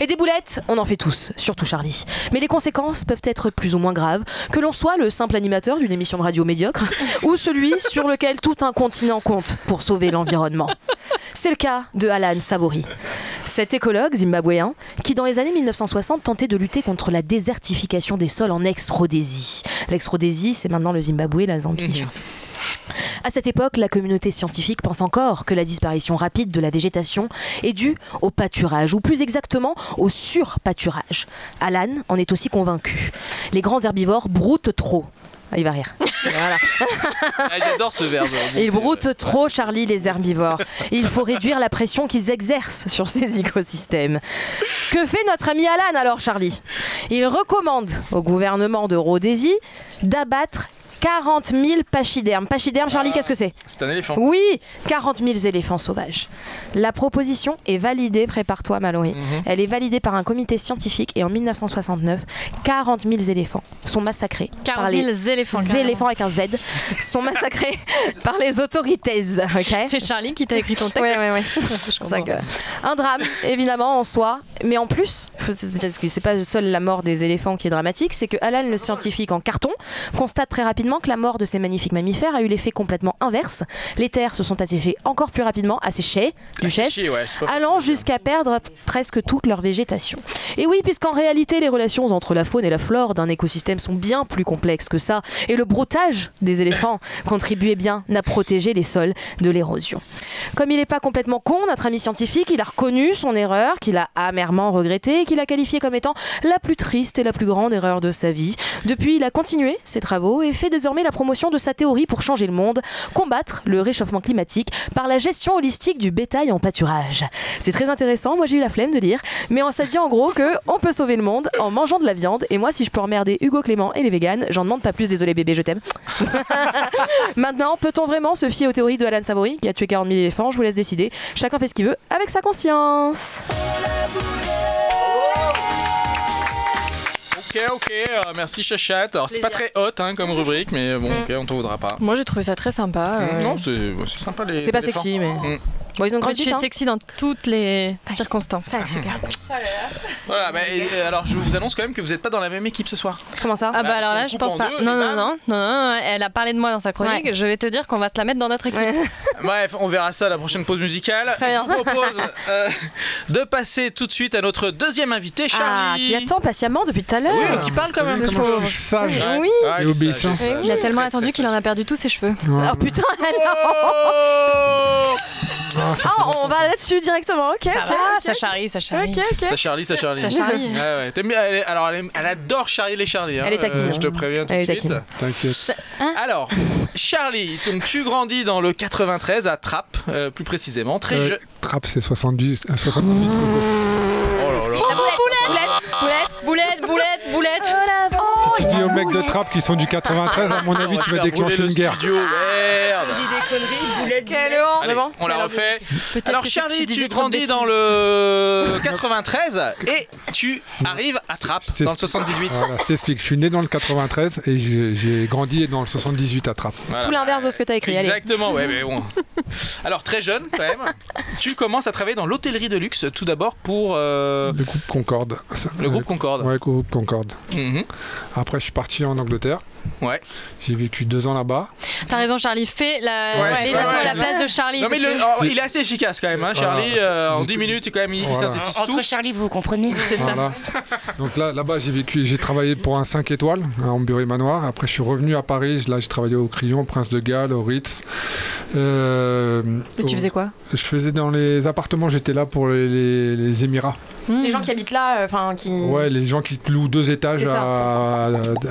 Et des boulettes, on en fait tous, surtout Charlie. Mais les conséquences peuvent être plus ou moins graves, que l'on soit le simple animateur d'une émission de radio médiocre, ou celui sur lequel tout un continent compte pour sauver l'environnement. C'est le cas de Alan Savory, cet écologue zimbabwéen qui, dans les années 1960, tentait de lutter contre la désertification des sols en ex-Rhodésie. L'ex-Rhodésie, c'est maintenant le Zimbabwe, la Zambie. À cette époque, la communauté scientifique pense encore que la disparition rapide de la végétation est due au pâturage, ou plus exactement au surpâturage. Alan en est aussi convaincu. Les grands herbivores broutent trop. Ah, il va rire. Voilà.
Ah, J'adore ce verbe.
Ils broutent trop, Charlie, les herbivores. Il faut réduire la pression qu'ils exercent sur ces écosystèmes. Que fait notre ami Alan alors, Charlie Il recommande au gouvernement de Rhodésie d'abattre 40 000 pachydermes. Pachydermes, Charlie, qu'est-ce que c'est
C'est un éléphant.
oui, 40 000 éléphants sauvages. La proposition est validée, prépare-toi Mallory.
Mhm.
Elle est validée par un comité scientifique et en 1969, 40 000 éléphants sont massacrés.
40
par les
000 éléphants, carrément.
éléphants avec un Z sont massacrés par les autorités.
C'est Charlie qui t'a écrit ton texte.
Ouais, ouais, ouais. C'est pour ça que- Un drame, évidemment, en soi. Mais en plus, faut se dire que c'est pas seule la mort des éléphants qui est dramatique, c'est que Alan, le scientifique en carton, constate très rapidement que la mort de ces magnifiques mammifères a eu l'effet complètement inverse. Les terres se sont asséchées encore plus rapidement, asséchées, duchesse,
Asséchées, ouais, c'est pas
allant jusqu'à perdre presque toute leur végétation. Et oui, puisqu'en réalité, les relations entre la faune et la flore d'un écosystème sont bien plus complexes que ça, et le broutage des éléphants contribuait bien à protéger les sols de l'érosion. Comme il n'est pas complètement con, notre ami scientifique, il a reconnu son erreur, qu'il a amèrement amèrement regrettée et qu'il a qualifiée comme étant la plus triste et la plus grande erreur de sa vie. Depuis, il a continué ses travaux et fait désormais la promotion de sa théorie pour changer le monde, combattre le réchauffement climatique par la gestion holistique du bétail en pâturage. C'est très intéressant, moi j'ai eu la flemme de lire, mais en- ça dit en gros que on peut sauver le monde en mangeant de la viande et moi si je peux emmerder Hugo Clément et les véganes, j'en demande pas plus, désolé bébé, je t'aime. Maintenant, peut-on vraiment se fier aux théories de Alan Savory qui a tué 40 000 éléphants Je vous laisse décider. Chacun fait ce qu'il veut avec sa conscience.
Ok, ok, euh, merci Chachat. Alors, c'est pas très hot hein, comme rubrique, mais bon,
Mm.
ok, on t'en voudra pas.
Moi j'ai trouvé ça très sympa. euh.
Mm. Non, c'est ouais, c'est sympa les.
C'est pas
les formes.
sexy, mais-
Mm.
Bon, ils ont
Mais
grandi
tu
vite,
es
hein.
sexy dans toutes les circonstances.
Mm. Voilà, bah, et, euh, alors je vous annonce quand même que vous n'êtes pas dans la même équipe ce soir.
Comment ça
Ah
Bah,
bah alors
parce
là,
qu'on
je
coupe
pense
en
pas.
deux,
Non,
et
non, non, non, non, non, elle a parlé de moi dans sa chronique. Je vais te dire qu'on va se la mettre dans notre équipe.
Bref, on verra ça à la prochaine pause musicale.
Très bien.
Je vous propose euh, de passer tout de suite à notre deuxième invité,
Ah,
Charlie.
qui attend patiemment depuis tout à l'heure.
Oui, qui parle quand même,
Le
comme un
pauvre.
juge sage.
Oui.
Ouais, Ah, il est obéissant. sage, il est
Il a
sage.
tellement attendu qu'il en a perdu tous ses cheveux.
Ouais.
Oh putain,
alors
Ah, on va là-dessus directement, ok.
Ça
ok,
va,
ok,
ça
ok.
charrie, ça charrie.
Ok, ok.
Ça charlie, ça charlie.
Ça charrie.
Ouais, ouais. T'aimes bien- elle est- alors, elle, aime- elle adore charrier les charlies. hein,
Elle est taquine.
euh, je te préviens tout
Elle
de
est
suite.
taquine. Hein
Alors, Charlie, donc tu grandis dans le 93 à Trappes, euh, plus précisément. Très
Euh,
jeune.
Trappe, c'est 78. euh, 78
Oh là là. Oh.
Boulette, boulette, boulette, boulette.
Tu dis aux mecs de Trappe qui sont du 93, à mon avis,
On va
tu vas
faire
déclencher
brûler
une
le
guerre.
studio,
Ah,
merde.
Quelle honte.
Allez, on la refait. Alors Charlie, tu grandis dans le 93 et tu arrives à Trappes
Je
dans le
t'explique.
78.
Ah, Voilà, je t'explique. Je suis né dans le 93 et j'ai j'ai grandi dans le 78 à Trappe.
Voilà.
Tout l'inverse de ce que t'as écrit. Allez.
Exactement, ouais, mais bon. Alors très jeune quand même, tu commences à travailler dans l'hôtellerie de luxe, tout d'abord pour... euh,
Le groupe Concorde.
Le groupe Concorde.
Ouais, le groupe Concorde.
Mhm.
Après, je suis parti en Angleterre.
Ouais.
J'ai vécu deux ans là-bas.
T'as raison, Charlie. Fais la.
Ouais,
Ouais,
ouais,
toi
ouais.
à la place de Charlie.
Non mais
parce
le-
que-
oh, il est assez efficace quand même, hein, Charlie,
Voilà.
euh, en 10 minutes quand même il, il
Voilà.
synthétise tout.
Entre Charlie, vous comprenez
Voilà. Donc là, là-bas, j'ai vécu, j'ai travaillé pour un 5 étoiles à Ambury Manoir. Après, je suis revenu à Paris. Là, j'ai travaillé au Crillon, Prince de Galles, au Ritz. Euh,
Et tu
au-
faisais quoi
Je faisais dans les appartements. J'étais là pour les, les- les Émirats.
Les gens qui habitent là, euh, enfin qui.
Ouais, les gens qui te louent deux étages
Mm. C'est ça.
à, à- à-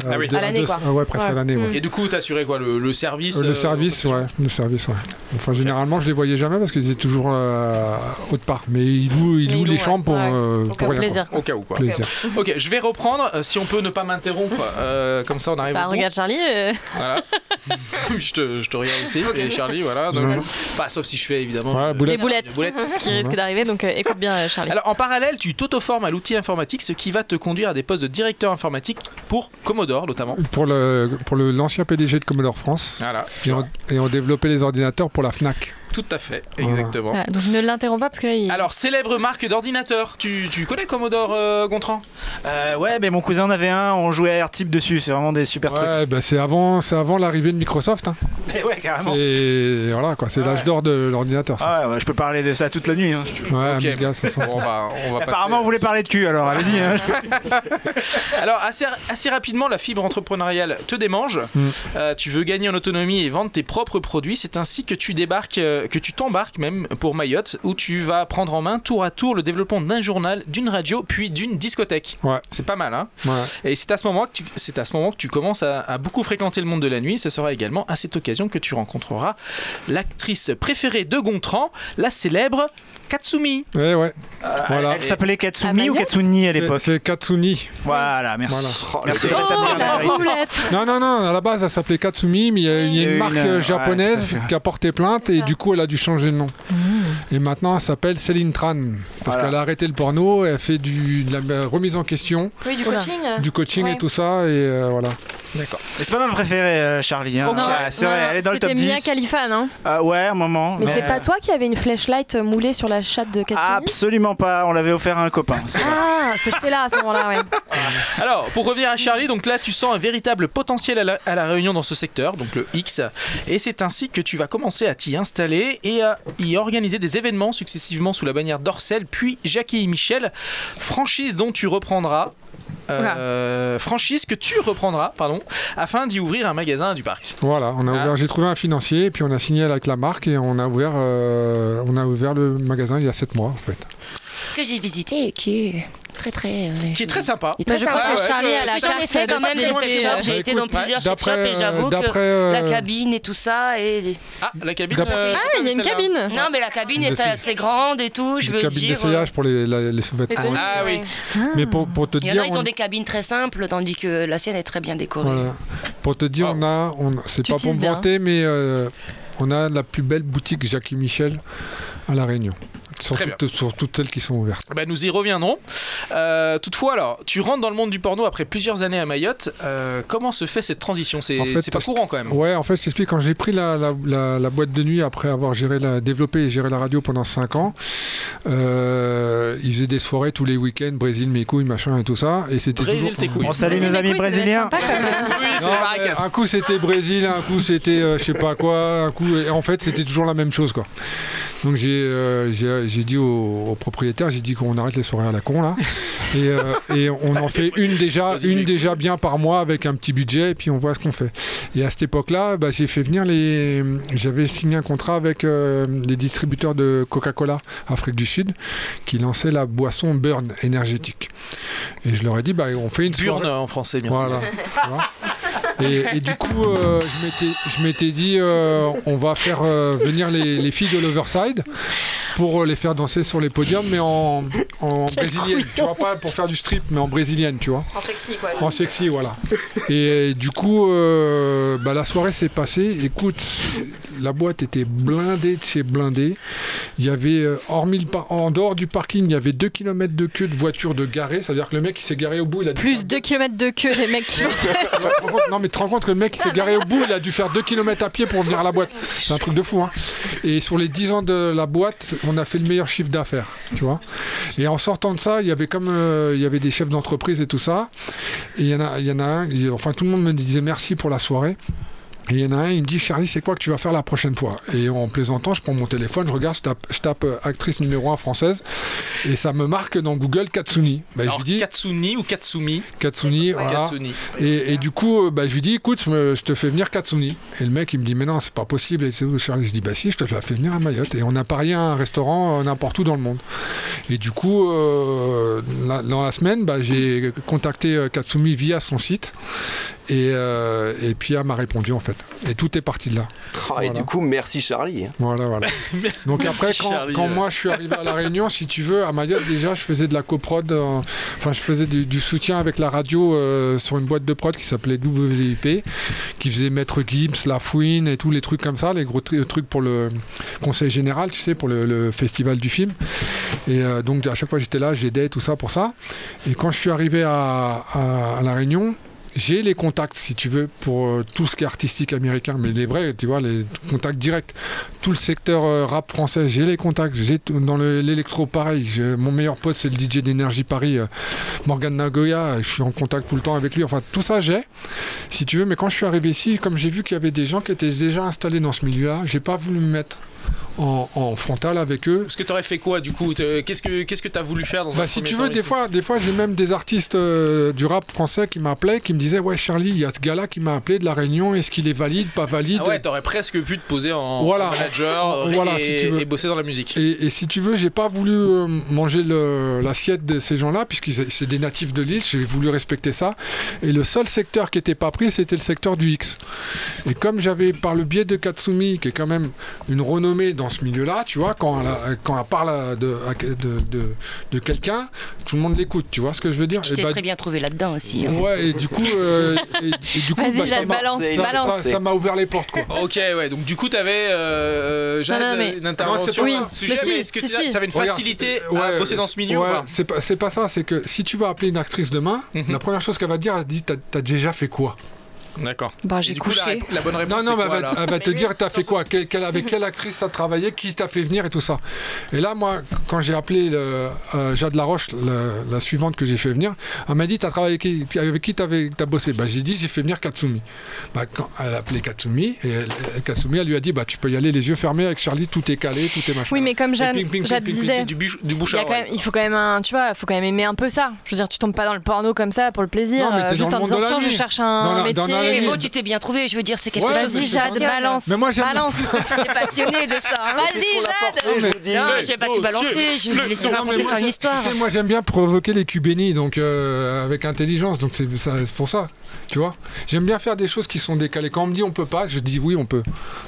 Ah oui.
deux-
À l'année,
deux-
quoi.
ah ouais, presque à
Ouais.
l'année. ouais.
Et du coup, t'assurais quoi le, le service
Euh,
euh,
le service, ouais, le service, ouais. Enfin, généralement, je les voyais jamais parce qu'ils étaient toujours euh, autre part. Mais ils louent, ils
Mais
louent
ils
les
louent,
chambres pour,
ouais.
euh, pour rien, quoi.
Au cas où quoi.
Plaisir.
Ok, je vais reprendre euh, si on peut ne pas m'interrompre. euh, comme ça on arrive
Bah,
au bout.
regarde Charlie. euh,
Voilà. je, te, je te regarde aussi.
Ok.
Et Charlie, voilà. donc- Pas sauf si je fais évidemment euh,
Les boulettes.
des
Ce qui risque d'arriver, donc euh, écoute bien, euh, Charlie.
Alors en parallèle, tu t'auto-formes à l'outil informatique, ce qui va te conduire à des postes de directeur informatique pour Commodore notamment.
Pour le pour le- l'ancien PDG de Commodore France.
Voilà.
Et on, et on développait les ordinateurs pour la Fnac.
Tout à fait, exactement.
Voilà, donc ne l'interromps pas parce que là, il.
Alors, célèbre marque d'ordinateur, tu, tu connais Commodore euh, Gontran
Euh, ouais, mais mon cousin en avait un, on jouait à R-Type dessus, c'est vraiment des super trucs.
Ouais, bah, c'est avant c'est avant l'arrivée de Microsoft. hein.
Mais ouais, carrément.
Et voilà quoi, c'est l'âge d'or de l'ordinateur. ça.
Ah ouais, ouais, je peux parler de ça toute la nuit. hein, si tu veux.
Ouais, Amiga, c'est ça.
Bon, bah, on va
Apparemment, vous voulez parler de cul, alors allez-y. hein.
Alors, assez, assez rapidement, la fibre entrepreneuriale te démange.
Mm.
Euh, tu veux gagner en autonomie et vendre tes propres produits. C'est ainsi que tu débarques, euh, que tu t'embarques même pour Mayotte, où tu vas prendre en main tour à tour le développement d'un journal, d'une radio, puis d'une discothèque. C'est pas mal, hein
Ouais.
Et c'est à ce moment que tu, c'est à ce moment que tu commences à, à beaucoup fréquenter le monde de la nuit. Ce sera également à cette occasion que tu rencontreras l'actrice préférée de Gontran, la célèbre Katsumi.
Ouais, Eh ouais.
Voilà.
Euh, Elle s'appelait Katsumi ou Katsuni à l'époque
C'est Katsuni.
Voilà, merci.
Voilà.
Oh, merci de rétablir la vérité.
Non, non, non, à la base, elle s'appelait Katsumi, mais il y a- il y a
Il y a
une
eu
marque
une,
euh,
ouais,
japonaise
tout à fait.
qui a porté plainte et du coup, elle a dû changer de nom.
Mmh.
Et maintenant, elle s'appelle Céline Tran parce
Voilà.
qu'elle a arrêté le porno, elle fait du, de la euh, remise en question,
Oui, du coaching. euh.
du coaching
Ouais.
et tout ça, et euh, voilà.
D'accord.
Mais c'est pas ma préférée, euh, Charlie. hein.
Ok.
Ouais, c'est vrai, elle est dans le top
C'était
10.
Mia Khalifa, non
Ah ouais, un moment.
Mais c'est pas toi qui avais une flashlight moulée sur la chatte de Katsumi
Absolument pas, on l'avait offert à un copain. c'est vrai.
Ah, c'est j'étais là à ce moment-là, ouais.
Alors, pour revenir à Charlie, donc là, tu sens un véritable potentiel à la, à la réunion dans ce secteur, donc le X, et c'est ainsi que tu vas commencer à t'y installer et à y organiser des événements successivement sous la bannière d'Orcel, puis Jackie et Michel, franchise dont tu reprendras. euh, franchise que tu reprendras, pardon, afin d'y ouvrir un magasin du parc.
Voilà, on a ouvert, j'ai trouvé un financier, et puis on a signé avec la marque et on a ouvert, euh, on a ouvert le magasin il y a 7 mois en fait.
que j'ai visité et qui est très très. euh,
Qui est très sympa. Ah,
Il est très
je crois
sympa.
que Charlie a la
J'en ai
carte
fait
de
quand même des
fidélité.
workshops.
Bah,
J'ai été
écoute,
dans plusieurs
ouais,
workshops
d'après,
et j'avoue
euh,
que
d'après, euh,
la cabine et tout ça et.
Ah, la cabine.
D'après- euh,
Ah, il y a une cabine. Non, mais la cabine est
D'essai-
assez grande et tout. Je veux
cabine
dire. euh, Ah
d'essayage pour les, la- les sous-vêtements.
Ah
Mais pour, pour te
Il y en
dire,
a, ils ont
on-
des cabines très simples, tandis que la sienne est très bien décorée.
voilà. pour te dire, on a, on- c'est
Tu
pas
tises
pour me
bien.
vanter, mais euh, on a la plus belle boutique Jackie Michel à la Réunion, sur,
Très bien.
toutes- sur toutes celles qui sont ouvertes.
Bah, nous y reviendrons. Euh, toutefois, alors, tu rentres dans le monde du porno après plusieurs années à Mayotte. Euh, comment se fait cette transition C'est
En fait,
c'est pas
parce-
courant quand même.
Ouais, en fait, je t'explique, quand j'ai pris la, la- la- la boîte de nuit après avoir géré la, développé et géré la radio pendant 5 ans, euh, ils faisaient des soirées tous les week-ends, Brésil, mes couilles, machin et tout ça. Et c'était
Brésil,
toujours...
tes couilles. On salue
nos amis brésiliens.
c'est
Non, euh,
Maracas.
mais Un coup c'était Brésil, un coup c'était euh, je sais pas quoi, un coup et en fait c'était toujours la même chose quoi. Donc j'ai euh, j'ai- j'ai dit au, au propriétaire, j'ai dit qu'on arrête les soirées à la con là et, euh, et on en fait une déjà une déjà bien par mois avec un petit budget et puis on voit ce qu'on fait. Et à cette époque-là, bah, j'ai fait venir les j'avais signé un contrat avec euh, les distributeurs de Coca-Cola Afrique du Sud qui lançaient la boisson Burn énergétique. Et je leur ai dit bah on fait une soirée
Burn en français, bien
Voilà. Tu vois et, et du coup, euh, je m'étais- je m'étais dit, euh, on va faire euh, venir les, les filles de l'Overside pour euh, les faire danser sur les podiums, mais en, en brésilienne. Tu vois, pas pour faire du strip, mais en brésilienne, tu vois.
En sexy, quoi.
En sexy, voilà. Et du coup, euh, bah, la soirée s'est passée. Écoute, la boîte était blindée de chez blindés. Il y avait, euh, hormis le par- en dehors du parking, il y avait 2 km de queue de voitures de garées. C'est-à-dire que le mec, il s'est garé au bout, il a dû
Plus 2 km de queue des mecs qui vont
Ouais, tu te rends compte non mais tu te rends compte que le mec il s'est garé au bout, il a dû faire 2 km à pied pour venir à la boîte. C'est un truc de fou hein. Et sur les 10 ans de la boîte, on a fait le meilleur chiffre d'affaires, tu vois. Et en sortant de ça, il y avait comme euh, il y avait des chefs d'entreprise et tout ça. Et il y en a il y en a un, il- enfin tout le monde me disait merci pour la soirée. Et il y en a un, il me dit Charlie, c'est quoi que tu vas faire la prochaine fois Et en plaisantant, je prends mon téléphone, je regarde, je tape, je tape, euh, actrice numéro 1 française, et ça me marque dans Google Katsuni. Bah, je
Alors,
lui dis
Katsuni ou Katsumi
Katsuni, voilà.
Katsuni.
Et, et du coup, euh, bah, je lui dis, écoute, je, me- je te fais venir Katsuni. Et le mec, il me dit, mais non, c'est pas possible. Et c'est où, Charlie Je dis, bah si, je te la fais venir à Mayotte. Et on a parié à un restaurant euh, n'importe où dans le monde. Et du coup, euh, la- dans la semaine, bah, j'ai contacté euh, Katsumi via son site. Et, euh, et puis elle m'a répondu en fait. Et tout est parti de là.
Ah, Et du coup, merci Charlie.
hein.
Voilà, voilà. Donc
Merci,
après, quand,
Charlie,
quand
euh.
ouais.
moi je suis arrivé à La Réunion, si tu veux, à Mayotte, déjà, je faisais de la coprod, euh, enfin, je faisais du, du soutien avec la radio euh, sur une boîte de prod qui s'appelait WIP, qui faisait Maître Gibbs, La Fouine et tous les trucs comme ça, les gros tru- trucs pour le conseil général, tu sais, pour le, le festival du film. Et euh, donc, à chaque fois, j'étais là, j'aidais, tout ça pour ça. Et quand je suis arrivé à- à- à La Réunion, j'ai les contacts, si tu veux, pour euh, tout ce qui est artistique américain, mais les vrais, tu vois, les contacts directs. Tout le secteur euh, rap français, j'ai les contacts. J'ai tout- dans le- l'électro, pareil. j'ai- Mon meilleur pote, c'est le DJ d'énergie Paris, euh, Morgan Nagoya. Je suis en contact tout le temps avec lui. Enfin, tout ça, j'ai, si tu veux. Mais quand je suis arrivé ici, comme j'ai vu qu'il y avait des gens qui étaient déjà installés dans ce milieu-là, j'ai pas voulu me mettre en- en frontal avec eux.
Parce que t'aurais fait quoi du coup T'es- euh, Qu'est-ce que qu'est-ce que t'as voulu faire dans un
Bah, si
premier
tu
temps
veux, des
ici
fois, des fois j'ai même des artistes euh, du rap français qui m'appelaient, qui me disaient Ouais, Charlie, il y a ce gars-là qui m'a appelé de la Réunion, est-ce qu'il est valide, pas valide
Ah ouais, t'aurais presque pu te poser en
Voilà.
manager et,
Voilà, si tu veux.
et bosser dans la musique.
et, et si tu veux, j'ai pas voulu euh, manger le- l'assiette de ces gens-là, puisque c'est des natifs de l'île, j'ai voulu respecter ça. Et le seul secteur qui n'était pas pris, c'était le secteur du X. Et comme j'avais, par le biais de Katsumi, qui est quand même une renommée dans ce milieu-là, tu vois, quand elle, a- quand elle parle à- de, à- de, de- de quelqu'un, tout le monde l'écoute, tu vois ce que je veux dire
Tu
Et
t'es
bah,
très bien trouvé là-dedans aussi. hein.
Ouais, et du coup, euh, et, et du coup
Vas-y,
bah,
la
ça m'a-
balance,
ça-
balance.
ça- ça m'a ouvert les portes, quoi.
Ok, ouais, donc du coup, t'avais euh, Jade,
Non, non, mais-
une intervention
Oui,
sur ce sujet,
mais si,
mais est-ce que
si,
t'as-
si.
t'avais une
Regarde,
facilité
euh,
à
ouais,
bosser dans ce milieu ou
ouais,
pas Mhm.
c'est pas, c'est pas ça, c'est que si tu vas appeler une actrice demain, la première chose qu'elle va te dire, elle te dit T'as t'as déjà fait quoi
D'accord.
Bah,
j'ai Et du coup, la couché. rép- la bonne
Non,
réponse,
non,
c'est
mais
quoi,
elle va,
alors
elle va te
Mais
dire T'as fait quoi Quelle- quelle-
Mhm.
Avec quelle actrice t'as travaillé Qui t'a fait venir et tout ça Et là, moi, quand j'ai appelé le- euh, Jade Laroche, la, la suivante que j'ai fait venir, elle m'a dit T'as travaillé qui- avec qui t'avais- t'as bossé bah, J'ai dit J'ai fait venir Katsumi. Bah, quand elle a appelé Katsumi, et elle- Katsumi, elle lui a dit bah, Tu peux y aller les yeux fermés avec Charlie, tout est calé, tout est machin.
Oui, mais comme
Et
Jeanne,
ping, ping, ping,
Jade
ping, ping,
disait,
c'est du bûche- du bouche
il, y a
à
quand même- il faut quand même un, tu vois, faut quand même aimer un peu ça. Je veux dire, tu tombes pas dans le porno comme ça pour le plaisir,
Non, mais
euh,
t'es
juste
dans
en
le monde
disant
de la
tiens, je
nuit.
cherche un
Dans la-
métier.
dans la à la
mais bon,
limite.
tu t'es bien trouvé. Je veux dire, c'est quelque
Ouais,
chose
mais
qui
c'est
passionne.
pas ça. Mais moi, j'aime- Balance.
T'es passionné de ça. hein.
Vas-y, Qu'est-ce qu'on a Jade. forcé, je vous dis
Non, je vais pas tout balancer. Bah, Je vais vous laisser raconter sur une histoire.
Tu sais, moi, j'aime bien provoquer les cubes bénis, donc euh, avec intelligence. Donc c'est ça- c'est pour ça, tu vois. J'aime bien faire des choses qui sont décalées. Quand on me dit on peut pas, je dis oui, on peut,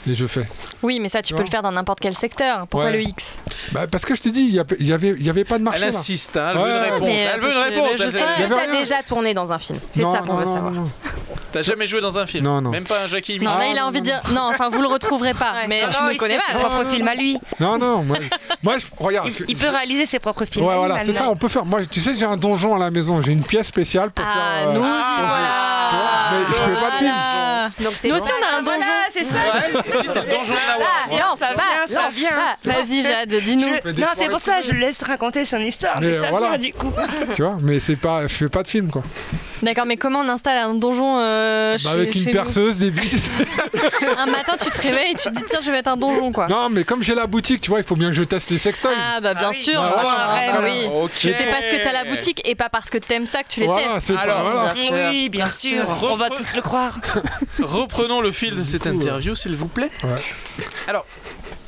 et je fais.
Oui, mais ça, tu peux le faire dans n'importe quel secteur. Pourquoi
Ouais.
le X
Bah, parce que je te dis, il y, a- il y avait, il y avait pas de marché.
Elle
là.
insiste, hein, elle veut une réponse,
mais,
elle veut une
parce que-
réponse,
mais je
elle
sais
veut-
pas.
Il y avait
T'as
rien.
déjà tourné dans un film. C'est
Non,
ça qu'on
non,
veut
non,
savoir.
T'as jamais joué dans un film
Non, non.
Même pas un Jackie
Non, là, il a envie de dire. Non, enfin, vous le retrouverez pas. Mais
Non,
je
Ah, non,
me
il se
connais
fait
mal.
son propre film à lui.
Non, non, moi, moi, je, regarde. je-
Il peut réaliser ses propres films.
Ouais, voilà, c'est ça, on peut faire. Moi, tu sais, j'ai un donjon à la maison, j'ai une pièce spéciale pour faire. euh,
Ah, nous y
Ah,
pour- Mais je fais
Ah
pas de film.
Donc
Nous aussi, on a un donjon.
c'est ça.
c'est le donjon de la
Ah,
War.
non,
ça
va,
vient, ça
non,
vient.
va.
Vas-y, Jade, dis-nous.
Je- Non, c'est pour ça, je le laisse raconter son histoire, mais,
Mais,
ça
euh, voilà.
vient du coup.
Tu vois, mais c'est pas, je fais pas de film quoi.
D'accord, mais comment on installe un donjon euh, chez,
Bah, avec
chez
une
nous
perceuse, des biches.
Un matin, tu te réveilles et tu te dis tiens, je vais mettre un donjon quoi.
non, mais comme j'ai la boutique, tu vois, il faut bien que je teste les sextoys.
Ah bah bien sûr,
Bah,
bah,
voilà,
tu-
reine.
bah oui.
Ok.
C'est parce que t'as la boutique et pas parce que t'aimes ça que tu les
Voilà,
testes.
c'est pas- voilà.
Oui, bien sûr, on va tous le croire.
Reprenons le fil de
euh,
cette interview, s'il vous plaît. Alors,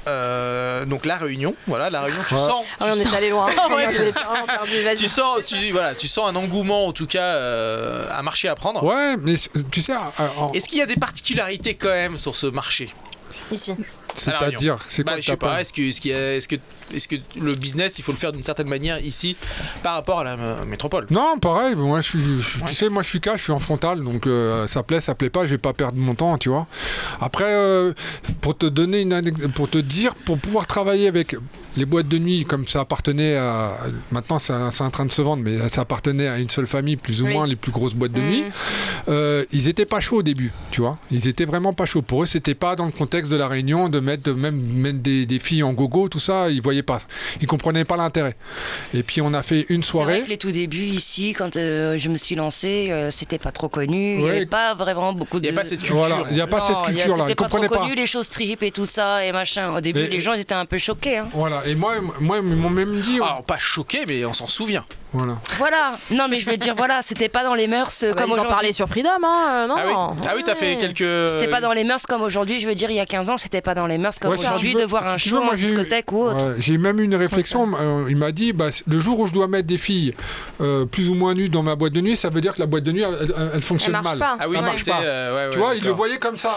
euh, donc la réunion, voilà, la réunion, tu
Ouais.
sens.
Ah oui, on
tu
est
sens-
allé loin.
Ah ouais.
On est vraiment perdu, vas-y.
Tu sens, tu, voilà, tu sens un engouement, en tout cas, euh, un marché à prendre.
Ouais, mais tu sais, euh, en-
est-ce qu'il y a des particularités quand même sur ce marché
Ici.
À La Réunion
C'est-à-dire, c'est quoi
Bah,
que
Je sais
t'as
pas.
pas
Est-ce que, est-ce qu'il y a- est-ce que, est-ce que le business, il faut le faire d'une certaine manière ici, par rapport à la euh, métropole
Non, pareil, moi je suis, je- tu sais, moi je suis K, je suis en frontal, donc euh, ça plaît, ça plaît pas, je vais pas perdre mon temps, tu vois. Après, euh, pour te donner une anecdote, pour te dire, pour pouvoir travailler avec les boîtes de nuit, comme ça appartenait à, maintenant ça- c'est en train de se vendre, mais ça appartenait à une seule famille, plus ou
Oui.
moins les plus grosses boîtes de nuit, euh, ils étaient pas chauds au début, tu vois. Ils étaient vraiment pas chauds. Pour eux, c'était pas dans le contexte de la réunion de mettre de même, même des, des filles en gogo, tout ça, ils voyaient pas, ils comprenaient pas l'intérêt. Et puis on a fait une
C'est
soirée.
vrai que les tout débuts ici, quand euh, je me suis lancée, euh, c'était pas trop connu. Il n'y
Ouais.
avait pas vraiment beaucoup de.
Il y a pas cette culture. Voilà, il y a pas
Non,
cette
il y a-
culture-là, ils
C'était pas trop
comprenaient pas.
connu, les choses trip et tout ça et machin. Au début,
Et-
les gens ils étaient un peu choqués. hein.
Voilà, et moi, moi ils m'ont même dit. oh.
Alors, Ah, pas choqué, mais on s'en souvient.
Voilà.
Voilà. Non, mais je veux dire, voilà, c'était pas dans les mœurs euh,
Bah,
comme
ils en
aujourd'hui.
parlaient sur Freedom, hein, euh, non
Ah oui, t'as fait quelques. euh,
C'était pas dans les mœurs comme aujourd'hui. Je veux dire, il y a 15 ans, c'était pas dans les mœurs comme
Ouais, si tu
aujourd'hui
veux-
de voir
si
un
tu
show
veux, moi,
en
j'ai eu-
discothèque ou autre.
Ouais, J'ai même eu une réflexion. euh, il m'a dit bah, c- le jour où je dois mettre des filles euh, plus ou moins nues dans ma boîte de nuit, ça veut dire que la boîte de nuit, elle, elle- elle fonctionne
Elle marche
mal.
pas. Ah oui,
elle marche
c'était,
pas.
euh, ouais, ouais,
tu vois, il
d'accord.
le voyait comme ça.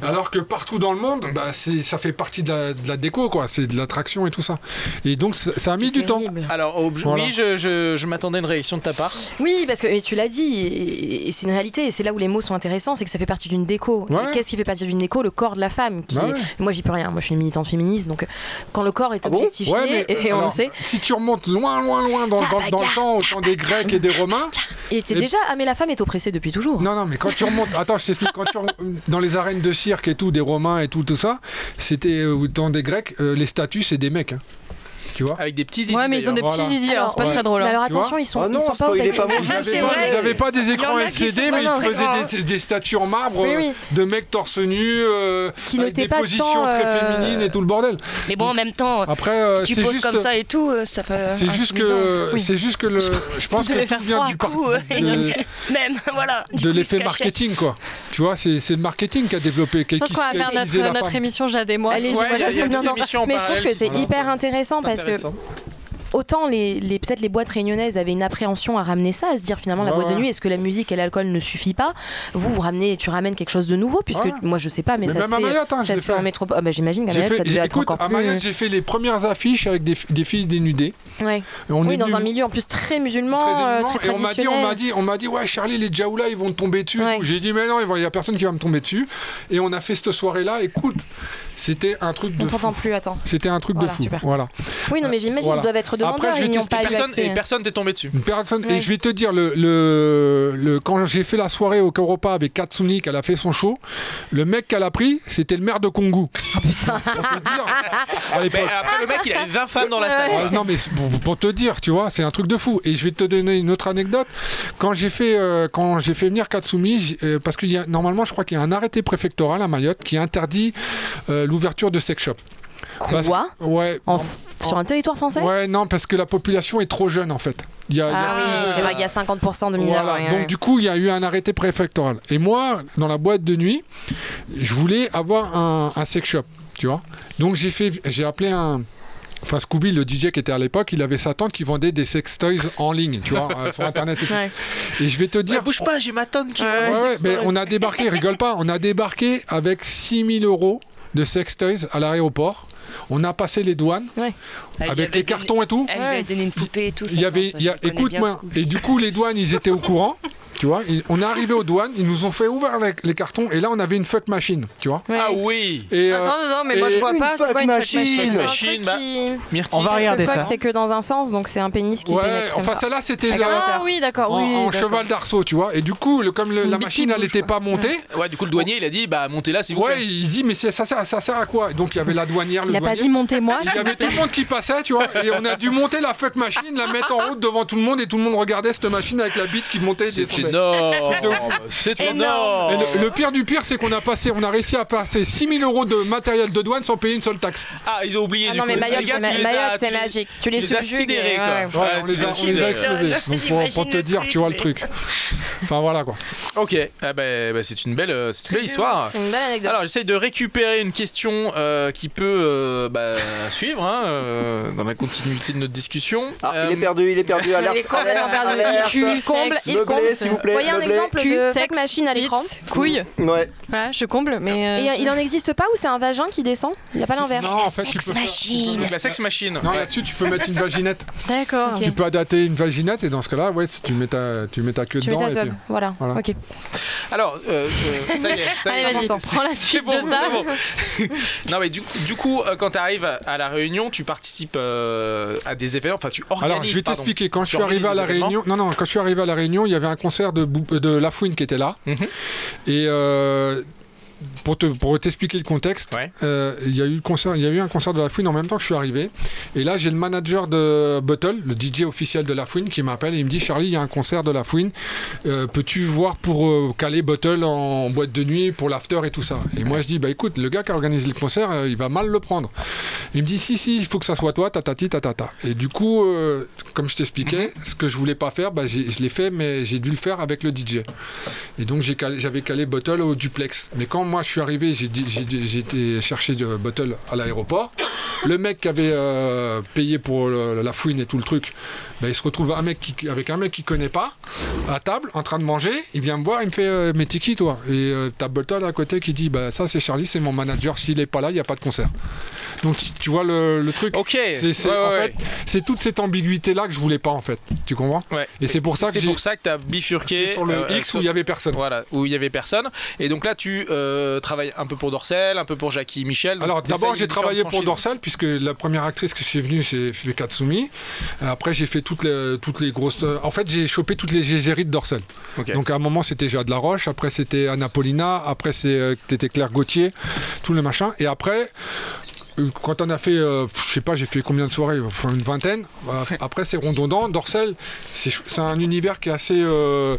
Alors que partout dans le monde, bah, c'est- ça fait partie de la, de la déco, quoi. C'est de l'attraction et tout ça. Et donc, ça, ça a mis du temps.
Alors, obje-
Voilà.
oui, je, je- je m'attendais à une réaction de ta part.
Oui, parce que mais tu l'as dit, et, et c'est une réalité, et c'est là où les mots sont intéressants, c'est que ça fait partie d'une déco.
Ouais.
Et Qu'est-ce qui fait partie d'une déco Le corps de la femme. Qui
Bah
est-
ouais.
Moi, j'y peux rien, moi je suis une militante féministe, donc euh, quand le corps est objectifié,
Ah Ouais, mais, euh,
et on le
alors,
sait.
Si tu remontes loin, loin, loin dans, dans- dans le temps, au temps des Grecs et des Romains. eh
Et c'est
et-
déjà, ah mais la femme est oppressée depuis toujours.
Non, non, mais quand tu remontes, ah, attends, je t'explique, quand tu rem- dans les arènes de cirque et tout, des Romains et tout, tout ça, c'était euh, dans des Grecs, euh, les statues, c'est des mecs. hein. Tu vois
Avec des petits
Ouais, mais ils ont des petits zizi, alors c'est pas très drôle. hein.
alors
Tu vois
attention, ils sont,
Ah non,
ils sont pas
spoilez
opaques.
pas mon jeu. Ils avaient- ils avaient pas des écrans
Il y en a qui
LCD,
sont- Ah
mais
Non,
ils
non,
faisaient des, des statues en marbre
Oui,
euh,
oui.
de mecs torse nu, euh,
Qui
avec
n'étaient
des
pas
positions
tant,
très
euh,
féminines et tout le bordel.
Mais bon, en même temps,
Après, euh,
si tu
c'est
poses
juste-
comme ça et tout, euh, ça fait.
C'est juste que, c'est juste que le, je pense que tout vient du
coup.
par-
hein.
de-
Même, voilà.
de
du coup, il se
l'effet
cachait.
marketing, quoi. Tu vois, c'est c'est le marketing qui a développé, qui
Je
a
pense qu'on va faire
utilisé la
notre, notre
femme.
émission Jade et moi.
Allez-y, moi, je trouve- non, non, mais je trouve que c'est hyper intéressant parce que autant les, les- peut-être les boîtes réunionnaises avaient une appréhension à ramener ça, à se dire finalement la
Ouais,
boîte de
ouais.
nuit, est-ce que la musique et l'alcool ne suffit pas Vous, vous ramenez, tu ramènes quelque chose de nouveau puisque
Ouais.
moi je sais pas, mais,
Mais
ça
même
se
à
fait,
Mayotte, hein, je
ça
l'ai
se fait en
fait.
métropole. Ah, bah, J'imagine qu'à
J'ai
Mayotte,
fait-
ça
j'ai-
devait être
écoute,
encore
à
plus. euh.
Mayotte, j'ai fait les premières affiches avec des, des filles dénudées.
Ouais.
Et on
oui,
est
dans
venu-
un milieu en plus très musulman,
très
euh,
évidemment. et
très
on m'a dit,
traditionnel.
on m'a dit, on m'a dit, ouais, Charlie, les Jaoula, ils vont te tomber dessus. et tout. J'ai dit, mais non, il y a personne qui va me tomber dessus. Et on a fait cette soirée-là. Écoute, c'était un truc de
On
fou.
t'entend plus, attends.
C'était un truc
Voilà,
de fou.
super.
Voilà.
Oui, non, mais j'imagine
Voilà.
ils doivent être
Après,
demandeurs,
je vais
ils n'y ont
t'expliquer-
pas eu
Personne,
accès.
et personne t'est tombé dessus.
Personne,
Ouais.
Et je vais te dire, le, le, le- quand j'ai fait la soirée au Karopa avec Katsuni, qu'elle a fait son show, le mec qu'elle a pris, c'était le maire de Congo. à l'époque.
Ah, Mais après, le mec, il avait 20 femmes dans la salle.
Ah, non mais c'est pour, pour te dire, tu vois, c'est un truc de fou. Et je vais te donner une autre anecdote. Quand j'ai fait, euh, quand j'ai fait venir Katsumi, j'- euh, parce qu'il y a normalement, je crois qu'il y a un arrêté préfectoral à Mayotte qui interdit euh, l'ouverture de sex shop. Parce- Ouais.
En- sur un territoire français
Ouais, non, parce que la population est trop jeune en fait. Il y a- il y a-
Ah oui, c'est vrai qu'il y a 50% de mineurs.
Voilà,
ouais,
donc
ouais.
du coup, il y a eu un arrêté préfectoral. Et moi, dans la boîte de nuit, je voulais avoir un, un sex shop, tu vois. Donc j'ai fait, j'ai appelé un. Enfin, Scooby, le DJ qui était à l'époque, il avait sa tante qui vendait des sex toys en ligne, tu vois, euh, sur Internet. Et, tout. Et je vais te dire.
bouge pas, j'ai ma tante qui.
Ouais, ouais, mais on a débarqué, rigole pas, on a débarqué avec 6000 euros de sex toys à l'aéroport. On a passé les douanes
Elle
Ah,
avec
lui avait
les cartons et
Eh,
tout.
Elle Ah, lui a donné une poupée et tout.
Il y avait, il y a- écoute-moi, et du coup les douanes ils étaient au courant, tu vois. ils- on est arrivé aux douanes, ils nous ont fait ouvrir les, les cartons et là on avait une fuck machine, tu vois.
Ah oui.
Et,
Attends, non, non, mais moi, je vois Une pas, c'est quoi une fuck fuck machine
Machine, bah, Myrtille.
Parce que fuck, C'est que dans un sens, donc c'est un pénis qui
Ouais,
pénètre comme
enfin,
ça.
celle-là, c'était
Avec un
la-
moteur.
Ah
oui, d'accord,
en, en cheval d'arceau, tu vois. Et du coup, le- comme le- la machine elle n'était pas montée.
Ouais, du coup, le douanier, il a dit bah montez là si vous
Ouais,
plaît.
il dit mais c'est- ça sert, ça sert à quoi Et Donc il y avait la douanière, le
Il a pas
douanier.
dit montez-moi.
Il y avait tout le monde qui passait, tu vois, et on a dû monter la fuck machine, la mettre en route devant tout le monde, et tout le monde regardait cette machine avec la bite qui montait et descendait.
C'est énorme.
Truc de fou.
bah,
Oh,
C'est énorme.
Et le, le pire du pire, c'est qu'on a passé, on a réussi à passer 6000 euros de matériel de douane sans payer une seule taxe.
Ah, ils ont oublié.
Ah
du
non,
coup.
mais
Les
Mayotte,
gars, tu
c'est ma-
les as-
Mayotte, c'est
tu-
magique. Tu les
as
subjugues euh. et-
sidérés,
ouais,
quoi.
Ouais,
Ouais,
on,
tu
les a, on les a explosés. Donc, pour, pour te dire, tu vois le truc. Enfin voilà quoi.
Ok, ah bah, bah, c'est une belle, euh, c'est une belle histoire.
C'est une belle anecdote.
Alors j'essaye de récupérer une question euh, qui peut euh, bah, suivre hein, euh, dans la continuité de notre discussion.
Ah,
Euh,
Il est perdu, il est perdu, alerte.
Il est complètement
alerte,
perdu. Il
alerte.
cul, il comble, il
Meublé,
comble.
s'il vous plaît.
Voyez un
meublé.
exemple
Cul,
de fuck
sexe,
machine à l'écran.
Couille.
Ouais.
Voilà, je comble, mais. euh,
Et euh, il en existe pas ou c'est un vagin qui descend Il n'y a pas l'inverse.
Non, en fait, tu peux faire-
Donc la sex machine.
Non, là-dessus, tu peux mettre une vaginette.
D'accord.
Tu peux adapter une vaginette, et dans ce cas-là, ouais, tu mets ta, tu mets ta queue
Tu mets
dedans.
ta
et
teub. Voilà. Ok.
Alors, euh, euh, ça y est, ça y est.
Allez, vas-y, prends la suite
bon,
de ça.
c'est bon. non mais du, du coup, euh, quand tu arrives à la réunion, tu participes euh, à des événements, enfin tu organises.
Alors, je vais
pardon.
t'expliquer. Quand
Tu
je suis arrivé à
organises
la
des événements.
réunion, non, non, quand je suis arrivé à la réunion, il y avait un concert de, Bou- de La Fouine qui était là.
Mhm.
Et euh, pour te- pour t'expliquer le contexte, euh, il y a eu le concert, il y a eu un concert de La Fouine en même temps que je suis arrivé. Et là, j'ai le manager de Bottle, le DJ officiel de La Fouine, qui m'appelle et il me dit Charlie, il y a un concert de La Fouine. Euh, Peux-tu voir pour euh, caler Bottle en boîte de nuit pour l'after et tout ça Et moi, je dis bah écoute, le gars qui organise le concert, euh, il va mal le prendre. Il me dit si si, il faut que ça soit toi, tatati tatata. Et du coup, euh, comme je t'expliquais, ce que je voulais pas faire, bah, j'ai- je l'ai fait, mais j'ai dû le faire avec le DJ. Et donc j'ai calé- j'avais calé Bottle au duplex. Mais quand moi je suis arrivé, j'ai dit- j'ai dit- j'ai été chercher de Bottle à l'aéroport. Le mec qui avait euh, payé pour le- la fouine et tout le truc, bah, il se retrouve un mec qui- avec un mec qu'il connaît pas à table en train de manger. Il vient me voir, il me fait euh, mais t'es qui toi Et euh, t'as Bottle à côté qui dit bah ça c'est Charlie, c'est mon manager. S'il est pas là, il y a pas de concert. Donc tu- tu vois le, le truc.
Ok.
C'est c'est-
Ouais,
en
ouais,
fait,
ouais.
c'est toute cette ambiguïté là que je voulais pas en fait. Tu comprends
Ouais.
Et c'est pour ça que
c'est
j'ai-
pour ça que t'as bifurqué euh,
sur le X où il y avait personne.
Voilà, où il y avait personne. Et donc là, tu euh, travailles un peu pour Dorsel, un peu pour Jackie Michel. donc
Alors
t'essayes
d'abord j'ai
les différentes
travaillé pour
franchises.
Dorsal puisque la première actrice que je suis venue c'est fait Katsumi. Après j'ai fait toutes les, toutes les grosses... euh, En fait j'ai chopé toutes les égéries de Dorsal. Donc à un moment c'était Jade Laroche, après c'était Anna Paulina, après euh, c'était Claire Gauthier, tout le machin. Et après... euh, Quand on a fait, euh, pff, je sais pas, j'ai fait combien de soirées Enfin, Une vingtaine. Euh, Après, c'est rondondant. Dorsal, c'est chou- c'est un univers qui est assez, euh,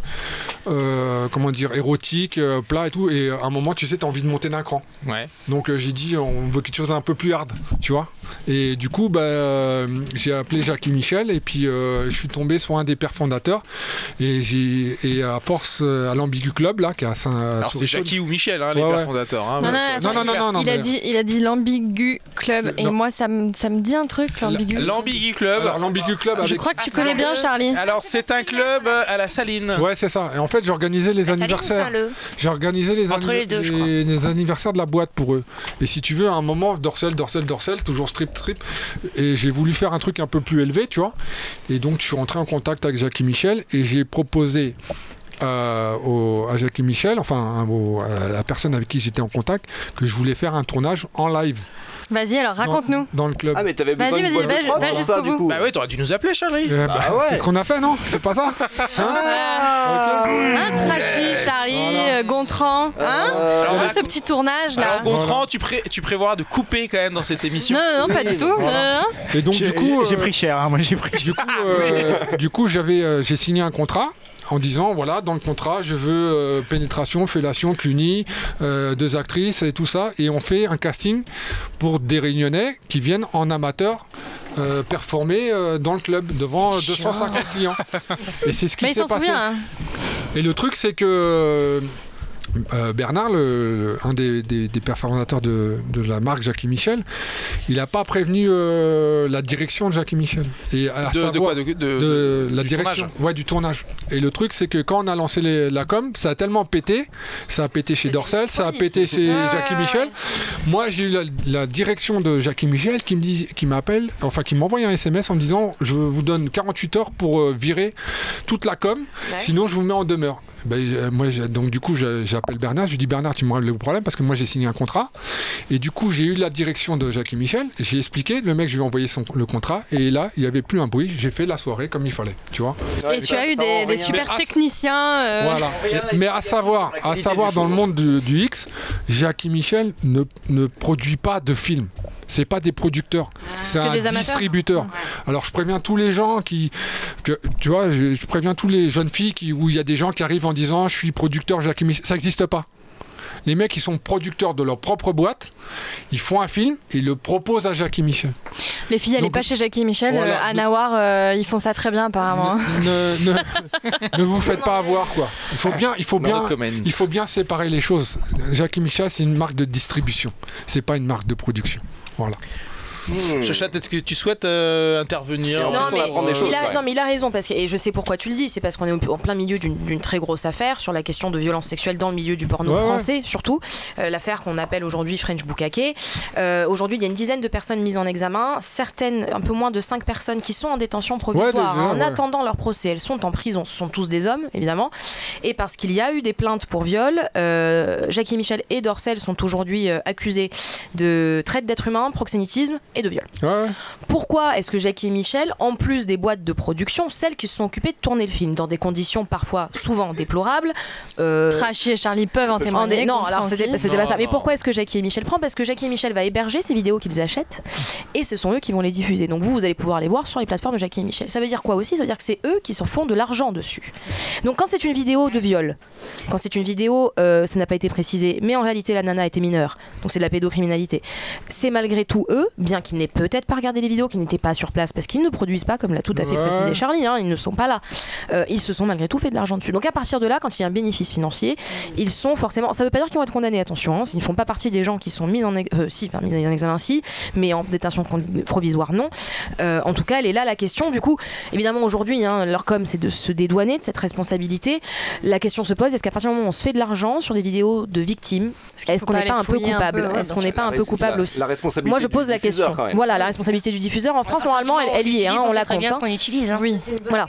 euh, comment dire, érotique, euh, plat et tout. Et à un moment, tu sais, t'as envie de monter d'un cran.
Ouais.
Donc euh, j'ai dit on veut quelque chose d'un peu plus hard, tu vois. Et du coup bah, euh, j'ai appelé Jackie Michel et puis euh, je suis tombé sur un des pères fondateurs et j'ai et à force euh, à l'ambigu club là qui est à Saint
Alors c'est Jackie ou Michel, hein, les
Ouais,
pères
ouais.
fondateurs. hein,
Non, non,
voilà, ça-
non,
attends,
non,
il a-
non, non,
il, a
mais-
dit, il a dit l'ambigu club et
Non.
moi ça me ça me dit un truc l'ambigu.
L'ambigu club.
Alors l'ambigu club
Je
avec-
crois que tu connais bien Charlie.
Alors c'est un club euh, à la Saline.
Ouais, c'est ça. Et en fait, j'ai organisé les
La Saline ou
anniversaires.
Saint-Leu
J'ai organisé les,
Entre les deux, je
les- les anniversaires de la boîte pour eux. Et si tu veux, à un moment, dorsel, dorsel, dorsel, toujours strip, strip. Et j'ai voulu faire un truc un peu plus élevé, tu vois. Et donc, je suis rentré en contact avec Jackie Michel et j'ai proposé. euh, au- à Jackie Michel, enfin hein, au- à la personne avec qui j'étais en contact, que je voulais faire un tournage en live.
Vas-y alors
dans-
raconte-nous.
Dans le club.
Ah, mais t'avais besoin Vas-y, d'une vas-y, boîte de va- prod va pour ça, jusqu'au du bout. coup.
Bah ouais, t'aurais dû nous appeler, Charlie.
Euh, bah,
Ah ouais.
C'est ce qu'on a fait, non C'est pas ça
Un trashy Charlie, euh, Gontran, hein
euh,
Alors,
Hein,
bah,
ce petit tournage là.
Alors Gontran, tu, pré- tu prévois de couper quand même dans cette émission.
Non, non, non, pas du tout. Euh, hein. Non, non, non.
Et donc, du coup,
j'ai
euh,
pris cher, hein, moi j'ai pris.
Du coup, euh, du coup, j'avais, euh, j'ai signé un contrat en disant voilà, dans le contrat, je veux euh, pénétration, fellation, cluny, euh, deux actrices et tout ça. Et on fait un casting pour des réunionnais qui viennent en amateur. euh, performer euh, dans le club devant euh,
C'est
250
chiant.
clients. Et c'est ce qui
Mais il
s'est
s'en
passé.
souvient. hein.
Et le truc, c'est que euh, Bernard, le- le- un des, des, des pères fondateurs de, de la marque Jackie Michel, il n'a pas prévenu euh, la direction de Jackie Michel. Et à
Ah,
De- de
savoir-
quoi De- de-
de la
du
direction
tournage.
ouais, du tournage. Et le truc, c'est que quand on a lancé les- la com, ça a tellement pété. Ça a pété chez Dorsal, ça a pété chez Jackie Michel. Moi, j'ai eu la, la direction de Jackie Michel qui me dit, qui m'appelle, enfin qui m'envoie un SMS en me disant Je vous donne 48 heures pour euh, virer toute la com, sinon je vous mets en demeure. Ben, j'ai- moi, j'ai- donc du coup, j'ai- j'appelle Bernard, je lui dis Bernard, tu me règles le problème parce que moi j'ai signé un contrat. Et du coup, j'ai eu la direction de Jackie Michel, j'ai expliqué, le mec, je lui ai envoyé son, le contrat, et là, il n'y avait plus un bruit, j'ai fait la soirée comme il fallait, tu vois.
Et tu as eu des, des super techniciens. euh,
Voilà. Mais à savoir, à savoir dans le monde du, du X, Jackie Michel ne, ne produit pas de films. C'est pas des producteurs, c'est
Ah. que
un
des amateurs.
distributeur. Alors je préviens tous les gens qui, que- tu vois, je, je préviens tous les jeunes filles qui, où il y a des gens qui arrivent en disant je suis producteur Jackie Michel, ça n'existe pas. Les mecs, ils sont producteurs de leur propre boîte, ils font un film et ils le proposent à Jackie Michel.
Les filles, elles n'est pas chez Jackie et Michel.
Voilà.
euh, à Nawar, euh, ils font ça très bien, apparemment. hein.
ne, ne- ne vous faites pas avoir quoi. Il faut bien, il faut
No
bien,
comment.
il faut bien séparer les choses. Jackie Michel, c'est une marque de distribution. C'est pas une marque de production. Voilà.
Hmm.
Chacha, est-ce que tu souhaites euh, intervenir
Non, mais il a, non, mais il a raison, parce que, et je sais pourquoi tu le dis, c'est parce qu'on est au- en plein milieu d'une d'une très grosse affaire sur la question de violence sexuelle dans le milieu du porno
Ouais, ouais.
français, surtout. Euh, L'affaire qu'on appelle aujourd'hui French Bukake. Euh, aujourd'hui, il y a une dizaine de personnes mises en examen, certaines, un peu moins de 5 personnes qui sont en détention provisoire
déjà,
hein, en
ouais.
attendant leur procès. Elles sont en prison, ce sont tous des hommes, évidemment. Et parce qu'il y a eu des plaintes pour viol, euh, Jackie Michel et Dorcel sont aujourd'hui euh, accusés de traite d'êtres humains, proxénétisme et de viol. Pourquoi est-ce que Jackie et Michel, en plus des boîtes de production, celles qui se sont occupées de tourner le film dans des conditions parfois souvent déplorables euh,
Trachy et Charlie peuvent en témoigner.
en- Non,
contre
alors c'était
Francis.
c'était pas ça. Mais pourquoi est-ce que Jackie et Michel prend Parce que Jackie et Michel va héberger ces vidéos qu'ils achètent et ce sont eux qui vont les diffuser. Donc vous, vous allez pouvoir les voir sur les plateformes de Jackie et Michel. Ça veut dire quoi aussi Ça veut dire que c'est eux qui s'en font de l'argent dessus. Donc quand c'est une vidéo de viol, quand c'est une vidéo, euh, ça n'a pas été précisé, mais en réalité la nana était mineure, donc c'est de la pédocriminalité. C'est malgré tout eux, bien qu'ils n'aient peut-être pas regardé les vidéos, qu'ils n'étaient pas sur place parce qu'ils ne produisent pas, comme l'a tout à fait
Ouais.
précisé Charlie, hein, ils ne sont pas là. Euh, ils se sont malgré tout fait de l'argent dessus. Donc à partir de là, quand il y a un bénéfice financier,
Mm.
ils sont forcément. Ça ne veut pas dire qu'ils vont être condamnés, attention. hein, ils ne font pas partie des gens qui sont mis en, ex- euh, si, enfin, mis en examen, si, mais en détention con- provisoire, non. Euh, en tout cas, elle est là la question. Du coup, évidemment, aujourd'hui, hein, leur com, c'est de se dédouaner de cette responsabilité. La question se pose est-ce qu'à partir du moment où on se fait de l'argent sur des vidéos de victimes, est-ce qu'on
pas
n'est pas
les
un peu
fouiller un
coupable
peu, Ah ouais,
Est-ce
bien
qu'on
sûr.
n'est pas
La
un peu
res-
coupable
la-
aussi
la responsabilité
Moi, je
du
pose la
diffuseur,
question.
quand même.
Voilà, la responsabilité du diffuseur. En
Bah,
France, normalement, elle, elle y est. hein, on la
très
compte.
bien
hein.
ce qu'on utilise.
Voilà.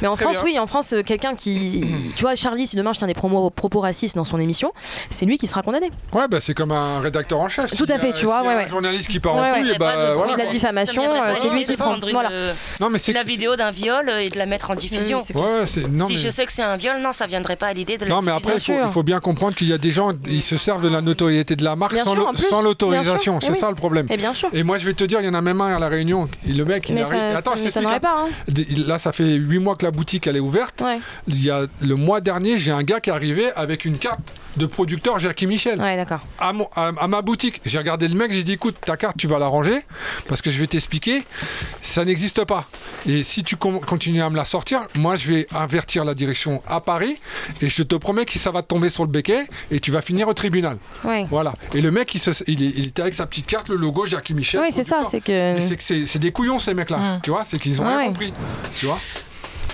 Mais en
Très
France,
bien.
oui, en France, euh, quelqu'un qui. Tu vois, Charlie, si demain je tiens des promos- propos racistes dans son émission, c'est lui qui sera condamné.
Ouais, bah, c'est comme un rédacteur en chef.
Tout
S'il
à
y a-
fait, tu vois,
s'il y a
ouais,
un
ouais.
journaliste qui part
Ouais,
en
ouais.
couille,
Il y
et
a
bah,
pas de-
voilà.
de la diffamation, euh, c'est lui qui prend. Voilà. Euh,
Non, mais c'est-
euh, la vidéo d'un viol et de la mettre en diffusion.
Oui, c'est clair. Ouais, c'est- non,
si
mais-
je sais que c'est un viol, non, ça viendrait pas à l'idée de la
Non, mais
diffuser.
après, il faut, il faut bien comprendre qu'il y a des gens, ils se servent de la notoriété de la marque
Bien
sans
sûr,
le-
en plus,
sans l'autorisation.
bien sûr,
C'est
eh
ça
oui.
le problème.
Eh bien sûr.
Et moi, je vais te dire, il y en a même un à La Réunion. Et le mec, il
Mais
arrive-
ça- ça
je t'explique,
m'étonnerait
hein.
pas, hein.
D- il- Là, ça fait 8 mois que la boutique, elle est ouverte. Il y a, le mois dernier, j'ai un gars qui est arrivé avec une carte de producteur Jackie Michel. À, mon- à- à ma boutique. J'ai regardé le mec, j'ai dit, écoute, ta carte, tu vas la ranger parce que je vais t'expliquer. Ça n'existe pas. Et si tu com- continues à me la sortir, moi, je vais avertir la direction à Paris et je te promets que ça va te tomber sur le béquet et tu vas finir au tribunal. Voilà. Et le mec, il, se- il est- il était avec sa petite carte, le logo Jackie Michel.
Oui, c'est ça,
producteur.
c'est que- euh,
Mais c'est que c'est c'est des couillons, ces mecs-là.
Mm.
Tu vois, c'est qu'ils ont
Ouais,
rien
ouais.
compris. Tu vois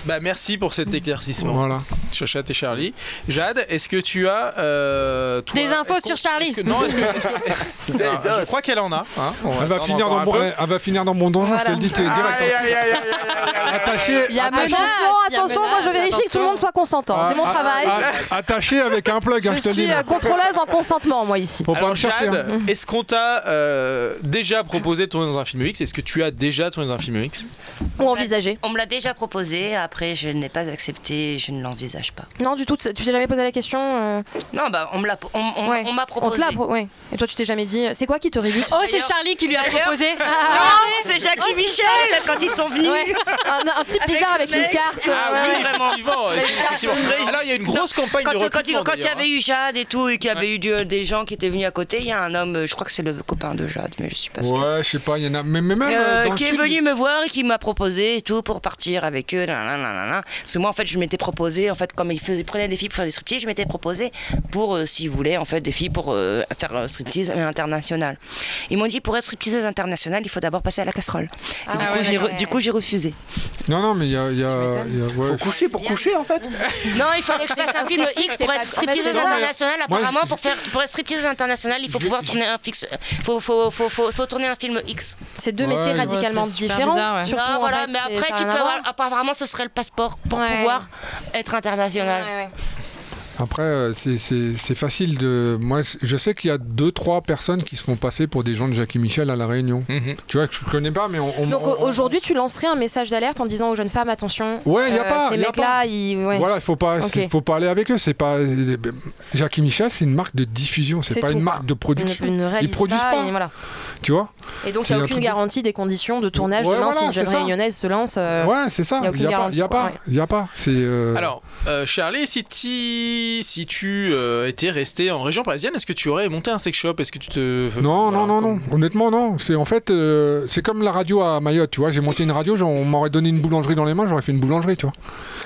Bah merci pour cet éclaircissement.
Voilà.
Chacha et Charlie. Jade, est-ce que tu as euh, toi-
Des infos
est-ce qu'on-
sur Charlie.
est-ce que- non, est-ce que- est-ce que- Alors, je crois qu'elle en a. hein. On
elle, va
attendre
finir
encore
dans
un
mon,
peu.
elle, elle va finir dans mon donjon, je te le dis
Ah,
t'es direct. Attaché,
Il y a
attaché-
menace, attention, moi je vérifie que tout le monde soit consentant. c'est mon
Ah,
travail.
ah, ah, attaché avec un plug, hein,
je
te le dis,
suis
là.
euh, contrôleuse en consentement, moi ici.
Faut pas me
Alors,
chercher.
Jade,
hein.
est-ce qu'on t'a euh, déjà proposé de tourner dans un film X Est-ce que tu as déjà tourné dans un film X
Ou envisager.
On me l'a déjà proposé à après, je n'ai pas accepté, je ne l'envisage pas.
Non, du tout. Tu t'es jamais posé la question euh,
Non, bah, on me l'a, on, on-
ouais.
on m'a
On te
proposé.
l'a pro- ouais. Et toi, tu t'es jamais dit, c'est quoi qui te rébute Ah.
Oh, c'est Charlie qui lui a proposé.
Non, c'est Jacques et Michel quand ils sont venus.
Ouais. Un, un type
Avec
bizarre
le
avec une
mec.
carte. euh.
Ah
ouais.
oui,
Ouais.
vraiment.
effectivement,
Mais-
Oh, effectivement.
Mais-
Là, il y a une grosse campagne
quand,
de
quand il-
recrutement,
Quand il y
d'ailleurs, hein.
avait eu Jade et tout, et qu'il y avait eu du- des gens qui étaient venus à côté, il y a un homme, euh, je crois que c'est le copain de Jade, mais je suis pas sûre.
Ouais, je sais pas, il y en a. Mais, mais même.
Euh,
euh, dans le
qui est
sud,
venu me voir et qui m'a proposé et tout pour partir avec eux. nanana, nanana. Parce que moi, en fait, je m'étais proposé, en fait, comme ils faisaient- prenaient des filles pour faire des striptease, je m'étais proposé pour, euh, s'ils voulaient, en fait, des filles pour euh, faire un striptease international. Ils m'ont dit, pour être stripteaseuse internationale, il faut d'abord passer à la casserole. Et du, coup, j'ai re- du coup, j'ai refusé.
Non, non, mais il y a. il Y a, il y a ouais,
Faut coucher pour coucher en fait.
Non, il fallait que je fasse un film
striptease,
X
c'est
pour
pas-
être
en fait,
stripteaseuse
c'est normal.
internationale.
Moi,
Apparemment, pour, faire, pour être stripteaseuse internationale, il faut pouvoir tourner un fixe. euh, Faut, faut, faut, faut, faut tourner un film X.
C'est deux métiers
Ouais,
radicalement
ouais, c'est super
différents.
bizarre, ouais.
surtout,
Non,
en
voilà,
fait,
mais
c'est-
après,
ça a
tu
rien
peux
à
avoir.
voir.
Apparemment, ce serait le passeport pour pouvoir être international.
Après, euh, c'est- c'est c'est facile de. Moi, c- je sais qu'il y a deux, trois personnes qui se font passer pour des gens de Jackie Michel à La Réunion. Tu vois, que je connais pas, mais on. on-
Donc
on-
au- aujourd'hui, tu lancerais un message d'alerte en disant aux jeunes femmes attention.
Ouais, y a
euh,
pas,
Ces
y a
mecs-là,
pas.
ils. oh, ouais.
Voilà, il faut pas,
Ok.
c'est- faut pas aller avec eux. C'est pas Jackie Michel, c'est une marque de diffusion, c'est
C'est
pas
tout,
une
quoi.
marque de production.
Ils ne- ils ne réalisent
Ils produisent
pas,
pas.
et voilà.
Tu vois
Et donc, il
C'est
n'y
un
a aucune
truc de-
garantie des conditions de tournage.
Ouais,
demain,
voilà,
si une jeune
c'est ça.
réunionnaise se lance. euh,
Ouais, c'est ça.
Il n'y a
Il y
aucune
a, pas,
garantie.
il y a pas,
ouais.
il y a pas. C'est. euh,
Alors, euh, Charlie, si, ti- si tu euh, étais resté en région parisienne, est-ce que tu aurais monté un sex shop Est-ce que tu te.
Non, non, non, non. Honnêtement, non. C'est en fait, euh, c'est comme la radio à Mayotte, tu vois. J'ai monté une radio, genre, on m'aurait donné une boulangerie dans les mains, j'aurais fait une boulangerie, tu vois.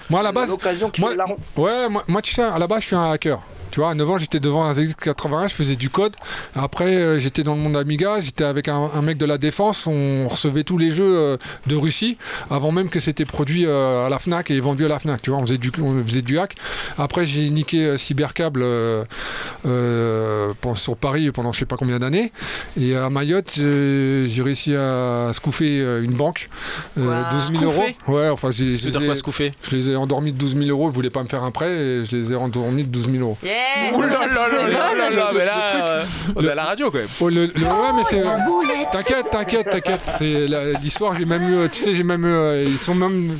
Moi, à la base. moi, ouais, moi, moi, tu sais, à la base, je suis un hacker. Tu vois, à 9 ans, j'étais devant un ZX81, je faisais du code. Après, euh, j'étais dans le monde Amiga, j'étais avec un, un mec de la défense, on recevait tous les jeux euh, de Russie avant même que c'était produit euh, à la Fnac et vendu à la Fnac. Tu vois, on faisait du, on faisait du hack. Après, j'ai niqué euh, Cybercable euh, euh, pen- sur Paris pendant je sais pas combien d'années. Et à Mayotte, euh, j'ai réussi à scoofer euh, une banque, euh,
Wow.
12 000
Scoofer
euros. Ouais, enfin, j'ai,
Ça veut dire quoi, scoofer
je les ai endormis de 12 000 euros. Ils voulaient pas me faire un prêt et je les ai endormis de 12 000 euros.
Eh.
Yeah Oh là là là là là là, mais là, euh, on est à la radio quand même.
Oh, le, le- ouais, mais c'est. euh, T'inquiète, t'inquiète, t'inquiète. C'est la- l'histoire. J'ai même eu, euh, tu sais, j'ai même eu, euh, ils sont même.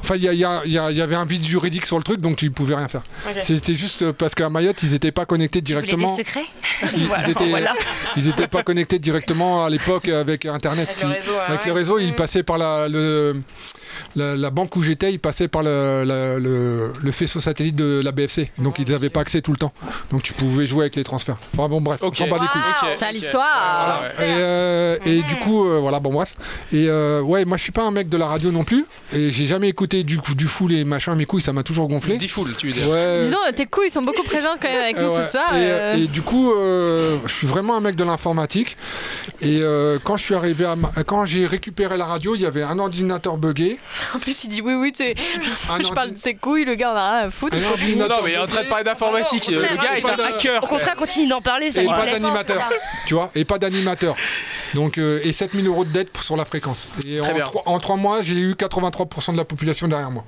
Enfin, il y, a- il y a- il y a- il y avait un vide juridique sur le truc, donc ils pouvaient rien faire.
Ok.
C'était juste euh, parce qu'à Mayotte, ils n'étaient pas connectés directement.
des secrets
Ils,
Voilà,
ils étaient,
voilà.
ils étaient pas connectés directement à l'époque avec Internet.
Avec le
Ils-
réseau, hein,
avec
ouais.
les réseaux, ils passaient par la, le- la, la banque où j'étais, ils passaient par le, la- le- le faisceau satellite de la BFC. Donc ils n'avaient pas accès tout le temps. Donc tu pouvais jouer avec les transferts. Enfin bon, bref, on s'en bat des couilles.
Ok, Ah,
Sale
ok.
Ah,
histoire.
Voilà. Et, euh, et du coup, euh, voilà, bon bref. Et euh, ouais, moi je suis pas un mec de la radio non plus. Et j'ai jamais écouté du, du full et machin, mes couilles, ça m'a toujours gonflé.
Du full, tu veux dire.
Ouais.
Dis donc, euh, tes couilles sont beaucoup présentes quand même avec
Euh,
nous
ouais.
ce soir.
Et,
euh.
et du coup, euh, je suis vraiment un mec de l'informatique. Et euh, quand je suis arrivé à ma- quand j'ai récupéré la radio, il y avait un ordinateur buggé.
En plus, il dit oui, oui, tu sais.
Ah,
Un
Je parle de ses couilles, le gars, on a rien à foutre.
Un
Non,
ordinateur
non, mais il est en train de parler d'informatique.
Au
euh, Le
contraire,
gars est
pas
un
de-
hacker.
hein, Au contraire, continue d'en parler, ça
et
me
pas
plaît.
d'animateur, tu vois, et pas d'animateur. Donc euh, et 7000 euros de dette pour- sur la fréquence. Et
Très
en
bien.
trois, en trois mois, j'ai eu 83% de la population derrière moi.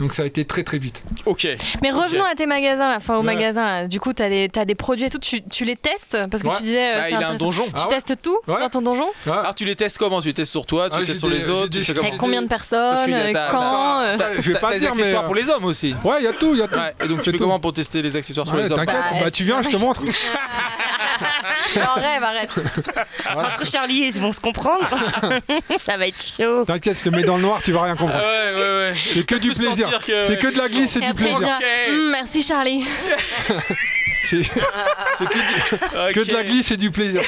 Donc ça a été très très vite.
Ok.
Mais
Ok.
revenons à tes magasins, là, enfin au
Ouais.
magasin. Là. Du coup, t'as des, t'as des produits et tout, tu, tu les testes Parce que
Ouais.
tu disais. euh,
Bah,
c'est
il a un
intéressant.
donjon.
Tu
Ah ouais
testes tout dans ton donjon
Alors tu les testes comment Tu les testes sur toi, tu
Ah,
les
j'ai
testes sur
des-
les
j'ai
autres
des-
tu fais
j'ai
comment
Avec Eh, combien de personnes
y a
euh,
ta-
Quand euh,
t'as- t'as-
Je vais
t'as
pas
des
dire, mais,
accessoires
euh,
pour les hommes aussi.
Ouais, il y a tout, il y a tout.
Ouais, et donc tu
Y a
fais
tout.
comment pour tester les accessoires sur
Ouais,
les hommes
t'inquiète, bah, tu viens, je te montre.
Non, rêve, arrête.
Entre Charlie et ils vont se comprendre. ça va être chaud.
T'inquiète, je te mets dans le noir, tu vas rien comprendre.
Ah Ouais, ouais, ouais.
C'est que du
peux sentir
plaisir.
que-
C'est que de la glisse et
et
du
après, il
plaisir.
dira, Hum, merci Charlie.
C'est c'est que, du- que de la glisse et du plaisir.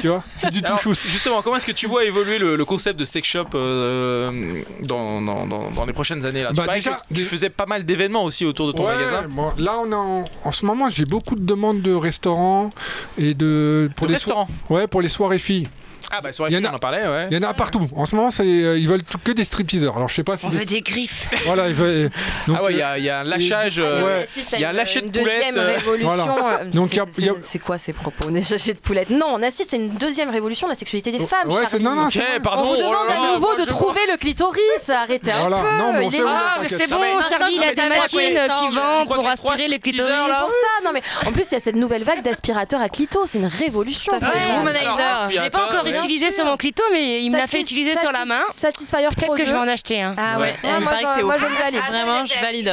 Tu vois C'est du tout
Alors,
chousse.
Justement, comment est-ce que tu vois évoluer le, le concept de sex shop euh, dans, dans- dans- dans les prochaines années là Tu
Bah,
parlais
déjà,
que tu faisais pas mal d'événements aussi autour de ton
Ouais,
magasin.
bon, là, on a en, en ce moment, j'ai beaucoup de demandes de restaurants et de. Pour
De
les so-
restaurants
Ouais, pour les soirées filles.
Ah bah sur les films, on en parlait, ouais.
Il y en a partout. En ce moment, c'est, euh, ils veulent tout- que des stripteaseurs. Alors, je sais pas si.
On veut des griffes.
Voilà, ils veulent. donc, euh,
ah ouais, il y, a- il y a un lâchage, euh,
Ouais.
il y a un lâcher de
Ah, Une
poulettes.
Deuxième
euh,
révolution. euh,
Donc,
c'est-
il y a- il y a-
c'est- C'est quoi ces propos On est cherché de poulettes. Non, on assiste à une deuxième révolution de la sexualité des femmes.
Oh, ouais, c'est-
Charlie.
non, non, c'est- Eh, pardon,
on vous
oh là
demande
là,
à nouveau
moi,
de
je
trouver le clitoris. Arrêtez
Voilà,
un peu.
non, mais on
il
sait
est-
où,
Ah,
on
mais
t'inquiète.
c'est bon,
Non, mais-
Charlie, il
non,
a
mais tu
des
crois
machines
que-
qui
tu
vendent
crois que
pour
les
aspirer
trois
les
clitoris,
C'est
là
pour ça, non mais en plus il y a cette nouvelle vague d'aspirateurs à clito, c'est une révolution.
Tout à fait.
vraiment.
Womanizer. Alors,
Je l'ai pas encore
aspirateur,
utilisé sur mon clito, mais il me l'a fait
Satis-
utiliser sur la
satis-
main.
Satisfyer
Peut-être
Pro
que je vais
2.
en acheter. Hein.
Ah ouais. Ouais. Ouais, moi, je- moi, je le valide.
Vraiment, je valide.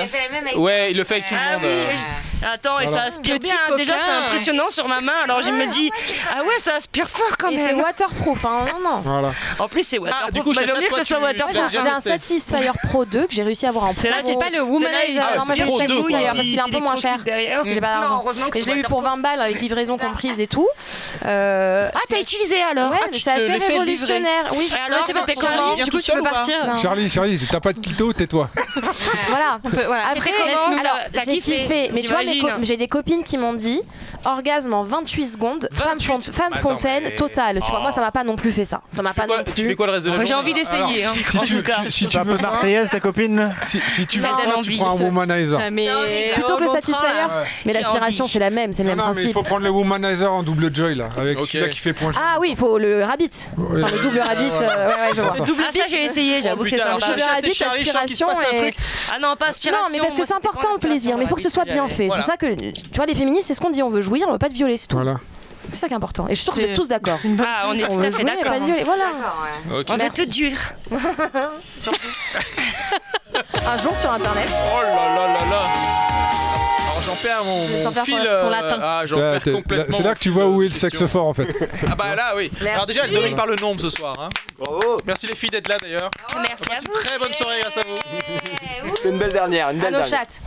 Ouais, il le fait avec tout le
Ah
monde.
oui,
euh.
je- Attends, et
Voilà.
ça aspire
Petit
bien.
coquin.
Déjà, c'est impressionnant sur ma main. Alors, je me dis, ah ouais, ça aspire fort quand
Et
même.
c'est waterproof, hein. Non, non.
bah,
Voilà.
En plus, c'est waterproof.
Ah, du coup,
Bah, vaut
Chacha,
mieux que
toi,
ça soit
tu- Moi,
waterproof.
J'ai j'ai un Satisfyer Pro 2 que j'ai réussi à avoir en promo.
Là, c'est pas le
Womanizer.
Womanizer.
Non,
Ah,
moi j'ai le
c'est Pro 2,
hein,
Satisfyer
ça.
parce qu'il est un peu
Il
moins
est
cher.
tranquille derrière.
Parce que j'ai pas
Non,
d'argent.
heureusement que
Mais je
c'est
l'ai eu pour 20 balles avec livraison comprise et tout.
Euh,
Ah,
t'as utilisé alors
Ouais,
Ah,
mais
tu
c'est
te
assez
l'es fait
révolutionnaire.
livrer.
Oui,
Et alors,
Ouais,
c'était
bon,
comment
Charlie,
Du
tu
coup, tu
peux
peux partir.
Non.
Charlie, Charlie, t'as pas de clito, tais-toi.
Ah, voilà.
C'était
Après,
comment
alors
T'as
j'ai
kiffé,
kiffé, mais tu vois, mes co-
j'imagine.
j'ai des copines qui m'ont dit orgasme en 28 secondes, femme, font- femme
Mais attends,
fontaine
mais-
totale. Tu vois,
Oh.
moi ça m'a pas non plus fait ça. Ça m'a pas Ah, non plus.
Tu fais quoi le reste de la journée
Alors,
Alors,
si tu- Si tu veux marseillaise, ta copine
Si, si tu
veux Non,
ça, tu prends un womanizer.
euh,
Plutôt que le satisfaire.
là. Ouais.
Mais
J'ai
l'aspiration, c'est la même, c'est le même
Non, mais il
principe.
faut prendre le womanizer en double joy là, avec celui-là qui fait point.
Ah oui, il faut le rabbit. Enfin,
Ouais.
le double rabbit.
Ouais, ouais.
euh, ouais, ouais, je vois.
Le double
Ah, ça, j'ai essayé, j'avoue
Oh,
que c'est
putain,
sympa.
alors, Sugar Rabbit,
J'étais Charlie, je sens qu'il se
aspiration
passe un
et-
truc. Ah non, pas aspiration.
Non, mais parce que
moi,
c'est
c'était pas
important le plaisir, mais il faut que ce soit
l'aspiration,
bien fait. C'est
j'avais-
pour ça que, tu vois, les féministes, c'est ce qu'on dit, on veut jouir, on veut pas de violer, c'est tout.
Voilà.
C'est ça qui est important. Et je suis sûre que vous êtes
C'est-
tous d'accord.
Ah, on est
On
tout
veut
à fait
jouer, mais
d'accord.
pas de violer, voilà.
On
Ok.
va
Merci.
tout dire.
Un jour sur internet.
Oh là là là là Alors j'en perds mon,
Je vais
mon
t'en faire
fil.
ton
euh,
latin.
Ah, j'en
Là,
perds
t'es- là,
complètement.
C'est là que tu vois où est le sexe fort en fait.
Ah bah là, oui.
Merci.
Alors déjà, elle domine par le nombre ce soir. hein. Merci les filles d'être là d'ailleurs.
Oh,
Merci à vous.
Très bonne soirée grâce à vous.
C'est une belle dernière, une belle
nos
dernière.
chattes.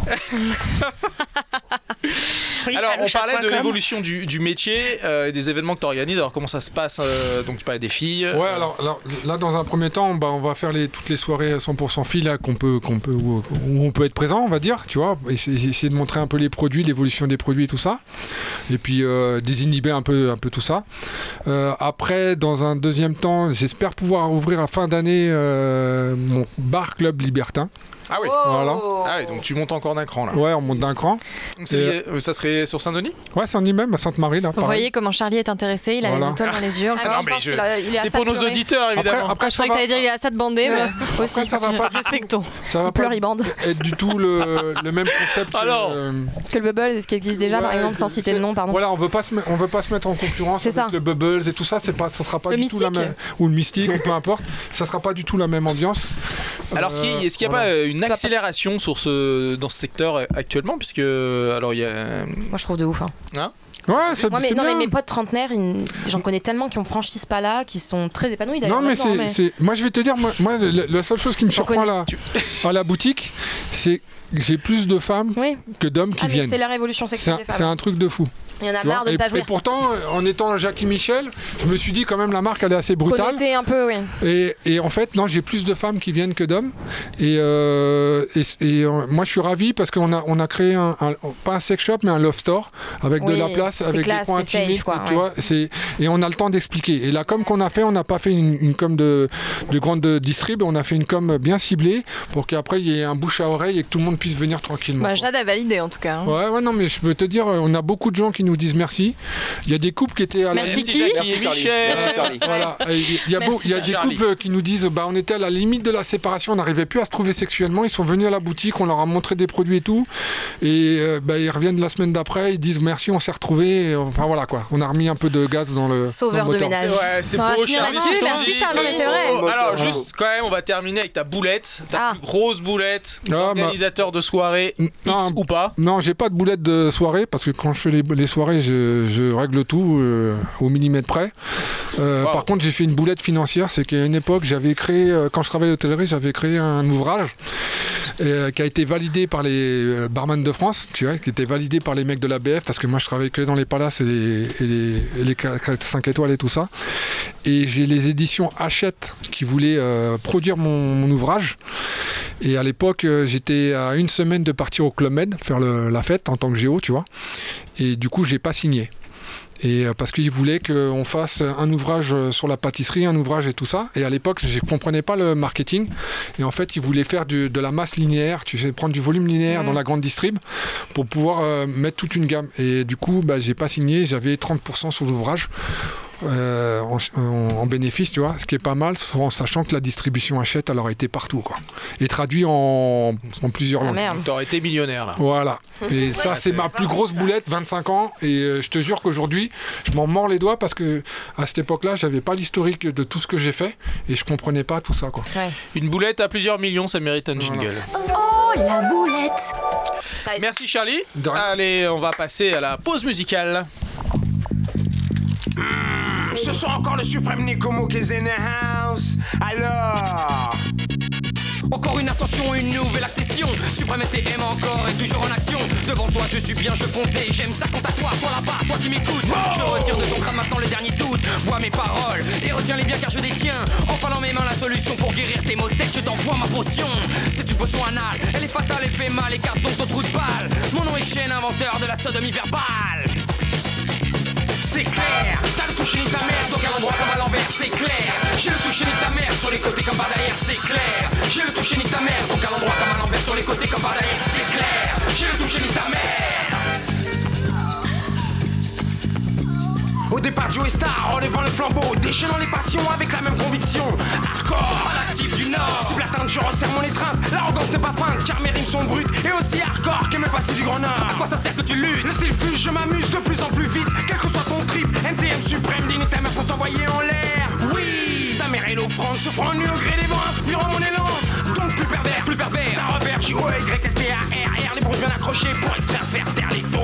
Alors, on parlait de
allochat.com.
l'évolution du, du métier, euh, des événements que tu organises. Alors, comment ça se passe euh, Donc, tu parlais des filles. euh,
Ouais, alors, alors, là, dans un premier temps, bah, on va faire les, toutes les soirées à 100% filles là, qu'on peut, qu'on peut, où, où on peut être présent, on va dire, tu vois, essayer, essayer de montrer un peu les produits, l'évolution des produits et tout ça, et puis euh, désinhiber un peu, un peu tout ça. Euh, après, dans un deuxième temps, j'espère pouvoir ouvrir à fin d'année euh, mon bar club libertin.
Ah oui.
Voilà.
Ah oui, donc tu montes encore d'un cran là.
Ouais, on monte d'un cran.
Donc, c'est lié- euh, ça serait sur Saint-Denis
Ouais, c'est en même à Sainte-Marie là.
Vous
pareil.
voyez comment Charlie est intéressé, il a
Voilà.
les étoiles dans les yeux.
Ah, non, mais je- C'est pour nos auditeurs, évidemment.
après,
je
ça
croyais
va.
que t'allais dire il est à ça de bander, mais aussi,
ça va pas-
respectons.
Ça va pas être du tout le, le même concept. Alors,
Que le bubble, c'est ce qui existe déjà, par
Ouais,
exemple, sans
je-
citer de nom, pardon.
Voilà, on veut pas se, met- on veut pas se mettre en concurrence avec le Bubbles et tout ça. C'est pas, ça sera pas
Le
du tout la
mystique.
même ou le mystique ou peu importe. Ça sera pas du tout la même ambiance.
Alors, est-ce qu'il est-ce qu'il n'y a pas euh, une accélération sur ce, dans ce secteur euh, actuellement Puisque, euh, alors, il y a.
Moi, je trouve de ouf.
Hein
Ouais,
Moi, mais, non, mais mes potes trentenaires, ils- j'en connais tellement qui ont franchi ce pas-là, qui sont très épanouis d'ailleurs.
Non mais
maintenant,
c'est, c'est- moi je vais te dire, moi, moi, la, la seule chose qui me surprend là, à la boutique, c'est que j'ai plus de femmes que d'hommes qui
Ah, mais
viennent.
c'est la révolution sexuelle
C'est un-
des femmes.
C'est un truc de fou.
Il y en a
Tu vois,
marre de
et,
pas
et
jouer.
pourtant, euh, en étant Jackie Michel, je me suis dit quand même la marque elle est assez brutale.
Connoté un peu, oui.
Et, et en fait, non, j'ai plus de femmes qui viennent que d'hommes. Et, euh, et- et, euh, moi, je suis ravi parce qu'on a, on a créé un, un- pas un sex shop, mais un love store avec de
Oui,
la place,
c'est
avec
classe,
des coins
c'est
intimides,
safe, quoi,
tu
ouais.
vois. C'est- Et on a le temps d'expliquer. Et la com qu'on a fait, on n'a pas fait une, une com de, de grande distrib, on a fait une com bien ciblée pour qu'après il y ait un bouche à oreille et que tout le monde puisse venir tranquillement.
Bah, Jade a validé en tout cas. hein.
Ouais, ouais, non, mais je peux te dire, on a beaucoup de gens qui nous disent merci. Il y a des couples qui étaient à
Merci
la
Merci qui Jackie, Merci Charlie. Michel. Merci Charlie.
Voilà. Et Il y a,
Merci
beau- il y a des
Charlie.
couples qui nous disent bah, on était à la limite de la séparation, on n'arrivait plus à se trouver sexuellement. Ils sont venus à la boutique, on leur a montré des produits et tout. Et euh, bah, ils reviennent la semaine d'après, ils disent merci, on s'est retrouvés. Et, Enfin voilà quoi, on a remis un peu de gaz dans le.
Sauveur
dans le
de
moteur.
ménage.
Ouais, c'est
On va
beau,
finir
Charlie.
là-dessus.
ce que tu
Merci,
dis.
Charlie, mais c'est vrai. Ah.
Oh, Alors, juste quand même, on va terminer avec ta boulette, ta plus grosse boulette,
Ah,
organisateur de soirée
Mm.
X ou pas.
Non, j'ai pas de boulette de soirée parce que quand je fais les, les soirées, je, je règle tout euh, au millimètre près. Euh, Par contre, j'ai fait une boulette financière. C'est qu'à une époque, j'avais créé, euh, quand je travaillais à l'hôtellerie, j'avais créé un ouvrage euh, qui a été validé par les euh, barman de France, tu vois, qui était validé par les mecs de la BF parce que moi, je travaillais que dans les palaces et les, et les, et les 5 étoiles et tout ça. Et j'ai les éditions Hachette qui voulaient euh, produire mon, mon ouvrage. Et à l'époque, euh, j'étais à une semaine de partir au Club Med, faire le- la fête en tant que géo, tu vois. Et du coup, j'ai pas signé. Et euh, parce qu'ils voulaient qu'on fasse un ouvrage euh, sur la pâtisserie, un ouvrage et tout ça. Et à l'époque, je comprenais pas le marketing. Et en fait, ils voulaient faire du- de la masse linéaire, tu sais, prendre du volume linéaire dans la grande distrib pour pouvoir euh, mettre toute une gamme. Et du coup, bah, j'ai pas signé, j'avais 30% sur l'ouvrage. euh, en, ch- en- en bénéfice, tu vois, ce qui est pas mal, en sachant que la distribution achète, elle aurait été partout, quoi. Et traduit en, en plusieurs
Ah,
Ah,
langues.
T'aurais été millionnaire là.
Voilà. Et ça, c'est ma plus grosse boulette, 25 ans. Et euh, je te jure qu'aujourd'hui, je m'en mords les doigts parce que à cette époque-là, j'avais pas l'historique de tout ce que j'ai fait et je comprenais pas tout ça, quoi.
Une boulette à plusieurs millions, ça mérite un jingle.
Oh la boulette
Merci Charlie. Allez, on va passer à la pause musicale.
Ce soir encore le suprême Nico Mook is in the house. Alors.
Encore une ascension, une nouvelle accession. Suprêmeté aime encore et toujours en action. Devant toi, je suis bien, je fonce et j'aime ça compte à toi. Toi là-bas, toi qui m'écoutes. Je retire de ton crâne maintenant le dernier doute. Bois mes paroles et retiens-les bien car je détiens. Enfin dans mes mains la solution pour guérir tes maux de tête. Je t'envoie ma potion. C'est une potion anale, elle est fatale, elle fait mal. Écarte donc ton trou de balle. Mon nom est Shane, inventeur de la sodomie verbale. C'est clair, t'as le toucher de ta mère, donc à l'endroit comme à l'envers, c'est clair. J'ai le toucher de ta mère, sur les côtés comme par derrière, c'est clair. J'ai le toucher de ta mère, donc à l'endroit comme à l'envers, sur les côtés comme par derrière, c'est clair. J'ai le toucher de ta mère.
Au départ, Joe Star devant le flambeau, déchaînant les passions avec la même conviction. Hardcore,
à l'actif du Nord.
Cible atteinte, je resserre mon étreinte. L'arrogance n'est pas feinte, car mes rimes sont brutes et aussi hardcore que mes passés du Grand Nord. À
quoi ça sert que tu luttes
Le style fuge, je m'amuse de plus en plus vite. Quel que soit ton trip, MTM suprême, digne ta mère pour t'envoyer en l'air. Oui, ta mère est l'offrande, se prend nu au gré des vents, inspirant mon élan. Donc plus pervers, plus pervers. Ta revers, j o y s t a r r les bronzes bien accrochées pour extraire, faire taire les toys.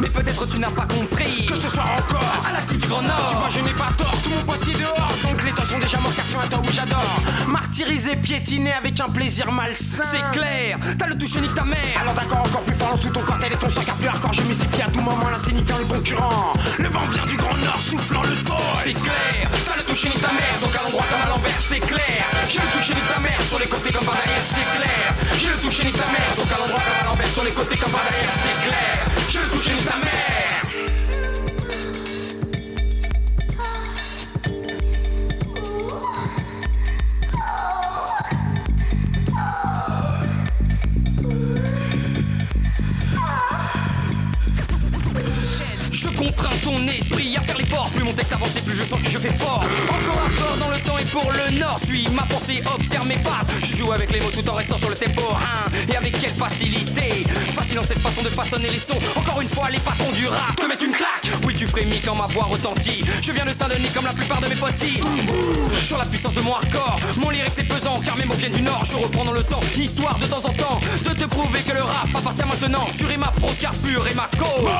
Mais peut-être tu n'as pas compris
Que ce soit encore
à l'actif du Grand Nord
Tu vois je n'ai pas tort, tout mon poissier dehors Donc les temps sont déjà morts car sur un temps où j'adore Martyriser, piétiner avec un plaisir malsain
C'est clair, t'as le toucher nique ta mère
Alors d'accord, encore plus fort, lance tout ton cartel et ton sang Car plus hardcore, je mystifie à tout moment l'insignifiant le concurrent Le vent vient du Grand Nord soufflant le toit
C'est clair, t'as le toucher nique ta mère Donc à l'endroit comme à l'envers, c'est clair J'ai le toucher nique ta mère, sur les côtés comme par derrière, c'est clair J'ai le toucher nique ta mère, donc à l'endroit comme à l'envers Sur les côtés comme par derrière, c'est clair J'ai le toucher nique ta mère Je contrains ton esprit à faire l'effort Plus mon texte avance et plus je sens que je fais fort Encore un corps dans le temps et pour le nord Suis ma pensée, observe mes phases Je joue avec les mots tout en restant sur le tempo 1 Et avec quelle facilité Fascinant cette façon de façonner les sons Encore une fois les patrons du rap te mettent une claque Oui tu frémis quand ma voix retentit Je viens de Saint-Denis comme la plupart de mes possibles Sur la puissance de mon hardcore Mon lyrique c'est pesant car mes mots viennent du nord Je reprends dans le temps, histoire de temps en temps De te prouver que le rap appartient maintenant Sur et ma prose car pure et ma cause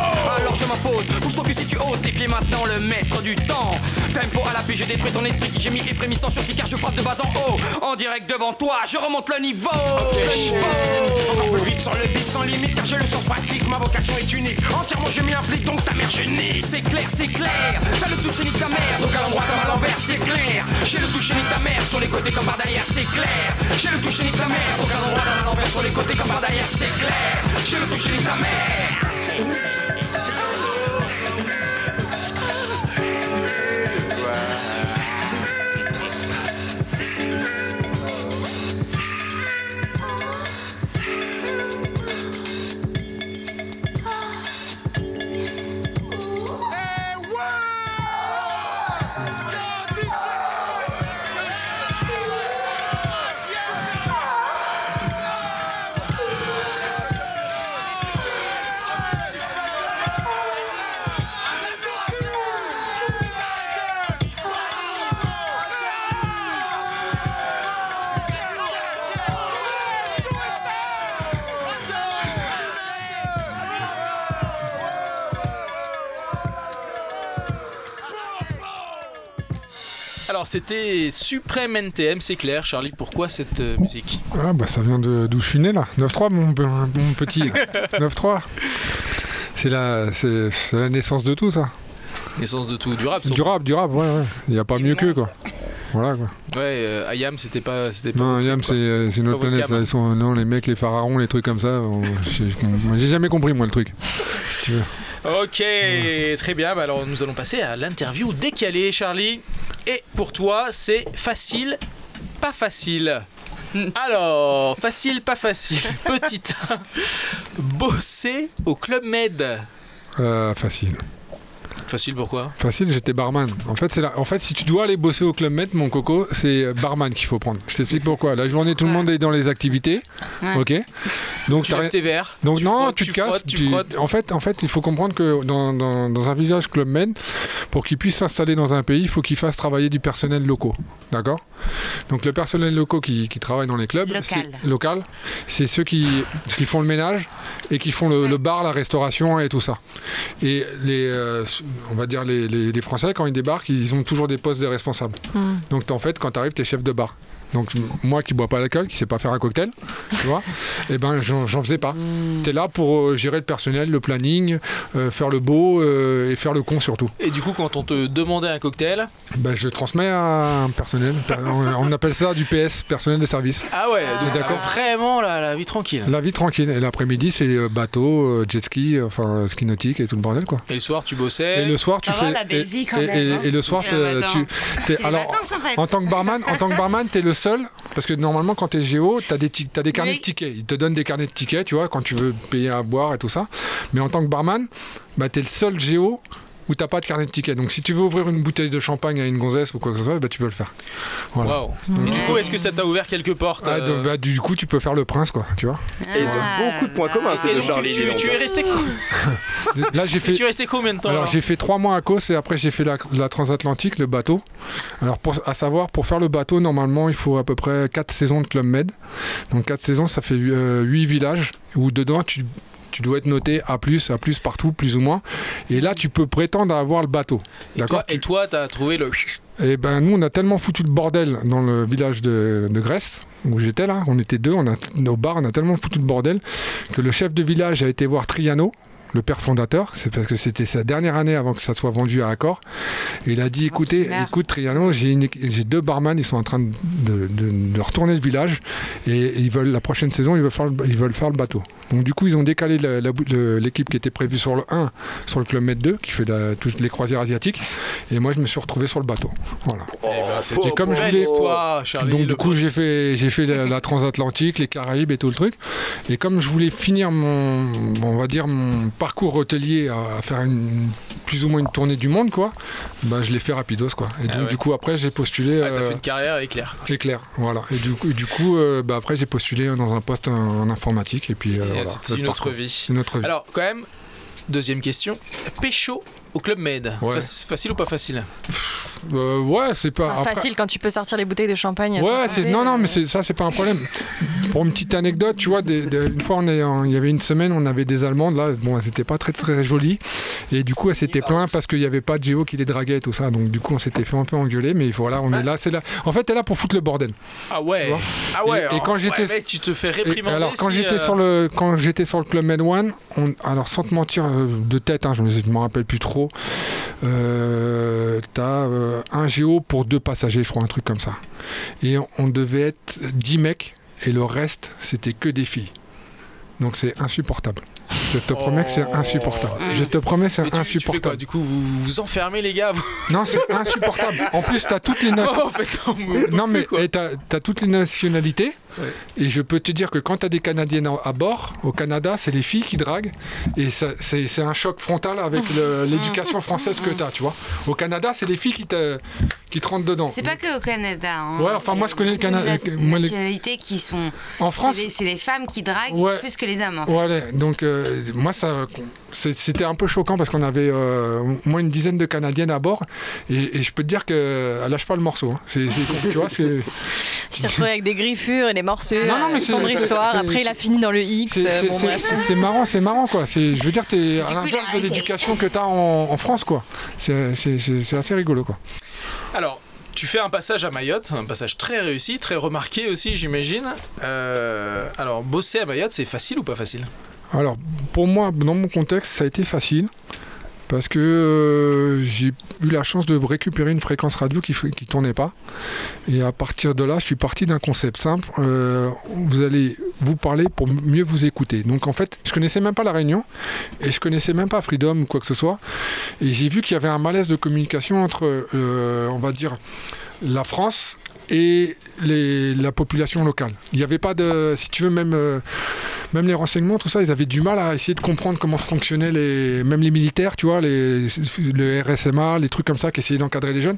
Alors je m'impose, bouge-toi que si tu oses Défier maintenant le maître du temps Tempo à la paix, je détruis ton esprit qui gémit et frémit sans sursis Car je frappe de bas en haut En direct devant toi, je remonte le niveau Le niveau
Encore plus vite sans le beat, sans limite Car j'ai le sens pratique, ma vocation est unique Entièrement je m'y implique donc ta mère je nie
C'est clair, c'est clair, t'as le toucher nique ta mère Donc à l'endroit comme à l'envers, c'est clair J'ai le toucher nique ta mère, sur les côtés comme par derrière, c'est clair J'ai le toucher nique ta mère, donc à l'endroit comme à l'envers Sur les côtés comme par derrière, c'est clair J'ai le toucher nique ta mère
Alors c'était Supreme NTM, c'est clair Charlie, pourquoi cette euh, musique
Ah bah ça vient de- d'où je suis né là. 9-3 mon, pe- mon petit. là. 9-3. C'est la, c'est- c'est la naissance de tout ça.
Naissance de tout, durable surtout.
Durable, durable, ouais, ouais. Il n'y a pas mieux que quoi. Voilà quoi.
Ouais, euh, IAM c'était pas... c'était pas
Non,
votre
Yam,
truc, quoi.
c'est euh, c'est
pas
notre
votre
planète.
gamme.
là, ils sont- non, les mecs, les pharaons, les trucs comme ça. on- j'ai- moi, J'ai jamais compris moi le truc. Si tu veux.
Ok, très bien. Bah alors nous allons passer à l'interview décalée, Charlie. Et pour toi, c'est facile, pas facile. Alors, facile, pas facile. Petit 1. Bosser au Club Med.
Euh, facile.
Facile, pourquoi
Facile, j'étais barman. En fait, c'est là. En fait, si tu dois aller bosser au club Med, mon coco, c'est euh, barman qu'il faut prendre. Je t'explique pourquoi. La journée, tout le monde est dans les activités.
Ouais.
Ok. Donc
Tu
t'as
lèves
rien-
tes verres,
Donc
tu
non,
frottes,
tu te
tu
casses.
frottes, tu
tu-
frottes.
En fait, en fait, il faut comprendre que dans, dans- dans un village club Med, pour qu'il puisse s'installer dans un pays, il faut qu'il fasse travailler du personnel locaux. D'accord. Donc le personnel locaux qui, qui travaille dans les clubs,
Local.
c'est- local, c'est ceux qui, qui font le ménage et qui font le, le bar, la restauration et tout ça. Et les, euh, on va dire les, les- les Français, quand ils débarquent, ils ont toujours des postes de responsables.
Hmm.
Donc en fait, quand tu arrives, tu es chef de bar. Donc m- moi qui bois pas d'alcool, qui sais pas faire un cocktail, tu vois, eh ben j'en j'en faisais pas. Tu es là pour euh, gérer le personnel, le planning, euh, faire le beau euh, et faire le con surtout.
Et du coup, quand on te demandait un cocktail.
Ben, je le transmets à un personnel. Per- On on appelle ça du PS, personnel de service.
Ah ouais, donc
D'accord.
euh, vraiment la, la vie tranquille.
La vie tranquille. Et l'après-midi, c'est euh, bateau, euh, jet ski, euh, enfin euh, ski nautique et tout le bordel quoi.
Et le soir, tu bossais.
Et le soir, tu fais. et, et- et- et le soir, t'es- tu. t'es- alors, en tant que barman, en tant que barman, t'es le seul parce que normalement, quand t'es géo, t'as des ti- t'as des carnets
Oui.
de tickets. Ils te donnent des carnets de tickets, tu vois, quand tu veux payer à boire et tout ça. Mais en tant que barman, bah t'es le seul géo où t'as pas de carnet de tickets. Donc si tu veux ouvrir une bouteille de champagne à une gonzesse ou quoi que ce soit, bah tu peux le faire. Voilà.
Waouh. Et du coup, est-ce que ça t'a ouvert quelques portes
Ah, donc,
euh,
bah, du coup, tu peux faire le prince, quoi, tu vois.
Et ils ont Ah beaucoup de points là communs, là. ces deux
Et donc,
Charlie, dis donc. Tu es resté co-
Là, j'ai fait.
Tu es resté combien de temps
Alors
alors
j'ai fait trois mois à Kos et après j'ai fait la, la transatlantique, le bateau. Alors pour, à savoir, pour faire le bateau, normalement il faut à peu près quatre saisons de Club Med. Donc quatre saisons, ça fait euh, huit villages où dedans tu, tu dois être noté A+, A+, partout, plus ou moins. Et là tu peux prétendre à avoir le bateau. D'accord
Toi- Et toi, t'as trouvé le.
et ben nous on a tellement foutu le bordel dans le village de, de Grèce où j'étais là, on était deux, on a, nos bars, on a tellement foutu le bordel que le chef de village a été voir Triano, le père fondateur, c'est parce que c'était sa dernière année avant que ça soit vendu à Accor. Et il a dit écoutez,
merde.
écoute Triano, j'ai une- j'ai deux barman, ils sont en train de, de- de- de retourner le village et ils veulent la prochaine saison, ils veulent faire le, ils veulent faire le bateau. Donc du coup ils ont décalé la- la bou- le- l'équipe qui était prévue sur le 1 sur le club Med 2 qui fait la- toutes les croisières asiatiques et moi je me suis retrouvé sur le bateau. Voilà.
Eh
Et comme je
ben, belle
voulais-
histoire, Charlie.
donc
le-
du coup j'ai fait j'ai fait la, la transatlantique, les Caraïbes et tout le truc. Et comme je voulais finir mon on va dire mon parcours hôtelier à, à faire une plus ou moins une tournée du monde quoi, bah je l'ai fait rapidos quoi. Et
Ah
donc,
ouais.
du coup après j'ai postulé
Ah, t'as
euh,
fait une carrière éclair.
éclair, voilà. Et du coup, du coup euh, bah, après j'ai postulé dans un poste en, en informatique et puis euh,
Et
voilà,
c'était
le
une autre
parcours.
vie.
Une autre vie.
Alors, quand même, deuxième question. Pécho au Club Med. Fac- Facile ou pas facile
Euh, ouais, c'est pas après-
Facile quand tu peux sortir les bouteilles de champagne. à
Ouais,
s'en
c'est
foutre.
non, non, mais c'est ça, c'est pas un problème. Pour une petite anecdote, tu vois, des- des- une fois, on est en- il y avait une semaine, on avait des Allemandes là, bon, elles étaient pas très très jolies, et du coup, elles s'étaient plaintes parce qu'il n'y avait pas de Géo qui les draguait et tout ça, donc du coup, on s'était fait un peu engueuler, mais voilà, on est là, c'est là. En fait, t'es là pour foutre le bordel.
Ah ouais. Ah
Et-
ouais.
et
alors,
quand j'étais-
ouais, mec, tu te fais
Et-
réprimander.
alors quand
si,
j'étais
euh,
sur le quand j'étais sur le club Med One, on- alors sans te mentir euh, de tête, hein, je ne m'en rappelle plus trop. euh, T'as euh, un géo pour deux passagers, je crois un truc comme ça. Et on, on devait être 10 mecs et le reste c'était que des filles. Donc c'est insupportable. Je te promets que c'est insupportable. Je te promets c'est
Oh. Mais tu- tu fais quoi
insupportable.
Du coup, vous vous vous enfermez, les gars. vous
Non, c'est insupportable. En plus, t'as toutes les
Oh,
nationalités.
en fait, on
non, mais eh, t'as t'as toutes les nationalités.
Ouais.
Et je peux te dire que quand t'as des Canadiennes à- à bord, au Canada, c'est les filles qui draguent. Et ça- c'est c'est un choc frontal avec le- l'éducation française que t'as, tu vois. Au Canada, c'est les filles qui te, qui te rentrent dedans.
C'est pas que au Canada. hein.
Ouais, enfin,
C'est
moi, je connais le
beaucoup de
Cana-
nas-
euh, moi, les-
nationalités qui sont.
En
c'est
France-
les- C'est les, femmes qui draguent plus que les hommes, en fait.
Voilà, donc euh, moi ça, c'est- c'était un peu choquant parce qu'on avait euh, au moins une dizaine de Canadiennes à bord et, et je peux te dire que elle lâche pas le morceau. hein. C'est- c'est- tu vois, c'est-
Il s'est retrouvé avec des griffures et des morsures.
Non, non, mais c'est-
sombre
c'est-
histoire.
c'est-
Après, il a fini dans le X.
C'est-
euh,
c'est-
bon,
c'est-
bref.
c'est c'est marrant, c'est marrant quoi. C'est- Je veux dire, t'es à
coup,
l'inverse
il a
de
arrêté.
l'éducation que t'as en, en France quoi. C'est c'est- c'est- c'est assez rigolo quoi.
Alors, tu fais un passage à Mayotte, un passage très réussi, très remarqué aussi, j'imagine. Euh, alors, bosser à Mayotte, c'est facile ou pas facile
Alors, pour moi, dans mon contexte, ça a été facile. Parce que euh, j'ai eu la chance de récupérer une fréquence radio qui ne tournait pas. Et à partir de là, je suis parti d'un concept simple. euh, vous allez vous parler pour m- mieux vous écouter. Donc en fait, je connaissais même pas La Réunion. Et je connaissais même pas Freedom ou quoi que ce soit. Et j'ai vu qu'il y avait un malaise de communication entre, euh, on va dire, la France et les- la population locale. Il n'y avait pas de, si tu veux, même, euh, même les renseignements, tout ça, ils avaient du mal à essayer de comprendre comment fonctionnaient les, même les militaires, tu vois, les, le RSMA, les trucs comme ça qui essayaient d'encadrer les jeunes.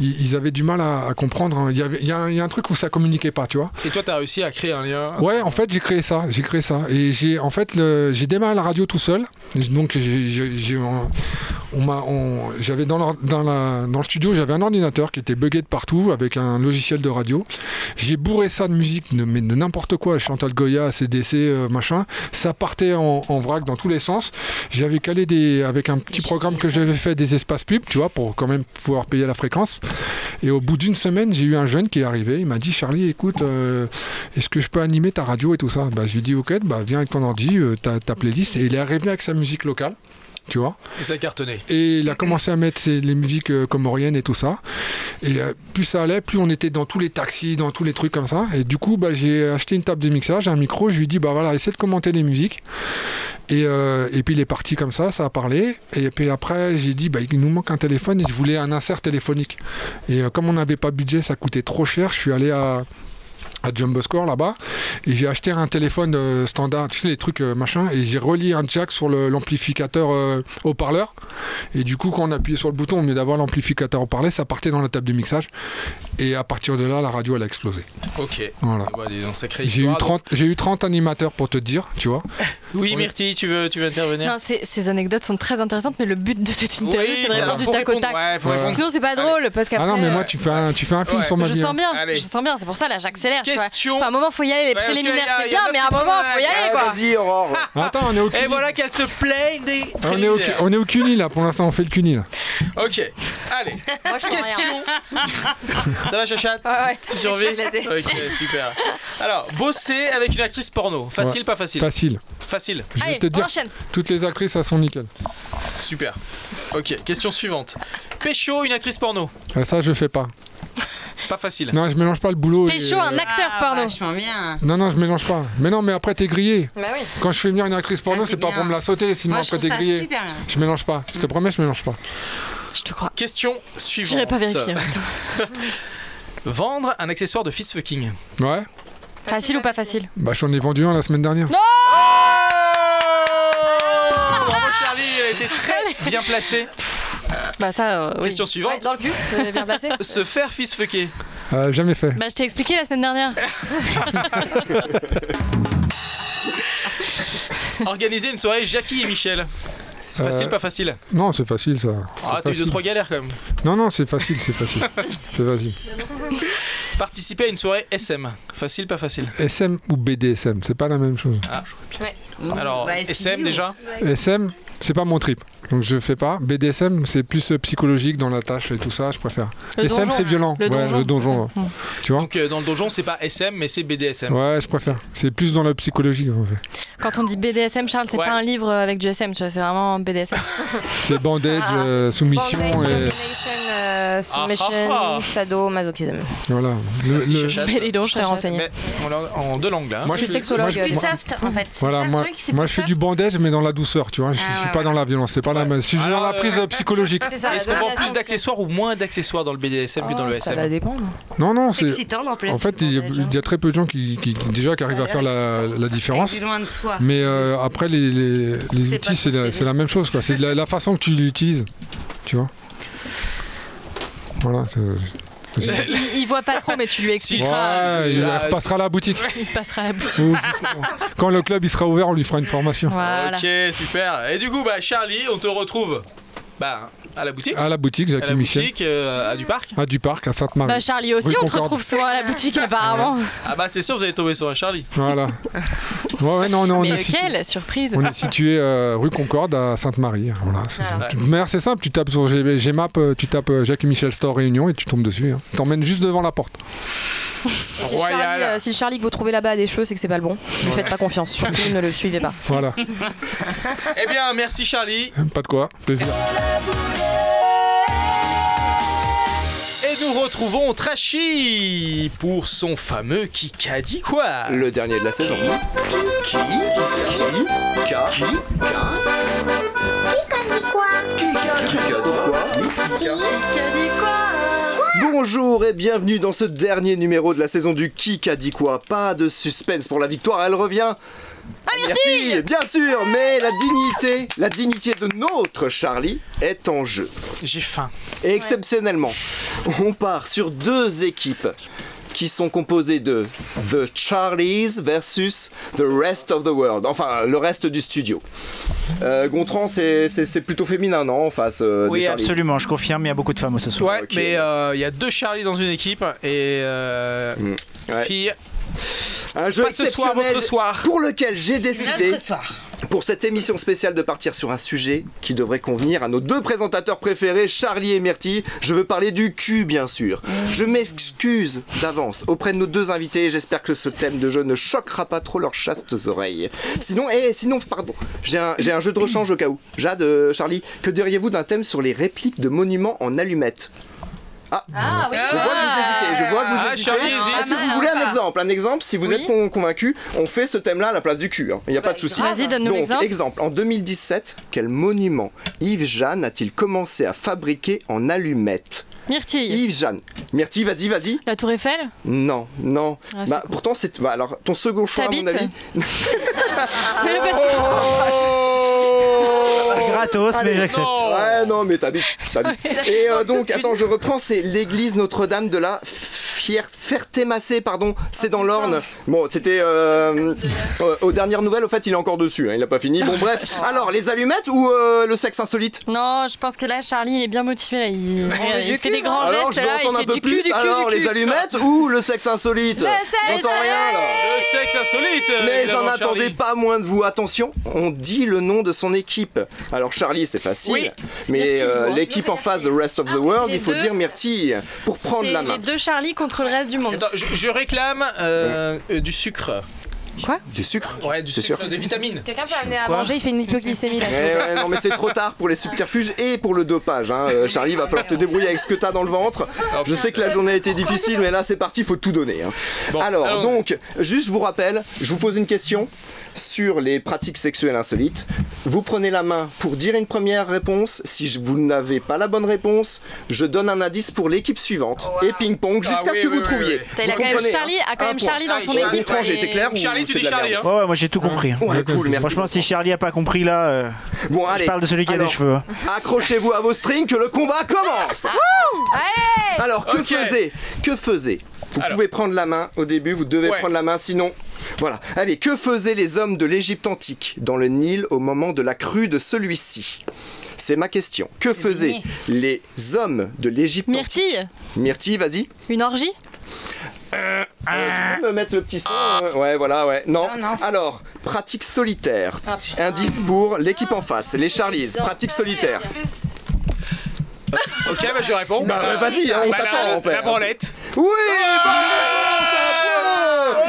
Ils, ils avaient du mal à, à comprendre. hein. Il y, avait, il, y a, un- il y a un truc où ça communiquait pas, tu vois.
Et toi, t'as réussi à créer un lien.
Ouais, en fait, j'ai créé ça. J'ai créé ça. Et j'ai, en fait, le- j'ai démarré la radio tout seul. Donc, j'ai, j'ai- j'ai- on, on m'a, on- j'avais dans, l'or- dans, la- dans le studio, j'avais un ordinateur qui était buggé de partout avec un logiciel de radio. J'ai bourré ça de musique, de, mais de n'importe quoi. Chantal Goya, CDC, euh, machin. Ça partait en, en vrac dans tous les sens. J'avais calé des, avec un petit programme que j'avais fait des espaces pubs, tu vois, pour quand même pouvoir payer la fréquence. Et au bout d'une semaine, j'ai eu un jeune qui est arrivé. Il m'a dit Charlie, écoute, euh, est-ce que je peux animer ta radio et tout ça bah, Je lui ai dit Ok, bah, viens avec ton ordi, euh, ta, ta playlist. Et il est revenu avec sa musique locale, tu vois.
Et ça a cartonné.
Et il a commencé à mettre ses- les musiques euh, comoriennes et tout ça. Et euh, plus ça allait, plus on était dans tous les taxis, dans tous les trucs comme ça. Et du coup, bah, j'ai acheté une table de mixage, un micro. Je lui ai dit, bah voilà, essaie de commenter les musiques. Et, euh, et puis il est parti comme ça, ça a parlé. Et puis après, j'ai dit, bah, il nous manque un téléphone et je voulais un insert téléphonique. Et euh, comme on n'avait pas budget, ça coûtait trop cher. Je suis allé à à Jumbo Score là-bas et j'ai acheté un téléphone euh, standard, tu sais les trucs euh, machin et j'ai relié un jack sur le- l'amplificateur euh, haut-parleur et du coup quand on appuyait sur le bouton au lieu d'avoir l'amplificateur haut-parleur ça partait dans la table de mixage et à partir de là la radio elle a explosé.
Ok.
Voilà.
Ah bah, dis donc, sacrée
J'ai eu
histoire.
30 j'ai eu 30 animateurs pour te dire, tu vois.
Oui, Myrtille, tu veux, tu veux intervenir
Non, ces, ces anecdotes sont très intéressantes, mais le but de cette interview,
Oui,
c'est de
voilà.
répondre du
Faut
tac au
répondre,
tac.
ouais, faut répondre.
Sinon, c'est pas drôle, parce qu'après.
Ah non mais moi
euh,
tu fais un, tu fais un film sur ma
je
vie.
sens
hein.
bien, je sens bien, c'est pour ça là j'accélère. tu vois. Enfin, à un moment faut y aller, les
Ouais, parce que
préliminaires
y a-
c'est
y a
bien,
neuf
mais à un
questions
moment
à
faut y
la-
Eh,
aller quoi.
Aurore.
Attends, on est au
Et voilà qu'elle se plaigne des.
Ah, On est, au,
préliminaires.
on est au CUNY là, pour l'instant on fait le CUNY là.
Ok. Allez.
Moi, je sens rien.
Ça va, Chachat
Ouais,
Tu
ouais.
survis
Éclaté.
Ok, super. Alors, bosser avec une actrice porno. Facile,
Ouais.
pas facile
Facile.
Facile.
Je vais te dire, Toutes les actrices elles sont nickel.
Super. Ok, question suivante. Pécho, une actrice porno.
Ah, Ça je fais pas.
Pas facile.
Non, je mélange pas le boulot. et- euh,
acteur
Ah,
porno. Vachement bien.
Non, non, je mélange pas. Mais non, mais après, t'es grillé.
Bah oui.
Quand je fais venir une actrice porno,
Ah, c'est
c'est pas
bien.
pour me la sauter, sinon
Moi, je
après,
trouve
t'es
ça
grillé.
super Mm. bien.
Je mélange pas. Je te promets, je mélange pas.
Je te crois.
Question suivante.
J'irai pas vérifier,
Vendre un accessoire de fist fucking.
Ouais
Facile ou pas facile
Bah, j'en ai vendu un la semaine dernière.
Non
Oh, Bravo Charlie, elle était très bien placée.
Bah ça, euh, Ah, oui.
Question suivante.
dans le cul, c'est bien placé.
Se faire fist fucker.
Euh, jamais fait.
Bah je t'ai expliqué la semaine dernière.
Organiser une soirée Jackie et Michel. Facile,
Euh,
pas facile
Non, c'est facile ça.
Ah,
C'est
t'as eu deux,
facile.
trois galères quand même.
Non, non, c'est facile, c'est facile. c'est facile.
Participer à une soirée SM. Facile, pas facile
SM ou BDSM, c'est pas la même chose.
Ah. Alors,
Bah, est-ce
SM
qu'il est
déjà
SM, c'est pas mon trip. Donc je fais pas. BDSM, c'est plus euh, psychologique dans la tâche et tout ça, je préfère.
Le
SM,
donjon,
c'est
hein.
violent.
Le
ouais,
donjon,
le donjon. ouais. Tu vois
Donc euh, dans le donjon, c'est pas SM, mais c'est BDSM.
Ouais, je préfère. C'est plus dans la psychologie en fait.
Quand on dit BDSM, Charles, c'est pas un livre avec du SM, tu vois, c'est vraiment BDSM.
C'est bandage,
Ah,
Ah,
euh, soumission
Bondage,
et.
domination, euh, submission,
Ah, ah, ah.
sadomasochisme.
Voilà. Le- le-
je serais renseignée.
On l'a en deux langues là. hein.
Moi, je suis sexologue.
Moi, je-
Plus
moi-
soft, en fait. C'est
Voilà,
ça, Ah, le
moi,
truc, c'est
moi
plus
je fais
soft.
du bandage, mais dans la douceur, tu vois. Je, je suis pas dans la violence, c'est pas la même. Si je suis dans la prise euh, psychologique.
C'est ça,
Est-ce
la Oh,
qu'on vend
domination,
plus d'accessoires ou moins d'accessoires dans le BDSM que dans le SM
dépendre. Non, non,
C'est
c'est.
excitant d'en plaire
En fait, il y, a, il y a très peu de gens qui, qui- qui- déjà qui arrivent à faire la, la différence.
Avec du loin de soi.
Mais euh, après, les, les- les
C'est pas
outils, c'est la,
possible.
c'est la même chose, quoi. C'est la, la façon que tu l'utilises, tu vois. Voilà. c'est-
Il, il- il voit pas trop, mais tu lui expliques.
Ouais, il passera à la boutique.
Il passera à la boutique.
Ou- Quand le club il sera ouvert, on lui fera une formation.
Voilà.
Ok, super. Et du coup, bah, Charlie, on te retrouve bah, à la boutique.
À la boutique,
À
Jacques
la
et Michel.
boutique, euh, à du parc.
À du parc, à Sainte-Marie.
Bah, Charlie aussi,
Rue
on te
Concorde.
retrouve souvent à la boutique apparemment.
Ah bah c'est sûr, vous allez tomber sur un Charlie.
Voilà. Ouais, ouais, non, non, on
mais euh,
est
lequel
situé-
Surprise.
On est situé euh, rue Concorde à Sainte-Marie. Voilà. c'est-
Voilà.
Tu- Mais c'est simple, tu tapes sur G- Gmap, euh, tu tapes euh, Jacques et Michel Store Réunion et tu tombes dessus. hein. T'emmènes juste devant la porte.
Et si, le Charlie, euh, si le Charlie que vous trouvez là-bas a des cheveux, c'est que c'est pas le bon. Ne lui
Voilà.
faites pas confiance, surtout ne le suivez pas.
Voilà.
eh bien, merci Charlie.
Hein, Pas de quoi. Plaisir.
Et nous retrouvons Trashy pour son fameux Kikadi quoi
Le dernier de la saison. Qui Qui Qui Qui Qui Qui a dit quoi Qui a dit quoi
Bonjour et bienvenue dans ce dernier numéro de la saison du Qui a dit quoi. Pas de suspense pour la victoire, elle revient.
Ah,
Myrtille Bien sûr, mais la dignité, la dignité de notre Charlie est en jeu.
J'ai faim.
Et exceptionnellement, on part sur deux équipes qui sont composées de The Charlies versus The Rest of the World, enfin le reste du studio. Euh, Gontran, c'est- c'est c'est plutôt féminin, non En face euh, des
Oui,
Charlies
absolument, je confirme, il y a beaucoup de femmes ce soir.
Ouais, mais euh, il y a deux Charlie dans une équipe et euh,
Mm.
fille.
Un jeu
pas ce soir,
exceptionnel
votre soir.
pour lequel j'ai décidé
Notre
pour cette émission spéciale de partir sur un sujet qui devrait convenir à nos deux présentateurs préférés, Charlie et Myrtille. Je veux parler du cul, bien sûr. Je m'excuse d'avance auprès de nos deux invités. J'espère que ce thème de jeu ne choquera pas trop leurs chastes oreilles. Sinon, et sinon, pardon, j'ai un, j'ai un jeu de rechange au cas où. Jade, euh, Charlie, que diriez-vous d'un thème sur les répliques de monuments en allumettes ah,
oui.
je vois que vous hésitez, je vois que vous
Ah,
hésitez.
Charlie hésite.
Est-ce que
Ah,
vous voulez
ça.
un exemple Un exemple, si vous êtes con- convaincu, on fait ce thème-là à la place du cul. hein. Il n'y a pas de souci.
grave. Bah, Vas-y, donne-nous
Donc,
l'exemple.
En 2017, quel monument Yves Jeanne a-t-il commencé à fabriquer en allumettes
Myrtille.
Yves Jeanne. Myrtille, vas-y, vas-y.
La Tour Eiffel
Non, non.
Ah, c'est
bah, pourtant, c'est. bah, alors, ton second choix, à mon
T'habites
avis.
Mais le
Oh.
parce
Oh.
Gratos, mais j'accepte.
Ouais, non, mais t'habites. t'habites. Et euh, donc, attends, je reprends, c'est l'église Notre-Dame de la Fier- Ferté-Massé, pardon, c'est
Ah,
dans l'Orne. Bon, c'était. euh, euh, aux dernières nouvelles, au fait, il est encore dessus, hein, il a pas fini. Bon, bref.
Ah.
Alors, les allumettes ou euh, le sexe insolite
Non, je pense que là, Charlie, il est bien motivé. Là. Il, il fait des grands
Alors,
gestes.
je veux
là, il
entendre
fait
un peu
du
plus.
cul, du cul,
Alors,
du cul.
les allumettes ou le sexe insolite
Le sexe
J'entends rien, là.
Le sexe insolite
Mais
évidemment,
j'en attendais
Charlie.
pas moins de vous. Attention, on dit le nom de son équipe. Alors Charlie, c'est facile.
Oui. C'est
mais
Myrtille,
euh,
moi.
l'équipe en face de Rest of the World,
les
il faut
deux.
dire Myrtille pour prendre
C'est
la main.
Les deux Charlie contre le reste du monde.
Attends, je, je réclame euh, euh, du sucre.
Quoi
Du sucre
Ouais, du
C'est
sucre,
sûr.
des vitamines.
Quelqu'un peut amener à
Quoi
manger, il fait une hypoglycémie là.
Eh ouais, non mais c'est trop tard pour les subterfuges et pour le dopage. hein. Euh, Charlie, va falloir te débrouiller avec ce que t'as dans le ventre. Je sais que la journée a été difficile, mais là c'est parti, faut tout donner. hein. alors, donc, juste je vous rappelle, je vous pose une question sur les pratiques sexuelles insolites. Vous prenez la main pour dire une première réponse. Si je- vous n'avez pas la bonne réponse, je donne un indice pour l'équipe suivante. Et ping-pong jusqu'à
Ah
ce
oui,
que vous
oui, oui,
trouviez.
oui.
T'as- il a
Vous
quand même
comprenez,
Charlie-
hein
a quand même
Un
Charlie
point.
dans son
Ah,
équipe.
Gontran, j'ai été clair ou
Charlie, tu
c'est
dis
de la
Charlie,
merde
hein.
Ouais, ouais, moi j'ai tout compris.
Ouais, cool, merci.
Franchement, si Charlie a pas compris là, euh,
Bon,
je
allez.
parle de celui qui a des
Alors,
cheveux. hein.
Accrochez-vous à vos strings que le combat commence.
Allez
Alors que faisait Que faisait Vous pouvez prendre la main au début, vous devez
Ouais.
prendre la main sinon. Voilà. Allez, que faisaient les hommes de l'Égypte antique dans le Nil au moment de la crue de celui-ci C'est ma question. Que faisaient les hommes de l'Égypte antique
Myrtille,
Myrtille, vas-y.
une orgie
Euh, tu peux me mettre le petit son
Ah.
euh, Ouais, voilà, ouais. Non. Alors, pratique solitaire.
Ah,
Indice pour l'équipe en face, les Charlies. Pratique solitaire.
Ok, bah je réponds.
Bah, bah, vas-y, hein, on
Bah,
t'attend,
la-
on perd.
La branlette.
Oui bah,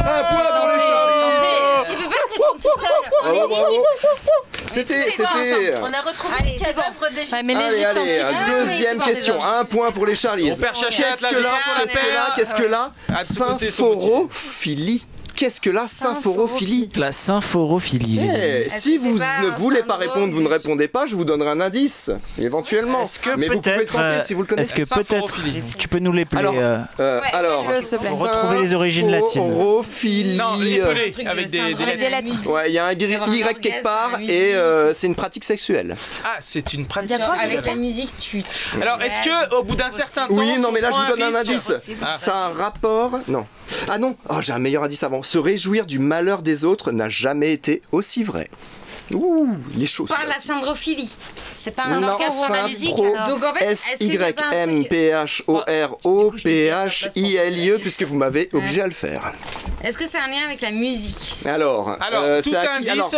Un point pour les Charlies
Tu peux pas répondre tout seul.
Bravo,
On est une
Oh, bravo.
équipe.
C'était,
Tous les trois
c'était.
ensemble. On a retrouvé le cadavre de
Ah,
Allez, allez, euh, deuxième question, un point pour les Charlies.
On perd chacun
Qu'est-ce
la
que là
victoire,
Qu'est-ce que
on
là
perd.
Qu'est-ce que là
À tout côté, son
Symphorophilie. Qu'est-ce que la symphorophilie
La symphorophilie. les amis.
Eh, si vous ne voulez pas répondre, vous ne répondez pas, je vous donnerai un indice, éventuellement. Mais vous pouvez
peut-être,
tenter
euh,
si vous le connaissez.
Est-ce que peut-être tu peux nous les
Alors,
euh,
euh, alors
s'il te plaît. Pour retrouver les origines latines.
Symphorophilie.
Non, les pelés, avec des, des
Avec
lettres.
Euh, Ouais, il y a un gri- Y quelque part et euh, c'est une pratique sexuelle.
Ah, c'est une pratique.
D'accord,
sexuelle.
avec la
musique, tu.
Alors, est-ce que au bout d'un certain temps.
Oui,
si
non,
on
mais là je
prend
vous donne un
risque-
indice.
Ah.
Ça a un rapport. Non. Ah non, oh, j'ai un meilleur indice avant. Se réjouir du malheur des autres n'a jamais été aussi vrai. Ouh, les choses.
Par la syndrophilie. Ah, C'est pas un
Non,
organe pour la musique. alors. Donc en fait,
S
est-ce qu'il
Y
y a pas un
M
truc- Bah,
P H O R O P H I L I E puisque vous m'avez
euh,
obligé à le faire.
Est-ce que c'est un lien avec la musique
Alors,
Alors,
euh,
tout
c'est à
indice,
qui- alors,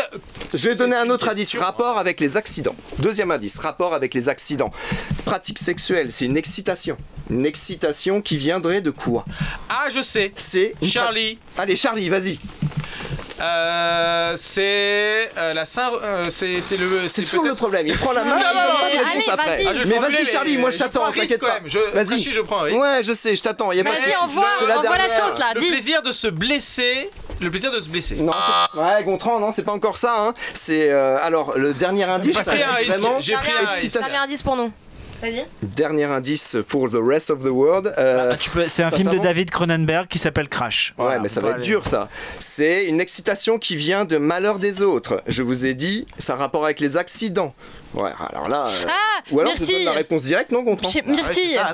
je vais donner un autre indice. Rapport avec les accidents. Deuxième indice, rapport avec les accidents. Pratique sexuelle, c'est une excitation. Une excitation qui viendrait de quoi
Ah, je sais.
C'est. une pra-
Charlie.
Allez, Charlie, vas-y.
Euh, c'est euh, la Saint. euh, c'est c'est le. C'est
toujours le problème. Il prends la main. et on fait la réponse après.
Ah,
Mais vas-y, Charlie, moi je t'attends, t'inquiète pas.
Vas-y. Je prends un risque.
Ouais, je sais, je t'attends. y a pas de
Vas-y,
souci.
envoie-
C'est la
envoie la
dernière.
sauce, là, Le dis. plaisir de se blesser. Le plaisir de se blesser.
Non, c'est- ouais, Gontran, non, c'est pas encore ça. hein. C'est euh, alors le dernier indice.
J'ai pris
ça va
un
être
risque,
Vraiment,
j'ai pris un risque.
excitation.
Dernier indice pour nous.
Vas-y.
Dernier indice pour The Rest of the World. euh,
C'est
ça
un film de
s'avance
David Cronenberg qui s'appelle Crash.
Ouais, mais ça va être dur ça. C'est une excitation qui vient de malheur des autres. Je vous ai dit, ça a rapport avec les accidents. Ouais, alors là. euh,
Ah,
Ou alors tu
Myrtille.
donnes la réponse directe, non, Gontran
Ah
Chez- Myrtille. Ah,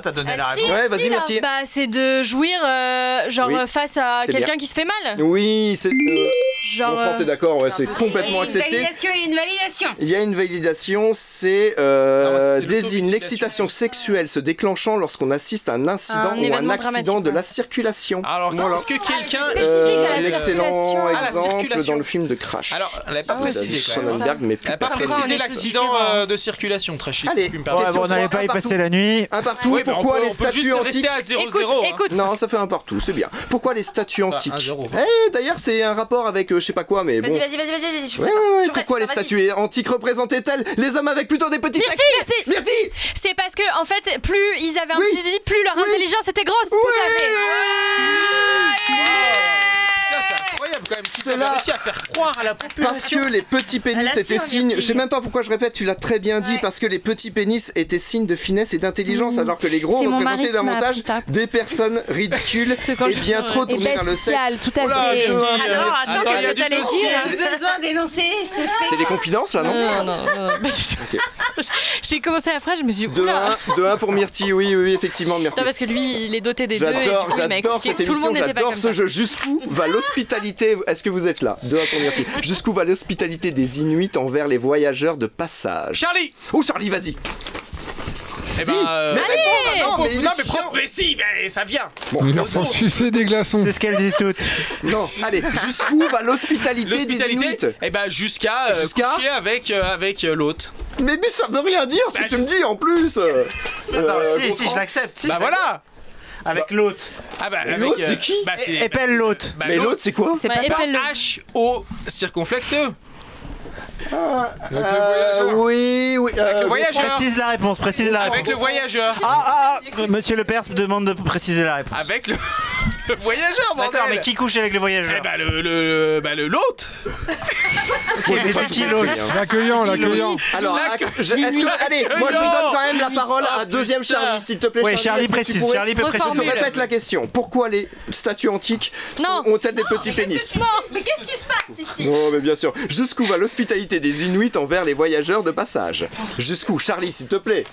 Ouais, vas-y, Myrtille.
Bah, c'est de jouir euh, genre
Oui.
euh, face à
C'est
quelqu'un
bien.
qui se fait mal.
Oui, c'est. euh,
Genre,
Gontran,
euh,
t'es d'accord, ouais, c'est
Il y
complètement
a une
accepté.
validation et une validation.
Il y a une validation, c'est euh,
c'était
désigne l'excitation sexuelle se déclenchant lorsqu'on assiste à un incident
Un
ou un
événement
accident
dramatique,
de la circulation.
Alors,
Voilà.
est-ce que quelqu'un.
Euh, L'excellent
Ah, la
exemple
circulation.
dans le film de Crash.
Alors, elle n'avait pas
Ah,
précisé.
David
quand même.
Cronenberg, mais plus
elle n'a pas
personne.
précisé
Pourquoi on est tous
l'accident euh, de circulation, Trachy.
Allez,
Ouais, bon, on n'allait pas y passer la nuit.
Un partout,
Ouais, bah, on
pourquoi les
peut- on peut juste
statues
rester
antiques
à zéro, Écoute, zéro, hein. écoute.
Non, ça fait un partout, c'est bien. Pourquoi les statues antiques Eh, d'ailleurs, c'est un rapport avec euh, je sais pas quoi, mais
Vas-y,
bon.
vas-y, vas-y, vas-y, vas-y. je suis
Ouais,
prête.
ouais, ouais,
Je suis prête.
Pourquoi les
Ah, vas-y.
statues antiques représentaient-elles les hommes avec plutôt des petits sexes
C'est parce que, en fait, plus ils avaient un
Oui.
petit zizi, plus leur intelligence était grosse. Tout à fait.
C'est incroyable quand même. Si
C'est
t'avais
là-
réussi à faire croire à la
Parce
population.
que les petits pénis
Elle a
étaient
su,
signes.
Myrtille.
Je sais même pas pourquoi je répète, tu l'as très bien dit, parce que les petits pénis étaient signes de finesse et d'intelligence,
Mmh.
alors que les gros
C'est mon mari
représentaient
qui m'a
davantage
appris ça.
des personnes ridicules
quand
et
je- euh,
bien trop
Et
tournées vers le sexe.
bestiales, tout à Oula, fait. Myrtille,
Alors,
Myrtille.
attends, qu'est-ce que
euh, il y a
t'allais
du
dire
temps.
J'ai besoin d'énoncer ce fait.
C'est les confidences là, non
Non, non, non.
Ok.
J'ai commencé la phrase, je me suis dit,
De
oula.
1, de 1 pour Myrtille, oui, oui, oui, effectivement,
Non,
Myrtille.
parce que lui, il est doté des deux. et
J'adore,
du coup, il m'a
j'adore
expliqué
cette
que tout le
émission,
monde n'était pas
j'adore
comme
ce jeu. Jusqu'où va l'hospitalité Est-ce que vous êtes là De un pour Myrtille. Jusqu'où va l'hospitalité des Inuits envers les voyageurs de passage
Charlie
Oh, Charlie, vas-y
Eh ben. euh,
mais réponds
non,
maintenant, mais
mais,
il est
propre- mais si, mais ça vient.
Ils leur font sucer des glaçons.
C'est ce qu'elles disent toutes.
Non, allez, jusqu'où va l'hospitalité des
L'hospitalité,
Inuits
eh ben jusqu'à euh,
Jusqu'à
coucher avec, euh, avec euh, l'hôte.
mais, mais ça veut rien dire ce que tu me dis en plus euh, euh,
Bah, si, si,
comprends.
je l'accepte. si,
Bah
je
voilà
Avec l'hôte.
Ah bah,
Mais
avec,
l'hôte,
euh,
c'est qui
bah, c'est-
Eh, épelle
bah, c'est-
l'hôte.
bah,
Mais l'hôte, c'est quoi
C'est
Bah,
pas toi.
épelle l'hôte. H-O circonflexe TE.
Euh, oui, oui. euh,
le voyageur.
Précise la réponse, précise la réponse.
Avec le voyageur.
Ah, ah Monsieur Le Perse demande de préciser la réponse.
Avec le, le voyageur, bordel
D'accord, mais qui couche avec le voyageur
Eh bah le... le bah le l'hôte
Ok, mais c'est qui l'hôte
Ah,
L'accueillant, l'accueillant.
Alors,
La-
acc- je- est-ce que, allez, moi je vous donne quand même la parole
Ah,
à deuxième Charlie, s'il te plaît.
Ouais, Charlie
est-ce que tu
précise,
pourrais-
Charlie peut préciser.
Je te répète la question. Pourquoi les statues antiques sont- ont-elles des petits pénis
Mais qu'est-ce qui se passe ici
Oh, mais bien sûr. Jusqu'où va l'hospitalité des Inuits envers les voyageurs de passage Jusqu'où Charlie, s'il te plaît.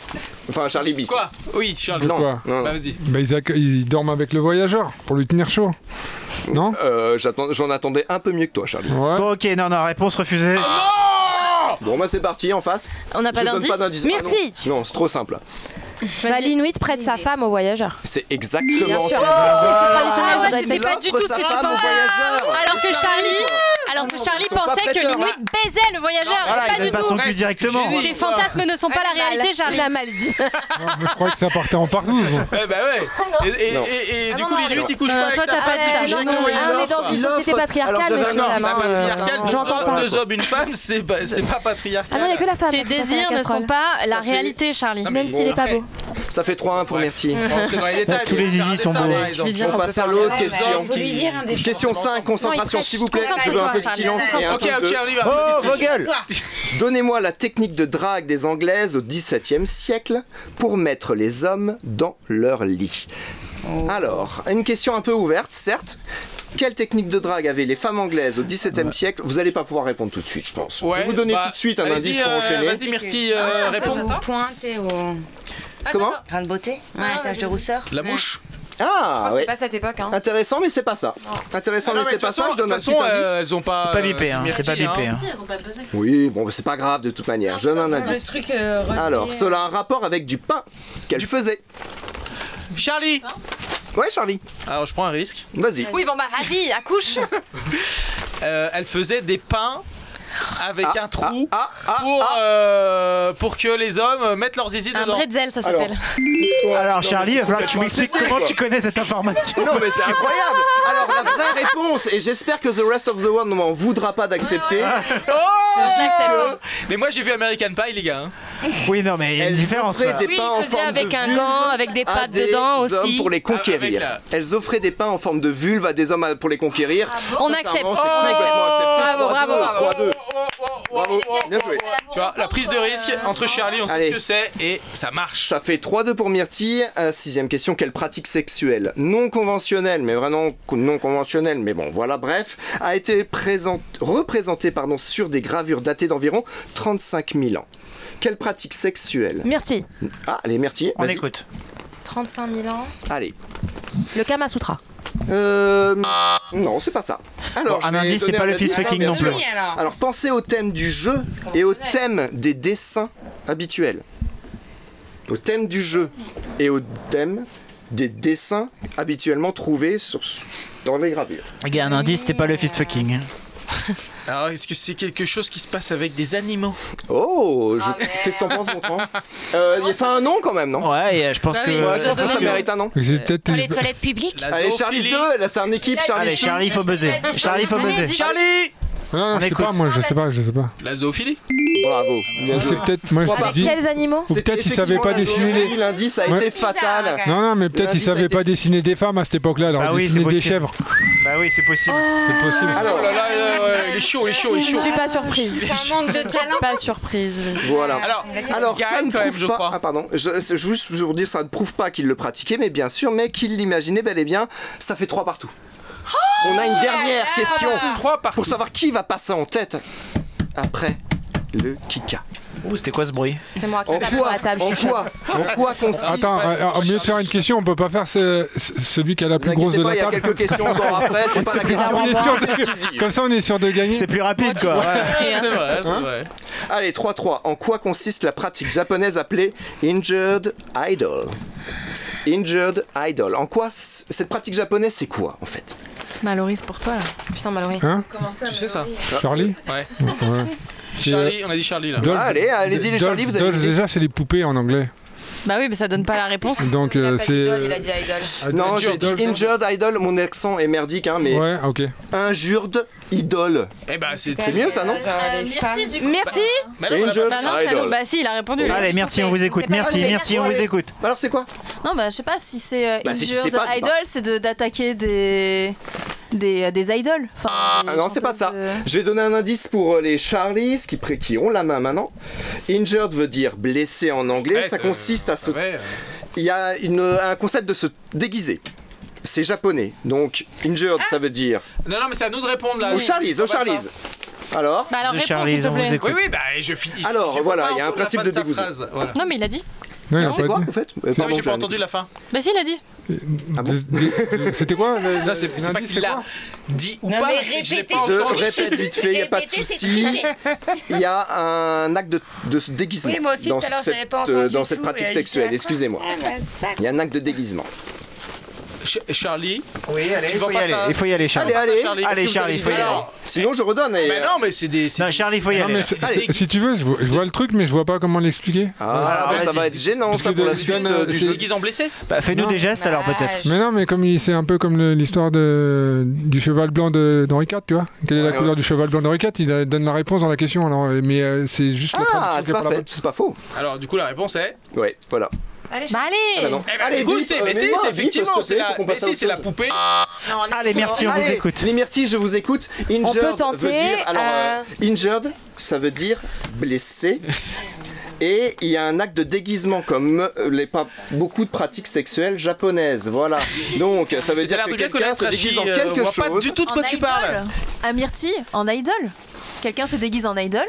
Enfin, Charlie Bis.
Quoi Oui, Charlie.
Non,
Quoi
non, non.
Bah vas-y.
Bah, ils, accue- ils dorment avec le voyageur pour lui tenir chaud. Non
Euh, j'attends- J'en attendais un peu mieux que toi, Charlie.
Bon, ok, non, non, réponse refusée.
Bon, bah c'est parti, en face.
Oh On n'a pas
Je donne
d'indice
Ah, non.
Myrtille.
Non, c'est trop simple.
Bah, l'Inuit prête sa femme aux voyageurs.
C'est
Bien
exactement
sûr.
ça.
Ah C'est- c'est traditionnel, ça doit être
c'était
sexy.
pas du tout ce que tu
L'offre sa femme
pensais.
aux voyageurs.
Alors que
C'est
Charlie,
Charlie,
alors que Charlie
ils sont pas
pensait que
prêteurs,
l'Inuit baisait le voyageur.
Voilà, il
c'est pas
donne
du
pas
tout.
son cul directement.
Tes fantasmes ne sont pas la réalité, Charlie.
Tu l'as mal dit.
Ah, mais Je croyais que ça partait en partout.
Eh bah ouais Et, et-
Non.
et- et
Ah
du
non,
coup,
non,
les nuits,
non.
ils couchent
Non,
pas avec
toi,
sa
t'as pas
femme,
dit
ils
ça.
couchent
Non, non,
avec
non,
l'autre.
on est dans une
Il
société
offre.
patriarcale,
Alors, j'avais-
monsieur,
non, c'est
vraiment,
pas
euh,
patriarcal.
j'entends pas.
Deux hommes, une femme, c'est pas, c'est pas patriarcal.
Ah non, il n'y a que la femme. qui
Tes
passe à la
désirs ne
casserole.
sont pas
Ça
la
fait-
réalité, Charlie.
Même s'il n'est pas beau.
Ça fait 3-1 pour Myrtille.
On va rentrer dans les détails,
Tous
mais
les
on verra
zizis
des
sont
ça,
beaux.
par exemple.
On passe à l'autre question.
Faut lui dire un des
Question 5, concentration s'il vous plaît. Je veux un peu de silence et un
Ok,
peu
ok,
de-
on y va.
Oh, vos gueules
Donnez-moi la technique de drague des Anglaises au XVIIe siècle pour mettre les hommes dans leur lit. Alors, une question un peu ouverte, certes. Quelle technique de drague avaient les femmes anglaises au XVIIe siècle Vous n'allez pas pouvoir répondre tout de suite, je pense. je vais vous donner
bah,
tout de suite un
allez-y,
indice pour
euh,
enchaîner. Oh
vas-y, Myrtille,
Ah
euh, réponds.
Pointer au.
Comment
Grain de beauté Ah,
Ouais,
Tâche de rousseur
La mouche
Ah, ouais.
C'est pas cette époque, hein.
Intéressant, mais c'est pas ça. Intéressant,
Ah non,
mais
mais
c'est
de
pas
toute
ça.
façon-
Je donne
de
un
toute
petit
façon,
indice.
euh, elles ont pas,
C'est pas
euh,
bipé, hein,
dit
c'est pas
merci,
bipé,
hein.
hein.
elles ont pas buzzé.
Oui, bon, c'est pas grave de toute manière. Je donne un
Le
indice.
truc. euh, relié,
Alors,
euh,
cela a un rapport avec du pain qu'elle faisait.
Charlie Ah,
Ouais, Charlie.
Alors, je prends un risque.
Vas-y.
Oui, bon bah vas-y, accouche.
Euh, elle faisait des pains avec un trou
ah,
pour, euh, pour que les hommes euh, mettent leurs zizi
Un
dedans.
bretzel, ça s'appelle.
Alors, Charlie, il va falloir que tu
complètement
m'expliques
accepté,
comment
quoi.
tu connais cette information.
Non mais c'est incroyable Alors la vraie réponse, et j'espère que The Rest of the World ne m'en voudra pas d'accepter,
Ah.
Oh Mais moi j'ai vu American Pie, les gars. hein.
Oui, non, mais il y a une
elles
différence.
offraient des
Oui,
pains
il
en
faisait
forme
avec
de
un
vulve
gant, avec des
à
pattes
Ah, des
dedans
hommes
aussi.
pour les
Ah, Avec
conquérir.
la-
Elles offraient des pains en forme de
Ah
vulve à des hommes pour les conquérir.
On
Sincèrement,
accepte.
c'est Ah complètement accepté.
Bravo, bravo, bravo.
3-2. Bravo, bien joué.
Tu vois, la prise de risque entre Charlie, on sait
Allez.
ce que c'est et ça marche.
Ça fait 3-2 pour Myrtille. Euh, sixième question, quelle pratique sexuelle non conventionnelle, mais vraiment co- non conventionnelle, mais bon, voilà, bref, a été présent- représentée pardon, sur des gravures datées d'environ 35 000 ans Quelle pratique sexuelle
Myrtille.
Ah, allez, Myrtille,
On
vas-y.
écoute.
35 000 ans.
Allez.
Le Kama Sutra.
Euh, non, c'est pas ça. Alors,
Bon, un
je vais
indice, c'est
donner
pas
un
le fist
indice.
fucking non plus.
Oui, alors.
Alors, pensez au thème du jeu et au thème des dessins habituels. Au thème du jeu et au thème des dessins habituellement trouvés sur, dans les gravures.
Gars, un indice, c'était pas le
fist fucking.
Alors, est-ce que c'est quelque chose qui se passe avec des animaux
Oh,
Ah,
je- qu'est-ce que t'en penses, mon grand euh, Il y a fait un nom quand même, non
Ouais, je pense
Bah
que.
oui, Ouais, je pense que ça
que-
mérite un nom. Mais c'est peut-être- Dans les toilettes
publiques.
Allez, Charlie 2, là, c'est un équipe. Charlie
Allez, Charlie, il faut buzzer.
Charlie, faut buzzer.
Charlie
Non, non, je sais pas, moi, je sais pas, je sais pas.
La zoophilie
Bravo.
Ou Ah, c'est peut-être, moi, je
Avec
te dis.
quels animaux
Ou
C'était
peut-être ils savaient pas dessiner
effectivement la
les.
zoophilie, l'indice a été fatal. quand même.
Non, non, mais peut-être ils
L'indice a
savaient
été-
pas dessiner des femmes à cette époque-là, alors
Bah
ils
oui,
dessinaient
c'est
des
possible.
chèvres.
Bah oui, c'est possible.
C'est
Ah,
possible.
Alors,
Oh là là, là, là, il est chaud, il est chaud, il est
Je
chaud.
suis pas surprise.
C'est un manque de talent.
Pas surprise. je-
Voilà.
Alors,
Alors,
Gaël,
ça ne
quand
prouve
même, je
pas.
crois.
Ah, pardon. Je, c'est juste je vous dire, ça ne prouve pas qu'il le pratiquait, mais bien sûr, mais qu'il l'imaginait bel et bien. Ça fait trois partout. Oh, On a une dernière
là là.
question
Trois
pour savoir qui va passer en tête après le Kika.
Ouh, c'était quoi ce bruit
C'est moi qui
En
tape
quoi-
sur la table.
en
je suis
quoi-
choquée.
en quoi consiste
Attends, euh, euh, au mieux de faire une question, on peut pas faire ce- ce- celui qui a la plus grosse de
inquiétez
la
pas, il y
table.
a quelques questions encore après, c'est pas la question.
on est sûr de-
Décisive.
Comme ça, on est sûr de gagner. C'est
plus rapide,
C'est vrai, c'est
Hein
vrai.
Allez, 3-3. En quoi consiste la pratique japonaise appelée Injured Idol Injured Idol. En quoi c- cette pratique japonaise, c'est quoi en fait
Maloris pour toi là.
Putain, Maloris.
Hein
Tu sais
Ah.
ça
Charlie
Ouais.
C'est, euh,
Charlie, on a dit Charlie là.
Dolls- Dolls- Dolls,
avez
déjà, c'est les poupées en anglais.
Bah oui, mais ça donne pas la réponse.
Donc, euh, c'est.
Idol. Non, j'ai Ah, dit Injured Idol, mon accent est merdique, hein, mais.
Ouais, ok.
Injured Idol.
Eh bah, c'est
C'est mieux ça, non
Euh, Merci
Bah non, Angel,
Bah non, ça
idol.
nous- bah si, il a répondu.
Oui.
Allez, merci, on vous écoute.
C'est pas
Merci,
compliqué.
merci, on vous
Allez.
écoute.
Alors c'est quoi
Non, bah je sais pas si c'est euh,
Bah, si tu
injured
sais pas, dis pas.
idol, c'est de- d'attaquer des des des idoles. Enfin,
Ah non, c'est pas ça.
euh,
Je vais donner un indice pour euh, les Charlies qui, pré- qui ont la main maintenant. Injured veut dire blessé en anglais.
Ouais,
ça
ça-
consiste à se.
euh.
Il y a une- un concept de se déguiser. C'est japonais. Donc,
Ah.
injured, ça veut dire. Ah, bah,
Non, non, mais c'est à nous de répondre là.
Aux Charlies, aux Charlies. Alors
Bah alors,
The
réponds,
Charlies,
s'il te
on vous
plaît.
écoute.
hein. Oui, oui, bah je finis.
Alors,
J'ai
voilà,
pas
il y a un
entendu la
principe
fin
de
sa
dégoût.
phrase, voilà.
Non, mais il a dit.
Non, il a
C'est
pas
quoi
dit.
en fait
Non, mais j'ai pas entendu la fin.
Bah si, il a dit.
Ah
C'était quoi le-
Non, c'est c'est pas qu'il l'a dit ou
Non,
pas.
mais
c'est que je l'ai
répétez,
pas
Je
entendu.
répète vite fait, il n'y a pas de
Répétez, c'est
souci.
tricher.
Il y a un acte de, de se déguisement
Oui, moi aussi,
dans
tout à l'heure, j'avais
cette,
pas entendu
euh, dans
du
cette
tout,
pratique
et
sexuelle.
j'étais à la
Excusez-moi.
fin. Ah, bah, ça.
Il y a un acte de déguisement.
Ch- Charlie.
Oui, allez,
tu
il
vas
faut y
pas
aller,
ça.
il faut y aller, Charlie.
Tu vas pas
Allez,
ça,
allez,
Qu'est-ce que
Charlie,
vous
faut y
avez
aller.
dit
Sinon, je redonne. et,
Mais
euh,
non, mais c'est des. c'est
Non,
des-
Charlie, il faut y
Non, mais
aller.
c'est-
Allez.
c'est- si tu veux, je vois, je vois le truc, mais je vois pas comment l'expliquer.
Ah, bah,
vas-y.
ça va être gênant ça pour la
Parce que
suite
le-
euh,
le-
du
Tu
jeu.
te déguises en blessé
Bah, fais-nous
Non.
des gestes alors peut-être.
Mais non, mais comme il- c'est un peu comme le- l'histoire de, du cheval blanc de- d'Henri IV, tu vois. Quelle est la
Ouais,
couleur
ouais.
du cheval blanc d'Henri IV Il euh, donne la réponse dans la question, alors, euh, mais euh, c'est juste la
Ah,
traduction qui
c'est
est
pas,
pas la
fait,
bonne.
c'est pas faux.
Alors, du coup, la réponse est.
Ouais, voilà.
Bah
Ah bah non.
allez
Eh ben,
Allez,
du coup,
vite,
c'est-
euh,
mais si,
mets-moi,
c'est
vite,
effectivement,
s'il te
c'est
plaît,
la,
faut qu'on
mais
passe à
si,
autre
c'est la
chose.
poupée.
Allez,
merci, on vous écoute.
Les Myrtilles, je vous écoute. Injured
On peut
veut
tenter,
dire, alors, euh,
euh,
injured, ça veut dire blessé. Et il y a un acte de déguisement comme euh, les pas beaucoup de pratiques sexuelles japonaises. Voilà. Donc ça veut
T'as
dire
l'air
que
de bien
quelqu'un
connaître,
se déguise en
Rachid, euh,
quelque
on voit
chose.
pas du tout de quoi
En
tu
idole
parles.
À Myrtille, en idol. Quelqu'un se déguise en idol.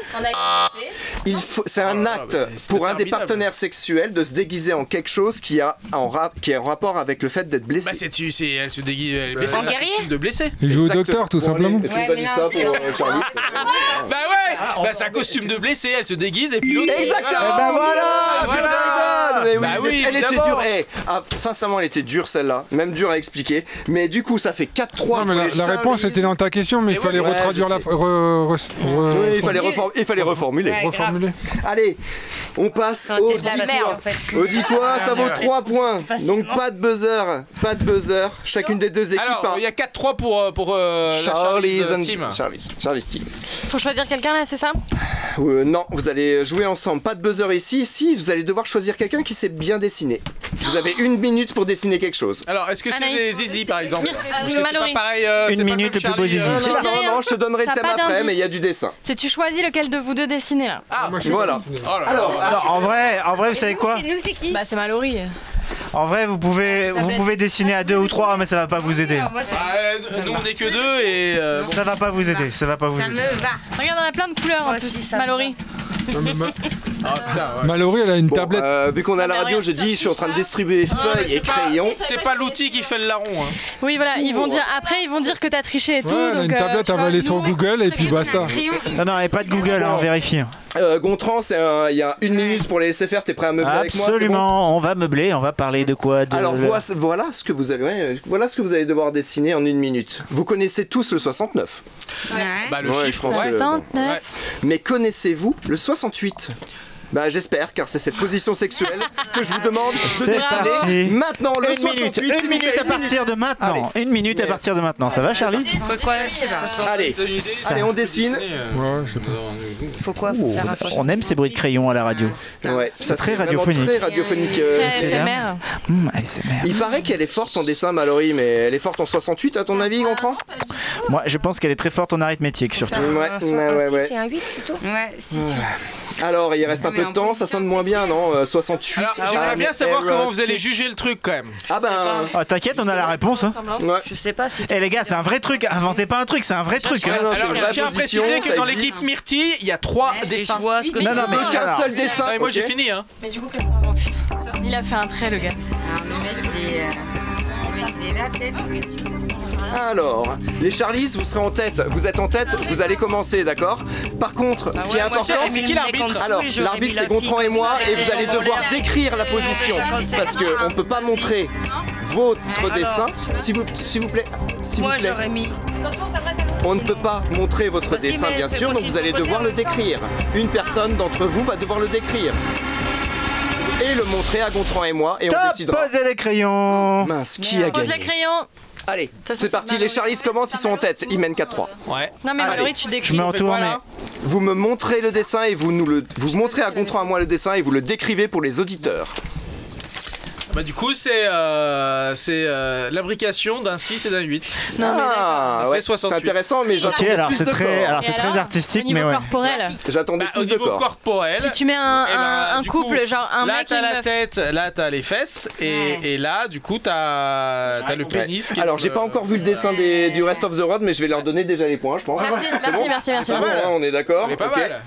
Il faut- c'est un
Ah,
acte pour un des partenaires sexuels de se déguiser en quelque chose qui a en rap, qui est en rapport avec le fait d'être blessé.
Bah, c'est tu, c'est elle se déguise. Elle est blessée,
En
c'est un
guerrier
costume de blessé.
Il joue au docteur, tout simplement.
Tu me donnes ça pour, euh, Charlie
Bah ouais,
Ah,
bah c'est un costume de blessé, elle se déguise et puis l'autre.
Exactement.
Ah bah
Eh ben,
Ah, voilà. Mais oui,
Bah oui,
elle était
évidemment.
dure. Eh, ah, sincèrement, elle était dure celle-là, même dure à expliquer. Mais du coup, ça fait 4-3.
Non, mais la,
pour les
la réponse
Charlies.
était dans ta question, mais il
Mais
fallait
ouais, ouais,
retraduire
je
la.
sais.
re- re- re-
Oui, il fallait, reform- il fallait reformuler.
Ouais, grave. Reformuler.
Allez, on passe au
de la
dit
merde,
quoi.
en fait.
Au dit quoi,
Ah,
ça vaut
Ouais.
3 points.
Facilement.
Donc pas de buzzer, pas de buzzer. Chacune des deux équipes. hein.
Alors,
a
il y a 4-3 pour, euh, pour euh, la Charlie's euh,
and-
Team.
Charlie's, Charlie's Team.
Faut choisir quelqu'un là, c'est ça
Euh, non, vous allez jouer ensemble. Pas de buzzer ici. Si, vous allez devoir choisir quelqu'un quelqu'un qui sait bien dessiner. Vous avez une minute pour dessiner quelque chose.
Alors, est-ce que c'est des zizi par exemple
Myrte,
Est-ce que
c'est
c'est pas
Mallory.
pareil euh,
Une
c'est pas
minute,
comme
le plus beau
Charlie,
zizi.
euh,
Je
Non,
dis
non,
rien.
non, je te donnerai le
T'as
thème
pas
après,
d'indice.
mais il y a du dessin.
C'est tu choisis lequel de vous deux dessinez là.
Ah,
voilà.
Oh
Alors, euh, en vrai, en vrai, vous savez quoi
nous c'est qui
Bah c'est Mallory.
En vrai, vous
Ah,
pouvez, vous pouvez dessiner à deux ou trois, mais ça va pas vous aider.
Bah, euh, nous on est que deux et. euh,
Ça va pas vous aider, ça va pas vous
Ça
aider.
me va. Regarde, on a plein de couleurs en plus. Mallory.
Ah putain, ouais.
Mallory, elle a une tablette.
euh, vu qu'on a la radio, j'ai dit, je suis en train de distribuer feuilles et crayons.
C'est pas l'outil qui fait le larron. Hein.
Oui, voilà, ils vont dire après, ils vont dire que t'as triché et tout.
Ouais, elle a
donc,
une
euh,
tablette,
tu
elle va
vois,
aller sur
nous,
Google et puis
bien qu'on a
basta.
un crayon ici,
Non, non, et pas de Google, hein, on vérifie.
Euh, Gontran, c'est un- il y a une minute pour les laisser faire, t'es prêt à meubler avec moi c'est
Absolument, on va meubler, on va parler de quoi de...
bon Alors voilà, voilà ce que vous allez, ouais, voilà ce que vous allez devoir dessiner en une minute. Vous connaissez tous le 69.
Bah, le
Ouais,
chiffre,
je pense que-
69.
Mais connaissez-vous le 68 bah j'espère car c'est cette position sexuelle que je vous demande de
C'est
dessiner
parti.
maintenant le
une
68
minute,
s'il vous
une minute
plaît.
à partir de maintenant. Une minute à partir de maintenant. Ça va, Charlie
Allez, allez on dessine.
Faut quoi
Oh,
Faut faire un soir.
On aime ces bruits de crayon à la radio.
Ah,
Ouais,
c'est très
vraiment
radiophonique.
Très radiophonique. euh,
Très
c'est-
éphémère.
Mmh, ASMR.
Il paraît qu'elle est forte en dessin Mallory mais elle est forte en 68 à ton avis Gontran
Ah,
Moi, je pense qu'elle est très forte en arithmétique surtout.
Ouais, ouais, ouais, ouais.
un 8, c'est tout
Ouais, si.
Alors, il reste un peu de temps, ça sonne moins bien, non euh, 68.
Alors, j'aimerais bien savoir comment vous allez juger le truc quand même.
Ah ben.
Ah, T'inquiète, on a la réponse. hein.
Je sais pas si.
Eh les gars, c'est un vrai truc. Inventez pas un truc, c'est un vrai truc. hein.
Alors, je tiens à préciser que dans l'équipe Myrtille, il y a trois dessins.
que Non, tu non, mais vois.
qu'un
alors.
seul dessin.
Ah, et moi j'ai
ok.
fini hein.
Mais du coup, qu'est-ce qu'on avance Putain, Il a fait un trait, le gars.
Alors, le mec, il est, euh, le mec, il est là, peut-être.
Alors, les Charlies, vous serez en tête. Vous êtes en tête, vous allez commencer, d'accord Par contre, ce qui est
ouais, moi,
important,
c'est- c'est qui l'arbitre
Alors, l'arbitre, c'est Gontran et moi, et vous allez devoir décrire la position. Parce qu'on ne peut pas montrer votre dessin. S'il vous, s'il vous plaît, s'il vous
Moi,
plaît.
j'aurais mis. Attention, ça passe à nous.
On ne peut pas montrer votre dessin, bien sûr, donc vous allez devoir le décrire. Une personne d'entre vous va devoir le décrire. Et le montrer à Gontran et moi, et on
Top,
décidera.
posez les crayons.
Mince, qui a
Pose
gagné
les crayons.
Allez, c'est parti, les Charlies commencent, ils sont en tête, ils mènent 4-3.
Ouais.
Non, mais
Allez.
Mallory, tu décris.
Vous me montrez le dessin et vous nous le vous montrez à Gontran à moi le dessin et vous le décrivez pour les auditeurs.
Bah, du coup, c'est euh, c'est, euh, l'abrication d'un 6 et d'un 8.
ah, ouais,
fait 68.
C'est intéressant mais
Ok,
j'attendais
alors
plus
c'est
de
très,
corps.
alors c'est très artistique,
Au niveau
mais ouais.
corporel.
J'attendais
Bah, Au
plus de
niveau
corps.
corporel.
Si tu mets un,
eh ben,
un- un
du
couple,
coup,
genre un
là,
mec et
t'as
une
la
meuf.
tête, là t'as les fesses et, et là du coup t'as t'as le pénis. qui est
Alors
le-
j'ai pas encore vu le dessin des- du rest of the road mais je vais leur donner déjà les points je pense.
Merci,
C'est
merci,
bon
merci, merci,
Pas
merci.
mal, hein, on est d'accord.
Elle est pas
ok.
mal.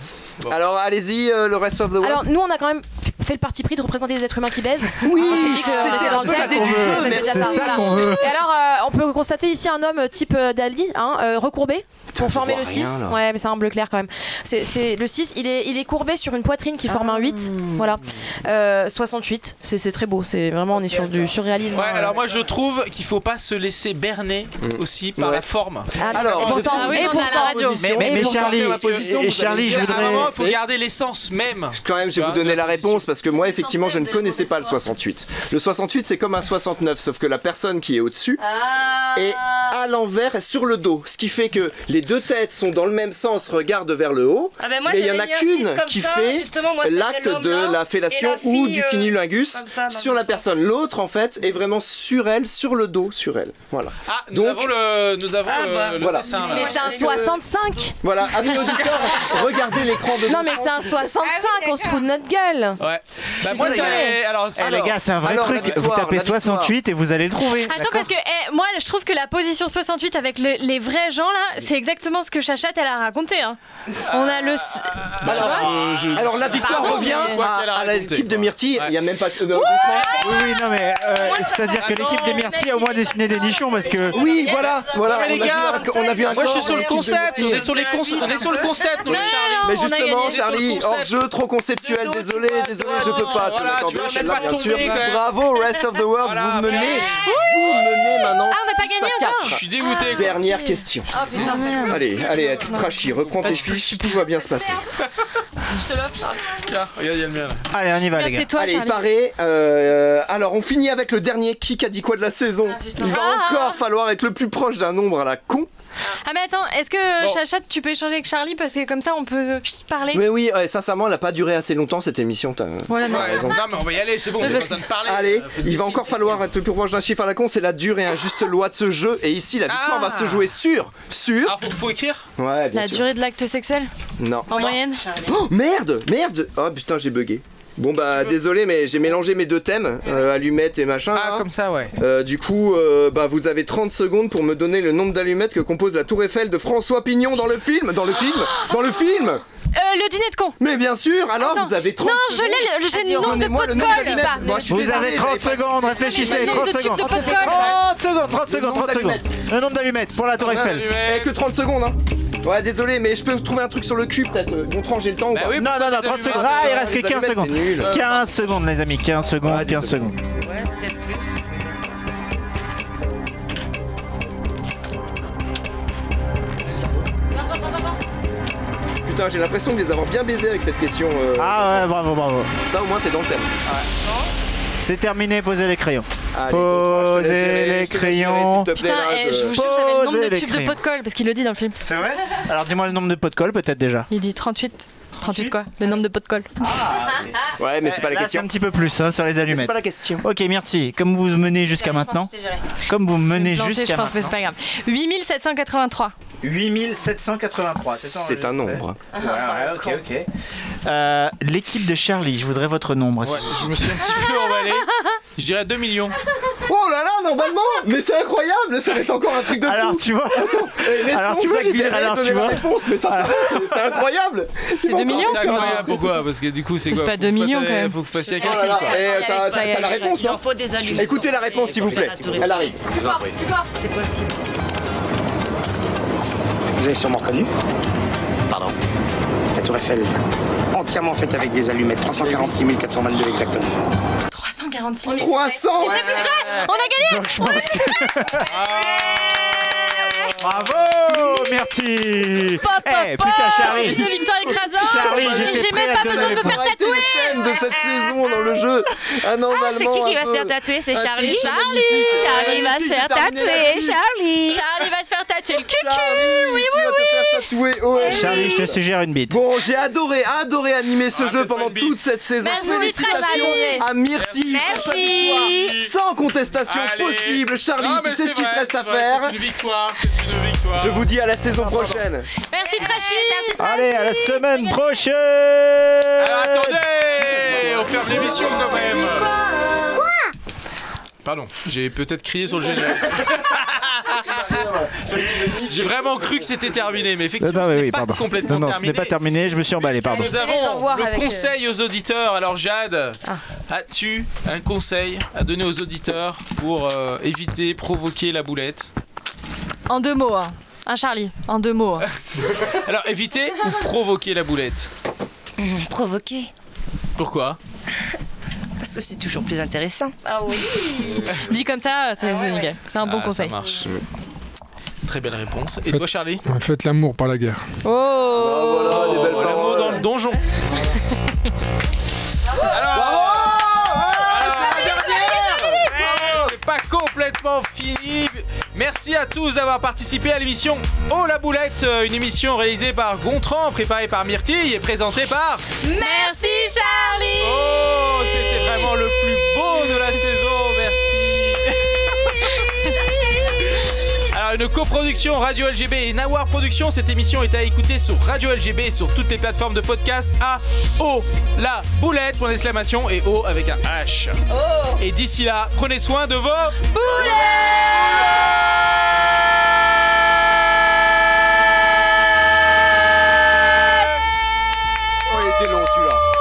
Alors allez-y euh, le rest of the world.
Alors, nous, on a quand même fait le parti pris de représenter les êtres humains qui baisent.
Oui,
On s'est dit que
c'était
c'était
dans
le
le
cadre
cadre du jeu,
on
mais
était déjà
c'est
parti,
ça
voilà.
qu'on veut.
Et alors, euh, on peut constater ici un homme type euh, Dali, hein, euh, recourbé. Pour
je
former
vois
le 6,
rien, là.
ouais, mais c'est un bleu clair quand même. C'est- C'est le 6, il est, il est courbé sur une poitrine qui forme un 8.
Ah.
Voilà. Euh, 68, c'est c'est très beau, c'est vraiment, on est sur du surréalisme.
Ouais,
hein,
alors
euh.
moi je trouve qu'il faut pas se laisser berner
Mm.
aussi par la forme.
Ah,
Alors,
pourtant,
je-
et
oui, on a la
pourtant,
radio.
Mais, mais, mais Charlie,
la position,
et
vous
Charlie, je
à un moment,
voudrais.
il faut garder l'essence même.
Quand même, je vais vous donner la réponse parce que moi, effectivement, je ne connaissais pas le 68. Le 68, c'est comme un 69, sauf que la personne qui est au-dessus
Ah.
est à l'envers, sur le dos. Ce qui fait que les deux têtes sont dans le même sens, regardent vers le haut,
Ah ben moi,
mais il y en
j'avais
a
mis un
qu'une
six comme
qui
ça,
fait
justement, moi, c'était
l'acte
l'homme là,
de la
et
fellation
la
ou
fille,
du
euh,
cunilingus
comme ça, dans le
sur la personne. L'autre, en fait, est vraiment sur elle, sur le dos, sur elle. Voilà.
Ah, nous
Donc-
avons le, nous avons
Ah,
le-
bah,
le,
voilà.
dessin. là.
Mais c'est un 65
Voilà, amis Ah auditeurs, regardez l'écran de
Non, mais c'est un 65,
Ah
on se fout de notre gueule
Ouais. Bah, moi,
désolé.
c'est. Alors,
Eh, les gars, c'est un vrai
Alors, la
truc. Vous
victoire,
tapez
la victoire.
68 et vous allez le trouver.
Attends, parce que eh, moi, je trouve que la position 68 avec le- les vrais gens là, c'est exactement ce que Chachat elle a raconté. hein. On a le.
Alors, alors, la victoire
Pardon,
revient
mais-
à, à l'équipe de Myrtille. Il n'y a même pas. euh,
Oui, oui, non, mais euh, c'est-à-dire que l'équipe des Myrtilles a au moins dessiné des nichons parce que.
Oui, voilà, voilà.
mais les
on a vu
gars,
un- on a vu un
Moi, je
corps
suis sur
de
le
l'équipe de
concept. On
Myrtille.
est sur, les conce- on est sur le concept, nous, les Charlie.
Mais
on a
justement,
gagné sur le
Charlie, hors
concept.
jeu, trop conceptuel, désolé, désolé, je peux pas te
Voilà,
l'accorder,
tu vois,
je suis
même
là,
pas
bien
tombé,
sûr.
quand même.
Bravo, rest of the world, vous menez, vous menez maintenant.
Ah, on n'a pas gagné encore
Je suis dégoûté. quoi.
Dernière question.
Oh putain, c'est
Allez, allez, tu trachis, reprends tes fiches, tout va bien se passer.
Je te l'offre Charles.
Tiens, regarde, il y a le mien là.
Allez, on y va, les gars.
C'est toi,
Allez, il
Charlie.
paraît. euh, alors, on finit avec le dernier qui a dit quoi de la saison.
putain.
Il va
Ah.
encore falloir être le plus proche d'un nombre à la con.
Ah mais attends, est-ce que Chachat, tu peux échanger avec Charlie parce que comme ça on peut euh, parler
Mais oui, ouais, sincèrement, elle n'a pas duré assez longtemps cette émission. t'as-
Ouais, non.
t'as raison.
Non, mais on va y aller, c'est bon, on
Mais
est
parce
content de parler.
Allez,
Euh, faut
il va
décider.
encore falloir être le plus proche d'un chiffre à la con, c'est la dure et injuste loi de ce jeu. Et ici, la victoire
Ah.
va se jouer sur. Sur.
Ah, faut, écrire
Ouais, bien
La
sûr.
durée de l'acte sexuel
Non.
en moyenne
Oh merde, merde Oh putain, j'ai bugué. Bon bah désolé mais j'ai mélangé mes deux thèmes, euh, allumettes et machin. Ah comme
ça ouais.
du coup euh, bah vous avez 30 secondes pour me donner le nombre d'allumettes que compose la tour Eiffel de François Pignon dans le film, dans le film, dans le film.
Euh, le dîner de con.
Mais bien sûr, alors vous avez 30
Non, je
secondes.
l'ai, le- j'ai le nombre de
Donnez-moi
pots de
nombre
colle.
d'allumettes.
Pas.
Moi, je suis
Vous
désolé,
avez 30
j'avais pas-
secondes, réfléchissez, 30 secondes. 30 secondes, 30 secondes, 30 secondes. Le nombre d'allumettes pour la Tour Eiffel.
Eh, que 30 secondes hein. Ouais désolé mais je peux trouver un truc sur le cul peut-être. Gontran j'ai le temps ou
Ah
pas
non, non, non, 30 secondes. Ah, il reste que 15
allumettes, c'est nul.
secondes. 15 secondes, les amis, 15
Ah,
secondes, 15 secondes.
Ouais, peut-être plus.
Ah, Putain, j'ai l'impression de les avoir bien baisés avec cette question. euh.
Ah ouais, bravo, bravo.
Ça au moins c'est dans le thème.
C'est terminé, posez les crayons.
Allez, Gontran, je te laisse gérer, je te
Posez les
laisse gérer,
crayons.
s'il te plaît,
Putain,
là,
eh, je vous jure, j'avais le nombre
Posez
de
les
tubes de
crayons.
pot de colle parce qu'il le dit dans le film.
C'est vrai Alors dis-moi le nombre de pots de colle peut-être déjà.
Il dit 38. 38 quoi Le nombre de pots de colle.
Ouais, mais c'est pas la
Là,
question.
C'est un petit peu plus hein, sur les allumettes.
Ah, pas la question.
Ok, merci. Comme vous menez jusqu'à
Je pense que
maintenant.
c'est géré.
Comme vous menez
Planté, je
jusqu'à
pense, mais c'est
maintenant.
pas grave. 8783.
8783,
C'est un nombre.
Ouais, ouais, ok, ok. Euh, L'équipe de Charlie, je voudrais votre nombre.
Ouais, je me suis un petit peu emballé. Je dirais 2 millions.
Oh là là, normalement Ah, Mais c'est incroyable, ça va être encore un truc de fou
Alors tu vois,
Attends, eh, laissons
Alors, tu vois,
Jacques
j'étais-
Villeret
alors, tu
donner la
vois.
réponse, mais ça, ça va, c'est- c'est incroyable
C'est 2 millions
C'est incroyable, pourquoi Parce que du coup, c'est
C'est
quoi
pas
Faut
deux
que vous
millions,
fassiez-
quand même.
Faut que vous fassiez un
Oh là
calcul,
là,
quoi.
Ah,
eh, t'as
Ça y
t'as
est,
la réponse, non
faut des allumettes.
Écoutez la réponse, s'il vous plaît. Elle arrive.
C'est possible.
Vous avez sûrement connu Pardon La tour Eiffel, entièrement faite avec des allumettes, 346 422 exactement.
346.
On est 300
On est plus près On a gagné
je pense que... Bravo, merci.
Pop, pop,
Eh, putain, Charlie.
C'est une victoire écrasante
Charlie,
Et
j'étais
J'ai
prêt
même
à
pas
te
besoin de me
donner
faire
la
C'est
tatouer
Ah, le thème de cette saison dans le jeu Ah non, Ah,
Ah, c'est qui qui va se faire tatouer C'est Charlie Charlie va se faire tatouer, Charlie
Charlie va se faire tatouer le cul
Charlie, tu vas te faire tatouer oh,
Charlie, je te suggère une bite.
Bon, j'ai adoré, adoré animer
Ah,
ce jeu pendant toute cette saison.
Merci, Charlie.
Félicitations à Myrtille pour sa
Merci.
victoire. Sans contestation possible. Charlie,
Non, mais
tu sais
c'est
ce qu'il te
vrai,
reste à
c'est vrai,
faire.
C'est une victoire, c'est une victoire.
Je vous dis à la saison prochaine.
Merci Trashy
Allez, à la semaine prochaine.
Alors attendez Eh, On ferme l'émission quand même Pardon, j'ai peut-être crié sur le générique. J'ai vraiment cru que c'était terminé,
Non,
mais effectivement,
non,
ce
oui,
n'est
oui,
pas
pardon.
complètement
Non, non, ce
terminé.
n'est pas terminé, je me suis emballé, Eh ben, pardon.
Nous
les au
avons
revoir
le
avec,
conseil aux auditeurs. Alors Jade, as-tu un conseil à donner aux auditeurs pour euh, éviter, provoquer la boulette
En deux mots, hein. Un Charlie, en deux mots. hein.
Alors éviter ou provoquer la boulette
Provoquer,
Pourquoi
parce que c'est toujours plus intéressant.
Ah oui Dit comme ça, c'est c'est nickel. C'est un bon
Ah,
conseil.
Ça marche. Très belle réponse. Et
Faites-
toi Charlie
Ouais, Faites l'amour, pas la guerre.
Oh
L'amour dans le donjon. Ouais, C'est pas complètement fini. Merci à tous d'avoir participé à l'émission Oh la boulette, euh, une émission réalisée par Gontran, préparée par Myrtille et présentée par.
Merci Charlie
Oh, c'était vraiment le plus beau de la saison. Merci. Alors une coproduction Radio LGB et Nawar Productions, cette émission est à écouter sur Radio LGB et sur toutes les plateformes de podcast à Oh la boulette point d'exclamation et O avec un H. Et d'ici là, prenez soin de vos
Oh, il était long celui-là.